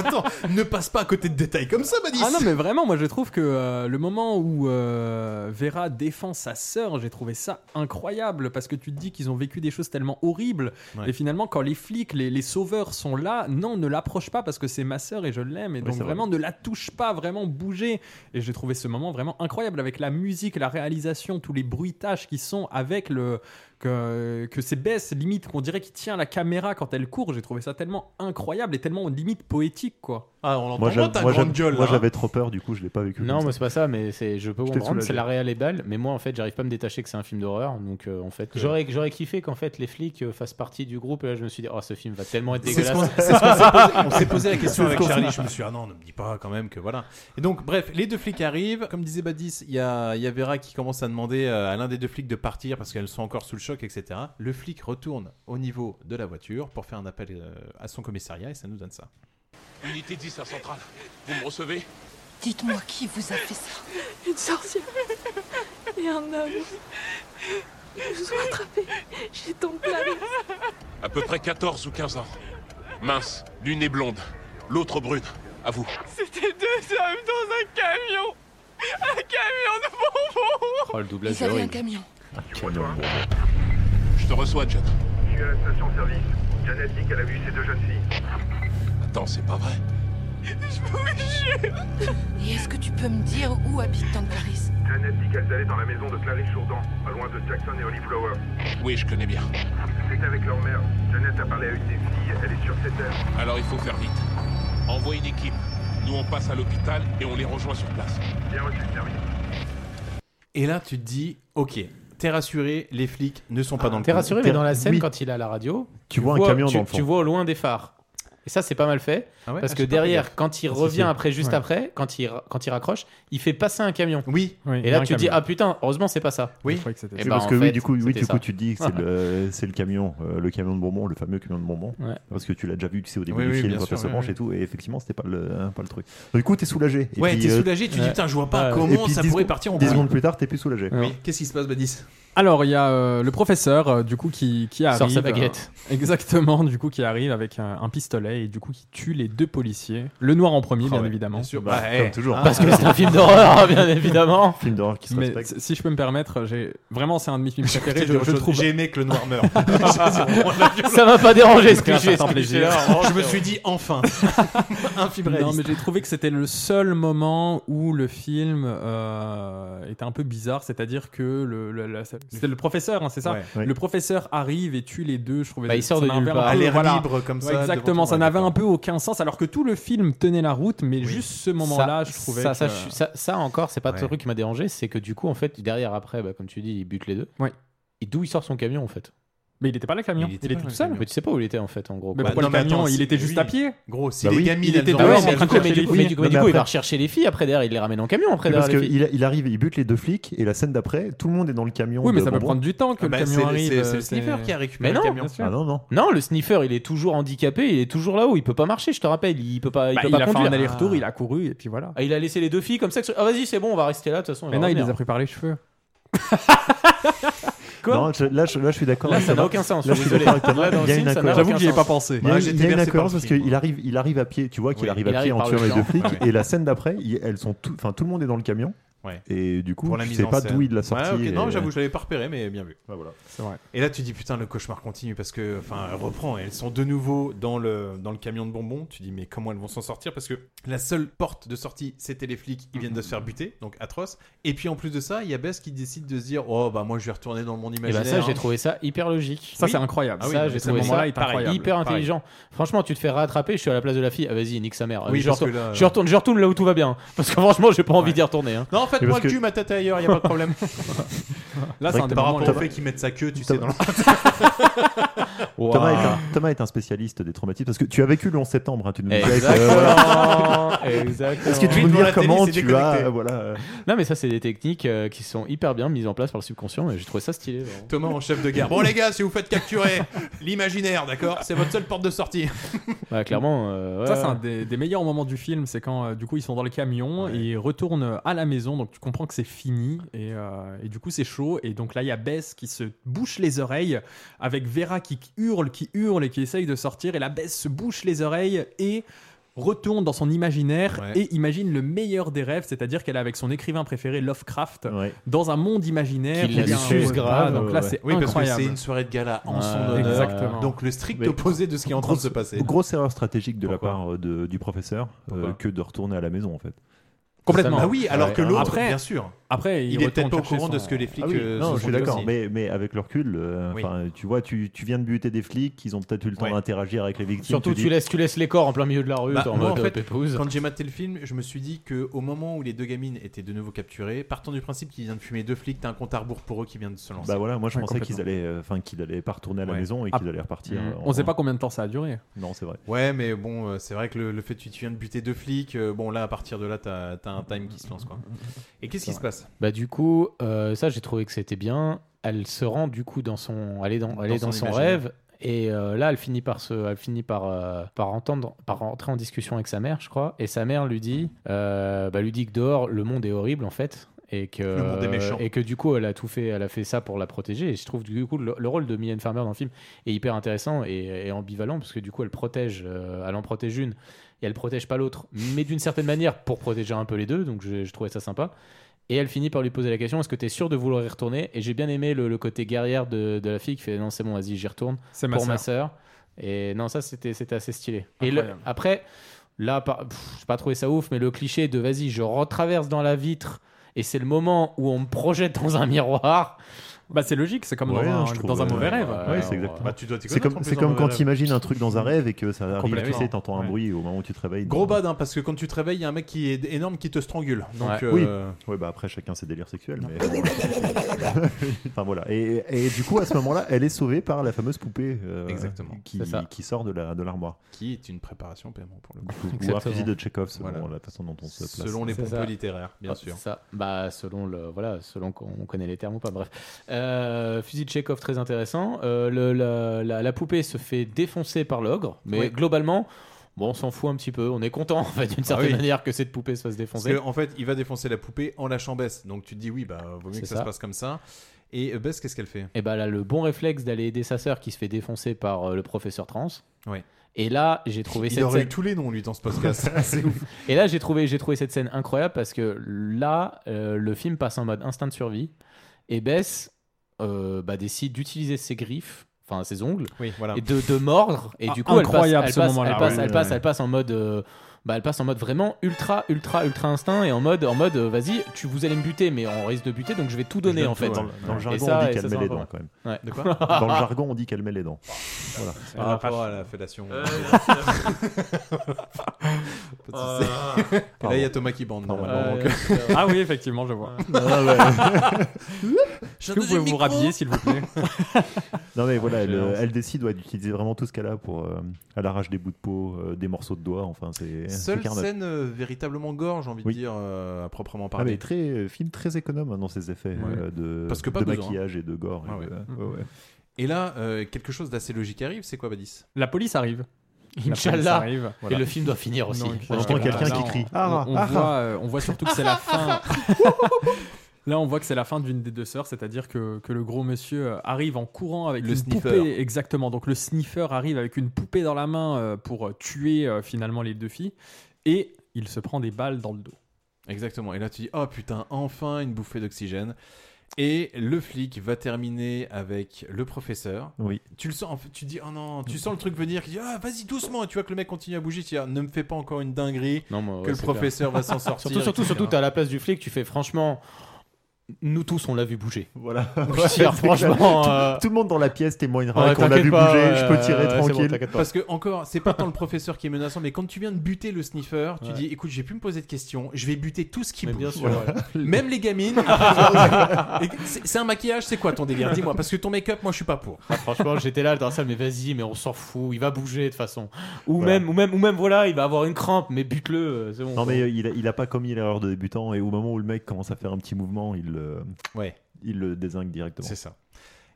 [SPEAKER 2] Attends, ne passe pas à côté de détails comme ça, Badis.
[SPEAKER 5] Ah non, mais vraiment, moi je trouve que euh, le moment où euh, Vera défend sa sœur, j'ai trouvé ça incroyable parce que tu te dis qu'ils ont vécu des choses tellement horribles.
[SPEAKER 2] Ouais.
[SPEAKER 5] Et finalement, quand les flics, les, les sauveurs sont là, non, ne l'approche pas parce que c'est ma sœur et je l'aime. Et donc
[SPEAKER 8] c'est vrai.
[SPEAKER 5] vraiment, ne la touche pas, vraiment bouger. Et j'ai trouvé ce moment vraiment incroyable avec la musique, la réalisation, tous les bruitages qui sont avec le. Que, que c'est Bess, limite, qu'on dirait qu'il tient la caméra quand elle court. J'ai trouvé ça tellement incroyable et tellement limite poétique, quoi.
[SPEAKER 2] Ah, on
[SPEAKER 8] Moi, j'avais- moi, j'avais- moi, j'avais trop peur, du coup, je l'ai pas vécu.
[SPEAKER 9] hein. Non,
[SPEAKER 8] comme
[SPEAKER 9] mais
[SPEAKER 8] ça.
[SPEAKER 9] c'est pas ça, mais c'est, je peux
[SPEAKER 8] Je t'ai
[SPEAKER 9] comprendre,
[SPEAKER 8] soulagé.
[SPEAKER 9] c'est la réelle et balle, mais moi en fait j'arrive pas à me détacher que c'est un film d'horreur, donc euh, en fait
[SPEAKER 2] Ouais.
[SPEAKER 9] j'aurais, j'aurais kiffé qu'en fait les flics euh, fassent partie du groupe, et là je me suis dit, oh ce film va tellement être
[SPEAKER 2] C'est ce
[SPEAKER 9] dégueulasse.
[SPEAKER 2] qu'on c'est ce qu'on s'est posé. On s'est posé la question
[SPEAKER 9] C'est ce
[SPEAKER 2] avec
[SPEAKER 9] qu'on-
[SPEAKER 2] Charlie. Je me suis dit, ah non, ne me dis pas quand même que voilà. Et donc, bref, les deux flics arrivent. Comme disait Badis, il y a, il y a Vera qui commence à demander euh, à l'un des deux flics de partir parce qu'elles sont encore sous le choc, etc. Le flic retourne au niveau de la voiture pour faire un appel euh, à son commissariat et ça nous donne ça.
[SPEAKER 4] Unité 10 à Centrale, vous me recevez
[SPEAKER 18] Dites-moi qui vous a fait ça Une sorcière et un homme. Je suis attrapée. J'ai tombé à
[SPEAKER 4] À peu près 14 ou 15 ans. Mince, l'une est blonde, l'autre brune. À vous.
[SPEAKER 18] C'était deux hommes dans un camion. Un camion de bonbons.
[SPEAKER 9] Oh, le doublage
[SPEAKER 18] Ils
[SPEAKER 9] est
[SPEAKER 18] avaient un
[SPEAKER 9] horrible.
[SPEAKER 18] camion.
[SPEAKER 4] Je te reçois, Jet.
[SPEAKER 19] Je suis à la station de service. Janet dit qu'elle a vu ces deux jeunes filles.
[SPEAKER 4] Attends, c'est pas vrai
[SPEAKER 18] Je vous jure. Et est-ce que tu peux me dire où habite Tante Clarisse
[SPEAKER 19] Janet dit qu'elles allaient dans la maison de Clarisse Jourdan, pas loin de Jackson et Hollyflower.
[SPEAKER 4] Oui, je connais bien.
[SPEAKER 19] C'est avec leur mère. Janet a parlé à une des filles, elle est sur cette terre.
[SPEAKER 4] Alors il faut faire vite. Envoie une équipe. Nous, on passe à l'hôpital et on les rejoint sur place.
[SPEAKER 19] Bien reçu, service.
[SPEAKER 2] Et là, tu te dis, ok, t'es rassuré, les flics ne sont pas dans le
[SPEAKER 9] T'es
[SPEAKER 2] coup.
[SPEAKER 9] rassuré, mais dans la scène, quand il a la radio,
[SPEAKER 2] Tu vois un camion
[SPEAKER 9] tu,
[SPEAKER 2] dans le fond.
[SPEAKER 9] tu vois au loin des phares. Et ça, c'est pas mal fait.
[SPEAKER 2] Ah ouais
[SPEAKER 9] parce
[SPEAKER 2] Ah,
[SPEAKER 9] que
[SPEAKER 2] j'ai pas fait
[SPEAKER 9] derrière,
[SPEAKER 2] gaffe.
[SPEAKER 9] quand il
[SPEAKER 2] Ah, si,
[SPEAKER 9] revient
[SPEAKER 2] si.
[SPEAKER 9] après, juste
[SPEAKER 2] Ouais.
[SPEAKER 9] après, quand il, ra- quand il raccroche, il fait passer un camion.
[SPEAKER 2] Oui.
[SPEAKER 9] Et
[SPEAKER 5] il y a
[SPEAKER 9] là,
[SPEAKER 5] un
[SPEAKER 9] tu dis,
[SPEAKER 5] camion.
[SPEAKER 9] ah putain, heureusement, c'est pas ça.
[SPEAKER 5] bah Oui. Je croyais que c'était
[SPEAKER 9] Eh
[SPEAKER 5] ça.
[SPEAKER 8] Oui,
[SPEAKER 9] ben,
[SPEAKER 8] parce
[SPEAKER 9] en
[SPEAKER 8] que
[SPEAKER 9] fait,
[SPEAKER 8] oui, du coup, oui,
[SPEAKER 9] c'était
[SPEAKER 8] du coup
[SPEAKER 9] ça.
[SPEAKER 8] tu te dis que c'est le, c'est le camion, euh, le camion de bonbons, le fameux camion de bonbons.
[SPEAKER 9] Ouais.
[SPEAKER 8] Parce que tu l'as déjà vu, tu sais, au début
[SPEAKER 2] Oui,
[SPEAKER 8] du
[SPEAKER 2] oui,
[SPEAKER 8] film,
[SPEAKER 2] bien
[SPEAKER 8] quand
[SPEAKER 2] sûr,
[SPEAKER 8] elle se
[SPEAKER 2] oui,
[SPEAKER 8] penche
[SPEAKER 2] oui.
[SPEAKER 8] et tout. Et effectivement, c'était pas le, pas le truc. Du coup, t'es soulagé. Et
[SPEAKER 2] Ouais,
[SPEAKER 8] puis,
[SPEAKER 2] t'es
[SPEAKER 8] euh,
[SPEAKER 2] soulagé, tu te dis,
[SPEAKER 8] ouais.
[SPEAKER 2] putain, je vois pas
[SPEAKER 8] Et
[SPEAKER 2] comment
[SPEAKER 8] puis,
[SPEAKER 2] ça
[SPEAKER 8] dix
[SPEAKER 2] pourrait
[SPEAKER 8] secondes-
[SPEAKER 2] partir en
[SPEAKER 8] Dix
[SPEAKER 2] couille.
[SPEAKER 8] secondes plus tard, t'es plus soulagé.
[SPEAKER 5] Oui.
[SPEAKER 2] Qu'est-ce qui se passe, Badis
[SPEAKER 5] Alors, il y a euh, le professeur, euh, du coup, qui, qui arrive.
[SPEAKER 9] Sort sa baguette.
[SPEAKER 5] euh, exactement, du coup, qui arrive avec un, un pistolet et du coup, qui tue les deux policiers. Le noir en premier,
[SPEAKER 9] Ah
[SPEAKER 5] bien
[SPEAKER 9] ouais,
[SPEAKER 5] évidemment.
[SPEAKER 9] bien sûr. Bah, Bah, comme eh, toujours. parce que c'est un film d'horreur, bien évidemment. Film d'horreur qui se
[SPEAKER 5] Mais
[SPEAKER 9] respecte.
[SPEAKER 5] c- si je peux me permettre, j'ai vraiment, c'est un de mes films préférés.
[SPEAKER 2] J'allais
[SPEAKER 5] je,
[SPEAKER 2] dire autre
[SPEAKER 5] je
[SPEAKER 2] chose.
[SPEAKER 5] trouve.
[SPEAKER 2] J'ai aimé que le noir meure. Ça
[SPEAKER 9] m'a pas dérangé,
[SPEAKER 5] Ça
[SPEAKER 9] ce
[SPEAKER 5] fait un
[SPEAKER 9] cliché,
[SPEAKER 5] certain
[SPEAKER 9] ce cliché.
[SPEAKER 5] plaisir.
[SPEAKER 9] Alors,
[SPEAKER 2] Je me suis dit, enfin, un film
[SPEAKER 5] Non,
[SPEAKER 2] réaliste.
[SPEAKER 5] mais j'ai trouvé que c'était le seul moment où le film euh, était un peu bizarre, c'est-à-dire que le, le- la- c'était le professeur, hein, c'est ça
[SPEAKER 2] Ouais. Ouais.
[SPEAKER 5] Le professeur arrive et tue les deux. Je trouvais
[SPEAKER 2] Bah, il sort de
[SPEAKER 5] n'avait
[SPEAKER 2] nulle
[SPEAKER 5] un
[SPEAKER 2] part.
[SPEAKER 5] peu-
[SPEAKER 2] À l'air libre, comme ça, devant
[SPEAKER 5] Exactement,
[SPEAKER 2] tout
[SPEAKER 5] ça
[SPEAKER 2] le monde,
[SPEAKER 5] n'avait un peu aucun sens, alors que tout le film tenait la route, mais juste ce moment-là, je trouvais.
[SPEAKER 9] Ça,
[SPEAKER 5] que-
[SPEAKER 9] ça, je- ça- ça encore, c'est pas
[SPEAKER 5] Ouais.
[SPEAKER 9] le truc qui m'a dérangé, c'est que du coup, en fait, derrière, après, bah, comme tu dis, il bute les deux.
[SPEAKER 5] Ouais.
[SPEAKER 9] Et d'où il sort son camion, en fait
[SPEAKER 5] Mais il était pas là, le camion. Il était,
[SPEAKER 9] pas
[SPEAKER 5] tout
[SPEAKER 9] là, le Bah,
[SPEAKER 5] seul.
[SPEAKER 9] Mais tu sais pas où il était en fait, en gros.
[SPEAKER 5] Mais bah, pourquoi le camion Il était juste à pied.
[SPEAKER 2] Gros,
[SPEAKER 5] si les gamines,
[SPEAKER 9] Bah il était
[SPEAKER 5] elles ont-
[SPEAKER 9] dehors
[SPEAKER 5] Ah ouais,
[SPEAKER 9] en train de
[SPEAKER 5] mais
[SPEAKER 9] chercher
[SPEAKER 5] du
[SPEAKER 9] les
[SPEAKER 5] coup, mais
[SPEAKER 9] filles. Mais
[SPEAKER 5] du
[SPEAKER 9] du
[SPEAKER 5] coup, mais
[SPEAKER 9] coup, il va
[SPEAKER 5] après-
[SPEAKER 9] rechercher les filles après derrière, il les ramène en camion après
[SPEAKER 8] Parce
[SPEAKER 9] derrière. les filles.
[SPEAKER 8] qu'il arrive, il bute les deux flics et la scène d'après, tout le monde est dans le camion.
[SPEAKER 9] Oui, mais
[SPEAKER 8] de
[SPEAKER 9] ça peut
[SPEAKER 8] Bourbon.
[SPEAKER 9] prendre du temps que Ah le bah, camion c'est- arrive, c'est- c'est le euh, sniffer c'est- qui a récupéré
[SPEAKER 8] Mais
[SPEAKER 9] le
[SPEAKER 8] non,
[SPEAKER 9] camion.
[SPEAKER 8] Ah non, non.
[SPEAKER 9] Non, le sniffer, il est toujours handicapé, il est toujours là-haut, il peut pas marcher, je te rappelle, il peut pas, il
[SPEAKER 5] Bah,
[SPEAKER 9] peut
[SPEAKER 5] il
[SPEAKER 9] pas
[SPEAKER 5] a fait
[SPEAKER 9] conduire.
[SPEAKER 5] un aller-retour, il a couru et puis voilà.
[SPEAKER 9] Ah, il a laissé les deux filles comme ça. que- Ah vas-y, c'est bon, on va rester là de toute façon.
[SPEAKER 5] Mais non, il les a pris par les cheveux.
[SPEAKER 8] Non, je- là, je, là, je suis d'accord.
[SPEAKER 9] Là,
[SPEAKER 8] avec
[SPEAKER 9] ça n'a
[SPEAKER 8] Thomas.
[SPEAKER 9] aucun sens,
[SPEAKER 8] Là,
[SPEAKER 9] je
[SPEAKER 8] je
[SPEAKER 9] suis
[SPEAKER 8] suis
[SPEAKER 9] désolé.
[SPEAKER 8] d'accord avec Thomas.
[SPEAKER 9] Là, dans le
[SPEAKER 8] Il y a
[SPEAKER 9] film,
[SPEAKER 8] une
[SPEAKER 9] ça n'a
[SPEAKER 8] incohérence.
[SPEAKER 9] aucun J'avoue que j'y ai sens. pas pensé.
[SPEAKER 8] Il y a
[SPEAKER 9] Ouais,
[SPEAKER 8] une,
[SPEAKER 9] j'étais
[SPEAKER 8] il y a une
[SPEAKER 9] bercé par le
[SPEAKER 8] incohérence parce
[SPEAKER 9] film,
[SPEAKER 8] qu'il arrive, il arrive à pied. Tu vois qu'il
[SPEAKER 9] Oui,
[SPEAKER 8] arrive
[SPEAKER 9] il
[SPEAKER 8] à pied
[SPEAKER 9] arrive
[SPEAKER 8] en
[SPEAKER 9] par le
[SPEAKER 8] tuant les
[SPEAKER 9] champ.
[SPEAKER 8] deux flics.
[SPEAKER 9] Ouais.
[SPEAKER 8] Et la scène d'après, il- elles sont tout, enfin tout le monde est dans le camion.
[SPEAKER 2] Ouais.
[SPEAKER 8] Et du coup,
[SPEAKER 2] pour la
[SPEAKER 8] tu
[SPEAKER 2] mise
[SPEAKER 8] sais
[SPEAKER 2] en
[SPEAKER 8] pas
[SPEAKER 2] scène.
[SPEAKER 8] d'où il l'a sorti.
[SPEAKER 2] Ouais, ok, Non,
[SPEAKER 8] et- euh,
[SPEAKER 2] j'avoue, je l'avais pas repéré, mais bien vu.
[SPEAKER 8] voilà.
[SPEAKER 5] C'est vrai.
[SPEAKER 2] Et là, tu dis putain, le cauchemar continue parce que, enfin, elle reprend. et Elles sont de nouveau dans le dans le camion de bonbons. Tu dis mais comment elles vont s'en sortir Parce que la seule porte de sortie, c'était les flics. Ils viennent
[SPEAKER 8] Mhm.
[SPEAKER 2] de se faire buter, donc atroce. Et puis en plus de ça, il y a Bess qui décide de se dire oh bah moi je vais retourner dans
[SPEAKER 8] Eh
[SPEAKER 2] mon
[SPEAKER 9] Et
[SPEAKER 2] imaginaire.
[SPEAKER 9] bah ça, j'ai trouvé ça hyper logique.
[SPEAKER 5] Ça, c'est incroyable.
[SPEAKER 9] Ah oui,
[SPEAKER 5] Ça,
[SPEAKER 9] non,
[SPEAKER 5] j'ai
[SPEAKER 9] mais ce
[SPEAKER 5] trouvé ça
[SPEAKER 9] moment-là, il est
[SPEAKER 5] pareil,
[SPEAKER 9] incroyable. hyper
[SPEAKER 5] pareil.
[SPEAKER 9] intelligent. Franchement, tu te fais rattraper. Je suis à la place de la fille. Ah, vas-y, nique sa mère.
[SPEAKER 2] Oui,
[SPEAKER 9] je,
[SPEAKER 2] parce
[SPEAKER 9] retourne,
[SPEAKER 2] que là, euh,
[SPEAKER 9] je retourne, je retourne là où tout va bien. hein. Parce que franchement, j'ai pas envie d'y retourner. hein.
[SPEAKER 2] Non, en fait, moi le cul, ma tête est ailleurs, y a pas de problème. là, c'est
[SPEAKER 8] vrai
[SPEAKER 2] un
[SPEAKER 8] que
[SPEAKER 2] par
[SPEAKER 8] t'as-
[SPEAKER 2] rapport
[SPEAKER 8] t'as-
[SPEAKER 2] au fait qu'ils mettent sa queue, tu
[SPEAKER 8] t'as-
[SPEAKER 2] sais, dans le.
[SPEAKER 8] Thomas, est un, Thomas est un spécialiste des traumatismes parce que tu as vécu le 11 septembre. hein, tu nous disais que, euh,
[SPEAKER 9] Exactement.
[SPEAKER 8] voilà.
[SPEAKER 9] Exactement.
[SPEAKER 8] Est-ce que tu peux me dire comment tu as. euh, voilà, euh,
[SPEAKER 9] Non, mais ça, c'est des techniques euh, qui sont hyper bien mises en place par le subconscient. Et j'ai trouvé ça stylé. vraiment.
[SPEAKER 2] Thomas en chef de gare. Bon les gars, si vous faites capturer l'imaginaire, d'accord, c'est votre seule porte de sortie.
[SPEAKER 9] Ouais, clairement. euh, ouais,
[SPEAKER 5] Ça, c'est un
[SPEAKER 9] ouais.
[SPEAKER 5] des, des meilleurs moments du film. C'est quand, euh, du coup, ils sont dans le camion et ils retournent à la maison. Donc, tu comprends que c'est fini. Et, euh, et du coup, c'est chaud. Et donc, là, il y a Bess qui se bouche les oreilles avec Vera qui hurle, qui hurle et qui essaye de sortir. Et la Bess se bouche les oreilles et retourne dans son imaginaire
[SPEAKER 2] Ouais.
[SPEAKER 5] et imagine le meilleur des rêves, c'est-à-dire qu'elle est avec son écrivain préféré Lovecraft
[SPEAKER 8] euh,
[SPEAKER 5] dans un monde imaginaire.
[SPEAKER 9] Qui
[SPEAKER 5] où il y a
[SPEAKER 9] la
[SPEAKER 5] un- Ah,
[SPEAKER 9] suce grave,
[SPEAKER 5] Donc là, c'est
[SPEAKER 2] oui, parce que
[SPEAKER 5] incroyable.
[SPEAKER 2] c'est une soirée de gala en son
[SPEAKER 5] Ouais,
[SPEAKER 2] honneur.
[SPEAKER 5] exactement.
[SPEAKER 2] Donc le strict
[SPEAKER 5] Mais-
[SPEAKER 2] opposé de ce qui est en train de se passer.
[SPEAKER 8] Grosse erreur stratégique de la part euh, de- du professeur euh, que de retourner à la maison en fait.
[SPEAKER 5] Complètement.
[SPEAKER 2] Ah oui, alors que l'autre, bien sûr.
[SPEAKER 5] Après,
[SPEAKER 2] Il est peut-être pas au courant de ce que les flics,
[SPEAKER 8] Ah oui,
[SPEAKER 2] euh,
[SPEAKER 8] non,
[SPEAKER 2] se
[SPEAKER 8] je
[SPEAKER 2] sont
[SPEAKER 8] suis
[SPEAKER 2] dit
[SPEAKER 8] d'accord,
[SPEAKER 2] aussi.
[SPEAKER 8] mais, mais avec le recul, euh,
[SPEAKER 2] Oui.
[SPEAKER 8] enfin, tu vois, tu, tu viens de buter des flics, ils ont peut-être eu le temps d'interagir avec les victimes.
[SPEAKER 9] Surtout, tu
[SPEAKER 8] dis-
[SPEAKER 9] laisses, tu laisses les corps en plein milieu de la rue.
[SPEAKER 2] Bah,
[SPEAKER 9] t'es en
[SPEAKER 2] moi,
[SPEAKER 9] mode,
[SPEAKER 2] en
[SPEAKER 9] euh,
[SPEAKER 2] fait,
[SPEAKER 9] pépouze.
[SPEAKER 2] quand j'ai maté le film, je me suis dit que au moment où les deux gamines étaient de nouveau capturées, partant du principe qu'ils viennent de fumer deux flics, t'as un compte à rebours pour eux qui vient de se lancer.
[SPEAKER 8] Bah voilà, moi je
[SPEAKER 2] Ouais,
[SPEAKER 8] pensais qu'ils
[SPEAKER 2] complètement.
[SPEAKER 8] allaient, euh, enfin qu'ils allaient pas retourner à la
[SPEAKER 2] Ouais.
[SPEAKER 8] maison et
[SPEAKER 2] Ah.
[SPEAKER 8] qu'ils allaient
[SPEAKER 9] Mmh.
[SPEAKER 8] repartir.
[SPEAKER 2] Mhm.
[SPEAKER 8] euh,
[SPEAKER 5] On
[SPEAKER 8] en-
[SPEAKER 5] sait pas combien de temps ça a duré.
[SPEAKER 8] Non, c'est vrai.
[SPEAKER 2] Ouais, mais bon, euh, c'est vrai que le, le fait que tu viens de buter deux flics, euh, bon là, à partir de là, t'as t'as un time qui se lance quoi. Et qu'est-ce qui se passe
[SPEAKER 9] Bah du coup, euh, ça j'ai trouvé que c'était bien. Elle se rend du coup dans son, elle est dans, elle
[SPEAKER 2] Dans
[SPEAKER 9] est dans
[SPEAKER 2] son
[SPEAKER 9] son,
[SPEAKER 2] imaginaire.
[SPEAKER 9] rêve. Et euh, là, elle finit par se, elle finit par euh, par entendre, par entrer en discussion avec sa mère, je crois. Et sa mère lui dit, euh, bah lui dit que dehors le monde est horrible en fait. Et que,
[SPEAKER 2] Le monde est méchant.
[SPEAKER 9] et que du coup elle a tout fait elle a fait ça pour la protéger et je trouve du coup le, le rôle de Mylène Farmer dans le film est hyper intéressant et, et ambivalent parce que du coup elle protège euh, elle en protège une et elle protège pas l'autre mais d'une certaine manière pour protéger un peu les deux donc je, je trouvais ça sympa et elle finit par lui poser la question est-ce que tu es sûr de vouloir y retourner et j'ai bien aimé le, le côté guerrière de, de la fille qui fait non c'est bon vas-y j'y retourne
[SPEAKER 5] C'est ma
[SPEAKER 9] pour ma
[SPEAKER 5] sœur.
[SPEAKER 9] sœur et non ça c'était c'était assez stylé et le-
[SPEAKER 5] Incroyable.
[SPEAKER 9] après là par- pff, j'ai pas trouvé ça ouf mais le cliché de vas-y je retraverse dans la vitre et c'est le moment où on me projette dans un miroir
[SPEAKER 5] bah c'est logique c'est comme
[SPEAKER 8] Ouais, non, je trouve, euh, Ouais, c'est exactement.
[SPEAKER 2] Bah,
[SPEAKER 8] c'est comme, c'est comme quand tu imagines un truc dans un rêve et que ça arrive, tu
[SPEAKER 2] Mhm. Complètement.
[SPEAKER 8] sais, t'entends un
[SPEAKER 2] Ouais.
[SPEAKER 8] bruit au moment où tu te réveilles.
[SPEAKER 2] Gros bad, hein, parce que quand tu te réveilles, il y a un mec qui est énorme qui te strangule. Donc, euh,
[SPEAKER 8] Oui. Ouais, bah après chacun ses délires sexuels. Mais... euh, enfin voilà. Et, et du coup, à ce moment-là, elle est sauvée par la fameuse poupée euh,
[SPEAKER 2] Exactement.
[SPEAKER 8] qui,
[SPEAKER 2] C'est ça.
[SPEAKER 8] qui sort de la de l'armoire.
[SPEAKER 2] qui est une préparation au paiement pour le coup.
[SPEAKER 8] Ou un fusil de Chekhov selon la façon dont on se place.
[SPEAKER 2] Selon les
[SPEAKER 9] C'est
[SPEAKER 2] pompeux
[SPEAKER 9] ça.
[SPEAKER 2] littéraires, bien
[SPEAKER 9] Ah,
[SPEAKER 2] sûr.
[SPEAKER 9] c'est Ça, bah selon le voilà, selon qu'on connaît les termes ou pas. Bref, Euh, fusil de Chekhov très intéressant. Euh, le- la, la- la poupée se fait défoncer par l'ogre, mais
[SPEAKER 2] Oui.
[SPEAKER 9] globalement, bon, on s'en fout un petit peu. On est content en fait d'une
[SPEAKER 2] Ah
[SPEAKER 9] certaine
[SPEAKER 2] oui.
[SPEAKER 9] manière que cette poupée se
[SPEAKER 2] Parce
[SPEAKER 9] fasse défoncer.
[SPEAKER 2] que, en fait, il va défoncer la poupée en la baisse. Donc tu te dis, oui, bah, vaut mieux
[SPEAKER 9] C'est
[SPEAKER 2] que ça,
[SPEAKER 9] ça.
[SPEAKER 2] se passe comme ça. Et euh, Bess, qu'est-ce qu'elle fait
[SPEAKER 9] Et bah là, le bon réflexe d'aller aider sa sœur qui se fait défoncer par euh, le professeur trans.
[SPEAKER 2] Ouais.
[SPEAKER 9] Et là, j'ai trouvé
[SPEAKER 2] Il
[SPEAKER 9] cette
[SPEAKER 2] aurait eu
[SPEAKER 9] scène-
[SPEAKER 2] tous les noms, lui, dans ce podcast. C'est ouf.
[SPEAKER 9] Et là, j'ai trouvé, j'ai trouvé cette scène incroyable parce que là, euh, le film passe en mode instinct de survie et Bess euh, bah, décide d'utiliser ses griffes. Enfin, ses ongles,
[SPEAKER 2] Oui, voilà.
[SPEAKER 9] et de, de mordre, et
[SPEAKER 2] Ah,
[SPEAKER 9] du coup, elle passe, elle
[SPEAKER 2] incroyable
[SPEAKER 9] passe,
[SPEAKER 2] ce moment-là,
[SPEAKER 9] elle passe,
[SPEAKER 2] ouais.
[SPEAKER 9] elle passe, elle passe en mode euh, bah elle passe en mode vraiment ultra ultra ultra instinct et en mode en mode euh, vas-y tu vous allez me buter mais on risque de buter donc je vais tout donner
[SPEAKER 8] Dans-
[SPEAKER 9] en fait.
[SPEAKER 8] Dans, le- dans le
[SPEAKER 9] Et
[SPEAKER 8] jargon,
[SPEAKER 9] ça-
[SPEAKER 8] on
[SPEAKER 9] et
[SPEAKER 8] dit
[SPEAKER 9] ça,
[SPEAKER 8] calmer
[SPEAKER 9] c'est
[SPEAKER 8] les
[SPEAKER 9] un
[SPEAKER 8] dents
[SPEAKER 9] rapport.
[SPEAKER 8] quand même.
[SPEAKER 9] Ouais.
[SPEAKER 8] Dans le jargon, on dit calmer les dents. Voilà.
[SPEAKER 2] C'est Par rapport à la fellation.
[SPEAKER 8] Euh,
[SPEAKER 5] Euh,
[SPEAKER 8] Euh,
[SPEAKER 2] Petit- Et là, il y a Thomas qui bande. Euh, normalement, donc.
[SPEAKER 5] ah oui, effectivement, je vois.
[SPEAKER 9] Ah
[SPEAKER 5] Est-ce que vous pouvez vous rhabiller, s'il vous plaît
[SPEAKER 8] Non mais voilà, elle, elle décide ouais, d'utiliser vraiment tout ce qu'elle a pour euh, à l'arrache des bouts de peau, euh, des morceaux de doigts, enfin c'est c'est
[SPEAKER 2] Seule
[SPEAKER 8] carnage.
[SPEAKER 2] scène euh, véritablement gorge, j'ai envie
[SPEAKER 8] Oui.
[SPEAKER 2] de dire, euh, à proprement
[SPEAKER 8] Ah, mais
[SPEAKER 2] parler.
[SPEAKER 8] très euh, film très économe hein, dans ses effets
[SPEAKER 2] Ouais.
[SPEAKER 8] euh, de,
[SPEAKER 2] Parce que pas
[SPEAKER 8] de
[SPEAKER 2] besoin.
[SPEAKER 8] maquillage et de gore. et
[SPEAKER 2] Ah ouais.
[SPEAKER 8] de- ouais, ouais.
[SPEAKER 2] Et là, euh, quelque chose d'assez logique arrive, c'est quoi, Badis
[SPEAKER 5] La police arrive. La police
[SPEAKER 9] Inch'Allah.
[SPEAKER 5] arrive, voilà.
[SPEAKER 9] Et le film doit finir aussi.
[SPEAKER 5] Donc,
[SPEAKER 9] Moi, je
[SPEAKER 5] euh,
[SPEAKER 9] t'ai pas
[SPEAKER 5] là,
[SPEAKER 9] dit.
[SPEAKER 5] on-
[SPEAKER 8] Ah,
[SPEAKER 5] on, on voit, euh, on voit surtout que c'est la fin. Là, on voit que c'est la fin d'une des deux sœurs, c'est-à-dire que, que le gros monsieur euh, arrive en courant avec
[SPEAKER 2] Le
[SPEAKER 5] une
[SPEAKER 2] sniffer.
[SPEAKER 5] poupée. Exactement. Donc le sniffer arrive avec une poupée dans la main euh, pour euh, tuer euh, finalement les deux filles et il se prend des balles dans le dos.
[SPEAKER 2] Exactement. Et là, tu dis, oh putain, enfin une bouffée d'oxygène. Et le flic va terminer avec le professeur.
[SPEAKER 8] Oui.
[SPEAKER 2] Tu le sens, en fait, tu dis, oh non, tu sens le truc venir, qui dit, ah vas-y doucement. Et tu vois que le mec continue à bouger, tu dis, Ah, ne me fais pas encore une dinguerie,
[SPEAKER 9] Non, mais ouais,
[SPEAKER 2] que le
[SPEAKER 9] c'est
[SPEAKER 2] professeur hein.
[SPEAKER 9] clair.
[SPEAKER 2] va s'en sortir.
[SPEAKER 9] Surtout, surtout,
[SPEAKER 2] etc.
[SPEAKER 9] surtout, t'es à la place du flic, tu fais franchement. Nous tous, on l'a vu bouger.
[SPEAKER 8] Voilà.
[SPEAKER 9] Je veux
[SPEAKER 8] Ouais,
[SPEAKER 9] dire,
[SPEAKER 8] c'est
[SPEAKER 9] franchement.
[SPEAKER 8] clair.
[SPEAKER 9] euh,
[SPEAKER 8] tout, tout le monde dans la pièce témoignera
[SPEAKER 9] ouais,
[SPEAKER 8] qu'on l'a
[SPEAKER 9] t'inquiète
[SPEAKER 8] vu
[SPEAKER 9] pas,
[SPEAKER 8] bouger.
[SPEAKER 9] ouais,
[SPEAKER 8] je peux tirer
[SPEAKER 9] ouais, c'est bon,
[SPEAKER 8] tranquille.
[SPEAKER 9] t'inquiète pas.
[SPEAKER 2] Parce que encore, c'est pas tant le professeur qui est menaçant, mais quand tu viens de buter le sniffer, tu
[SPEAKER 9] Ouais.
[SPEAKER 2] dis écoute, j'ai pu me poser de questions, je vais buter tout ce qui
[SPEAKER 9] Mais
[SPEAKER 2] bouge.
[SPEAKER 9] bien sûr,
[SPEAKER 2] Voilà.
[SPEAKER 9] ouais.
[SPEAKER 2] Même les gamines. Et c'est c'est un maquillage, c'est quoi ton délire Dis-moi, parce que ton make-up, moi, je suis pas pour.
[SPEAKER 9] Ah, franchement, j'étais là dans la salle, mais vas-y, mais on s'en fout, il va bouger de toute façon. Ou même, ou même, ou même, voilà, il va avoir une crampe, mais bute-le, euh, c'est bon.
[SPEAKER 8] Non
[SPEAKER 9] quoi.
[SPEAKER 8] mais euh, il a, il a pas commis l'erreur de débutant et au moment où le mec commence à faire un petit mouvement, il euh,
[SPEAKER 2] Ouais.
[SPEAKER 8] il le désingue directement.
[SPEAKER 2] C'est ça.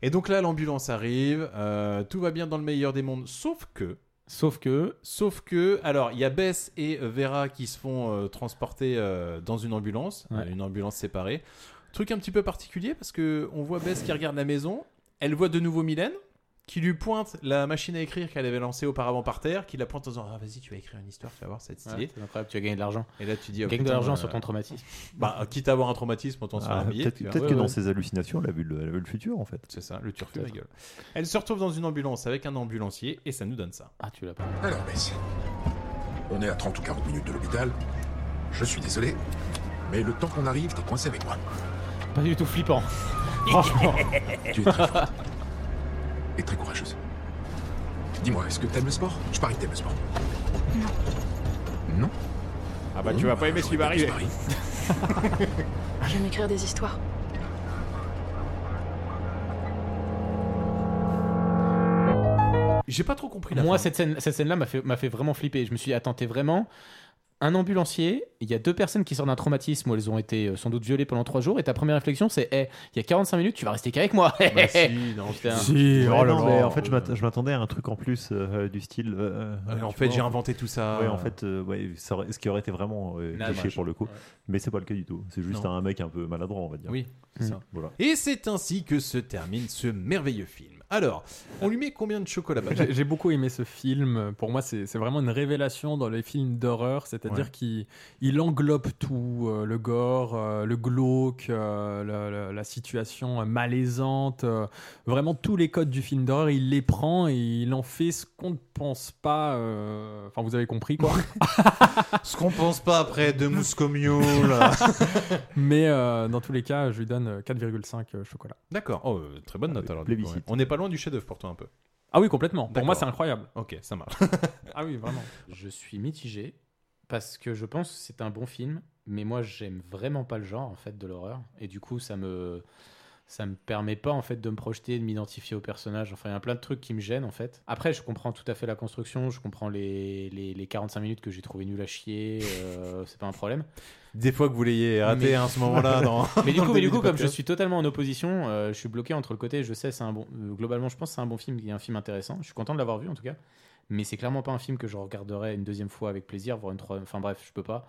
[SPEAKER 2] Et donc là, l'ambulance arrive, euh, tout va bien dans le meilleur des mondes, sauf que.
[SPEAKER 9] Sauf que.
[SPEAKER 2] Sauf que. Alors, il y a Bess et euh, Vera qui se font euh, transporter euh, dans une ambulance,
[SPEAKER 9] Ouais.
[SPEAKER 2] une ambulance séparée. Truc un petit peu particulier parce que on voit Bess qui regarde la maison, elle voit de nouveau Mylène qui lui pointe la machine à écrire qu'elle avait lancée auparavant par terre, qui la pointe en disant Ah, vas-y, tu vas écrire une histoire, tu vas voir, ça va être stylé.
[SPEAKER 9] Ouais, c'est incroyable, tu as gagné de l'argent.
[SPEAKER 2] Et là, tu dis oh,
[SPEAKER 9] Gagne de
[SPEAKER 2] putain,
[SPEAKER 9] l'argent
[SPEAKER 2] euh,
[SPEAKER 9] sur ton traumatisme.
[SPEAKER 2] Bah, quitte à avoir un traumatisme, autant se faire
[SPEAKER 8] Ah,
[SPEAKER 2] un billet,
[SPEAKER 8] Peut-être
[SPEAKER 2] tu vois.
[SPEAKER 8] peut-être
[SPEAKER 2] Ouais,
[SPEAKER 8] que
[SPEAKER 2] ouais.
[SPEAKER 8] dans ses hallucinations, elle a vu le, elle a vu le futur en fait.
[SPEAKER 2] C'est ça, le turfu, ma gueule. Elle se retrouve dans une ambulance avec un ambulancier et ça nous donne ça.
[SPEAKER 9] Ah, tu l'as pas.
[SPEAKER 20] Alors, Bess, on est à 30 ou 40 minutes de l'hôpital. Je suis désolé, mais le temps qu'on arrive, t'es coincé avec moi.
[SPEAKER 9] Pas du tout flippant. Franchement.
[SPEAKER 20] Tu es très forte. Et très courageuse. Dis-moi, est-ce que t'aimes le sport Je parie que t'aimes le sport. Non. Non
[SPEAKER 16] Ah bah tu vas pas aimer ce qui va arriver.
[SPEAKER 21] J'aime écrire des histoires.
[SPEAKER 2] J'ai pas trop compris la
[SPEAKER 9] Moi,
[SPEAKER 2] fin.
[SPEAKER 9] cette scène, cette scène-là m'a fait, m'a fait vraiment flipper. Je me suis dit, attends, t'es vraiment un ambulancier. Il y a deux personnes qui sortent d'un traumatisme où elles ont été euh, sans doute violées pendant trois jours. Et ta première réflexion, c'est, Eh, il y a 45 minutes, tu vas rester qu'avec moi.
[SPEAKER 2] Bah si, oh non,
[SPEAKER 9] Putain.
[SPEAKER 8] Ouais, non, mais en fait, je m'att- je m'attendais à un truc en plus euh, du style. euh,
[SPEAKER 2] Ouais, en
[SPEAKER 8] tu
[SPEAKER 2] fait,
[SPEAKER 8] vois,
[SPEAKER 2] j'ai inventé tout ça.
[SPEAKER 8] Ouais, en fait, euh, ouais, ça aurait- ce qui aurait été vraiment euh,
[SPEAKER 2] Dommage.
[SPEAKER 8] cliché pour le coup. Mais c'est pas le cas du tout. C'est juste
[SPEAKER 2] Non.
[SPEAKER 8] un mec un peu maladroit, on va dire.
[SPEAKER 2] Oui, c'est ça.
[SPEAKER 8] Voilà.
[SPEAKER 2] Et c'est ainsi que se termine ce merveilleux film. Alors, on lui met combien de chocolat Badge
[SPEAKER 5] J'ai j'ai beaucoup aimé ce film. Pour moi, c'est c'est vraiment une révélation dans les films d'horreur, c'est-à-dire
[SPEAKER 2] Ouais.
[SPEAKER 5] qu'il il englobe tout euh, le gore, euh, le glauque, euh, la, la- la situation euh, malaisante, euh, vraiment tous les codes du film d'horreur. Il les prend et il en fait ce qu'on ne pense pas. euh, Enfin, vous avez compris quoi.
[SPEAKER 2] Ce qu'on pense pas après de mousse commune.
[SPEAKER 5] Mais euh, dans tous les cas, je lui donne euh, 4,5 euh, chocolat.
[SPEAKER 2] D'accord. Oh, euh, très bonne note alors. du coup,
[SPEAKER 5] plébiscite.
[SPEAKER 2] ouais. On n'est pas loin du chef-d'œuvre pour toi un peu.
[SPEAKER 5] Ah oui, complètement. Pour moi,
[SPEAKER 2] D'accord.
[SPEAKER 5] c'est incroyable.
[SPEAKER 2] Ok, ça marche.
[SPEAKER 5] ah oui, vraiment.
[SPEAKER 9] Je suis mitigé parce que je pense que c'est un bon film, mais moi j'aime vraiment pas le genre en fait de l'horreur et du coup ça me ça me permet pas en fait de me projeter, de m'identifier au personnage. Enfin, il y a plein de trucs qui me gênent en fait. Après, je comprends tout à fait la construction, je comprends les, les, les 45 minutes que j'ai trouvé nul à chier, euh, c'est pas un problème.
[SPEAKER 2] Des fois que vous l'ayez raté
[SPEAKER 9] Mais-
[SPEAKER 2] à ce moment-là dans-
[SPEAKER 9] Mais du
[SPEAKER 2] dans le
[SPEAKER 9] coup, mais
[SPEAKER 2] début
[SPEAKER 9] du coup
[SPEAKER 2] du
[SPEAKER 9] comme je
[SPEAKER 2] podcast.
[SPEAKER 9] suis totalement en opposition, euh, je suis bloqué entre le côté, je sais, c'est un bon. euh, globalement, je pense que c'est un bon film, il y a un film intéressant. Je suis content de l'avoir vu en tout cas. Mais c'est clairement pas un film que je regarderai une deuxième fois avec plaisir, voire une troisième. Enfin bref, je peux pas.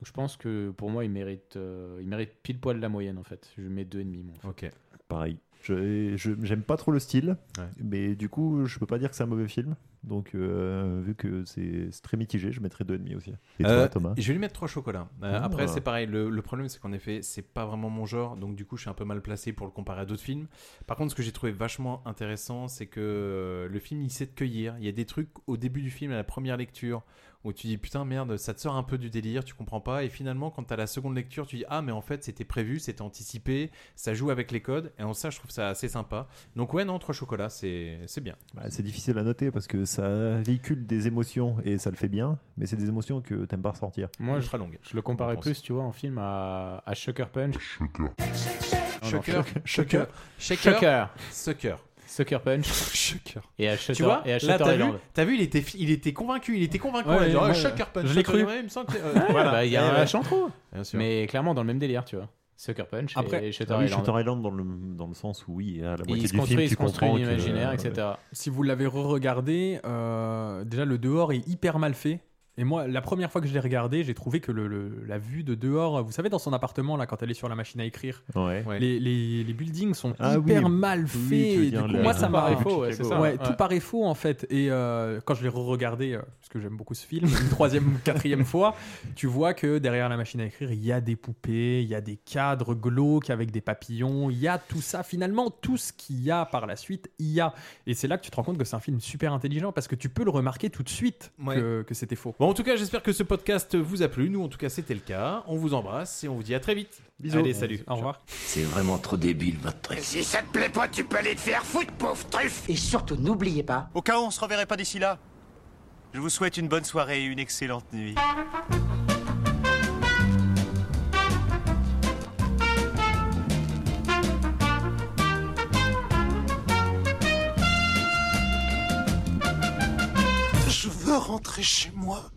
[SPEAKER 9] Donc, je pense que pour moi, il mérite, euh, il mérite pile poil la moyenne en fait. Je mets deux et demi. Moi, en fait.
[SPEAKER 2] Ok.
[SPEAKER 8] Pareil. Je- je- J'aime pas trop le style, mais du coup, je peux pas dire que c'est un mauvais film. Donc, euh, vu que c'est c'est très mitigé, je mettrais 2,5 aussi. Et toi,
[SPEAKER 2] Euh,
[SPEAKER 8] Thomas
[SPEAKER 2] Je vais lui mettre trois chocolats. Euh,
[SPEAKER 8] Ah.
[SPEAKER 2] Après, c'est pareil. Le, le problème, c'est qu'en effet, c'est pas vraiment mon genre. Donc, du coup, je suis un peu mal placé pour le comparer à d'autres films. Par contre, ce que j'ai trouvé vachement intéressant, c'est que euh, le film, il sait te cueillir. Il y a des trucs au début du film, à la première lecture, où tu dis putain, merde, ça te sort un peu du délire, tu comprends pas. Et finalement, quand t'as la seconde lecture, tu dis ah, mais en fait, c'était prévu, c'était anticipé, ça joue avec les codes. Et en ça, je trouve ça assez sympa. Donc, ouais, non, trois chocolats, c'est c'est bien.
[SPEAKER 8] Bah, c'est difficile à noter parce que ça véhicule des émotions et ça le fait bien, mais c'est des émotions que t'aimes pas ressortir.
[SPEAKER 9] Moi, je, je le comparais plus, tu vois, en film à, à Sucker Punch. Oh non,
[SPEAKER 2] Shocker,
[SPEAKER 9] Shocker.
[SPEAKER 2] Shocker,
[SPEAKER 9] Shocker.
[SPEAKER 2] Shocker, Sucker.
[SPEAKER 9] Sucker Punch. Et à Shutter,
[SPEAKER 2] Tu vois,
[SPEAKER 9] et à
[SPEAKER 2] là, t'as vu,
[SPEAKER 9] Shutterland.
[SPEAKER 2] t'as vu, il était, fi- il était convaincu, il était convaincu.
[SPEAKER 9] Ouais,
[SPEAKER 2] il a dit,
[SPEAKER 9] ouais,
[SPEAKER 2] Ah,
[SPEAKER 9] ouais.
[SPEAKER 2] Shocker Punch,
[SPEAKER 9] Je l'ai cru.
[SPEAKER 2] Shutterland, il me semble que- euh,
[SPEAKER 9] Ah,
[SPEAKER 2] voilà.
[SPEAKER 9] bah, il y a
[SPEAKER 2] Ouais,
[SPEAKER 9] un
[SPEAKER 2] ouais.
[SPEAKER 9] lâche en trop.
[SPEAKER 2] Bien sûr.
[SPEAKER 9] Mais clairement, dans le même délire, tu vois. Sucker Punch
[SPEAKER 5] Après-
[SPEAKER 9] et Shutter
[SPEAKER 8] Ah oui,
[SPEAKER 9] Island.
[SPEAKER 8] Shutter Island dans le, dans le sens où, oui, à la
[SPEAKER 9] Il
[SPEAKER 8] moitié
[SPEAKER 9] se
[SPEAKER 8] du
[SPEAKER 9] construit,
[SPEAKER 8] film,
[SPEAKER 9] il
[SPEAKER 8] tu
[SPEAKER 9] se construit
[SPEAKER 8] comprends que,
[SPEAKER 9] l'imaginaire,
[SPEAKER 8] euh,
[SPEAKER 9] etc.
[SPEAKER 5] Si vous l'avez re-regardé, euh, déjà le dehors est hyper mal fait. Et moi, la première fois que je l'ai regardé, j'ai trouvé que le, le- la vue de dehors, vous savez, dans son appartement, là, quand elle est sur la machine à écrire,
[SPEAKER 8] Ouais.
[SPEAKER 2] Ouais.
[SPEAKER 5] les, les- les buildings sont
[SPEAKER 8] Ah oui.
[SPEAKER 5] hyper mal
[SPEAKER 8] Oui,
[SPEAKER 5] faits.
[SPEAKER 8] tu veux
[SPEAKER 5] Et du
[SPEAKER 8] dire
[SPEAKER 5] coup,
[SPEAKER 8] le-
[SPEAKER 5] moi,
[SPEAKER 8] Tout
[SPEAKER 5] ça m'a-
[SPEAKER 8] paraît
[SPEAKER 9] Ah,
[SPEAKER 8] faux, ouais, c'est ça.
[SPEAKER 5] Ouais,
[SPEAKER 8] Ouais.
[SPEAKER 5] tout paraît faux, en fait. Et euh, quand je l'ai re-regardé, euh, parce que j'aime beaucoup ce film, une troisième ou quatrième fois, tu vois que derrière la machine à écrire, il y a des poupées, il y a des cadres glauques avec des papillons, il y a tout ça. Finalement, tout ce qu'il y a par la suite, il y a. Et c'est là que tu te rends compte que c'est un film super intelligent parce que tu peux le remarquer tout de suite
[SPEAKER 2] Ouais.
[SPEAKER 5] que, que c'était faux.
[SPEAKER 2] Bon, en tout cas, j'espère que ce podcast vous a plu. Nous, en tout cas, c'était le cas. On vous embrasse et on vous dit à très vite.
[SPEAKER 5] Bisous.
[SPEAKER 2] Allez, salut.
[SPEAKER 5] Au revoir.
[SPEAKER 22] C'est vraiment trop débile, votre truc.
[SPEAKER 3] Si ça te plaît pas, tu peux aller te faire foutre, pauvre truffe
[SPEAKER 22] Et surtout, n'oubliez pas.
[SPEAKER 23] Au cas où on se reverrait pas d'ici là, je vous souhaite une bonne soirée et une excellente nuit.
[SPEAKER 20] Je veux rentrer chez moi.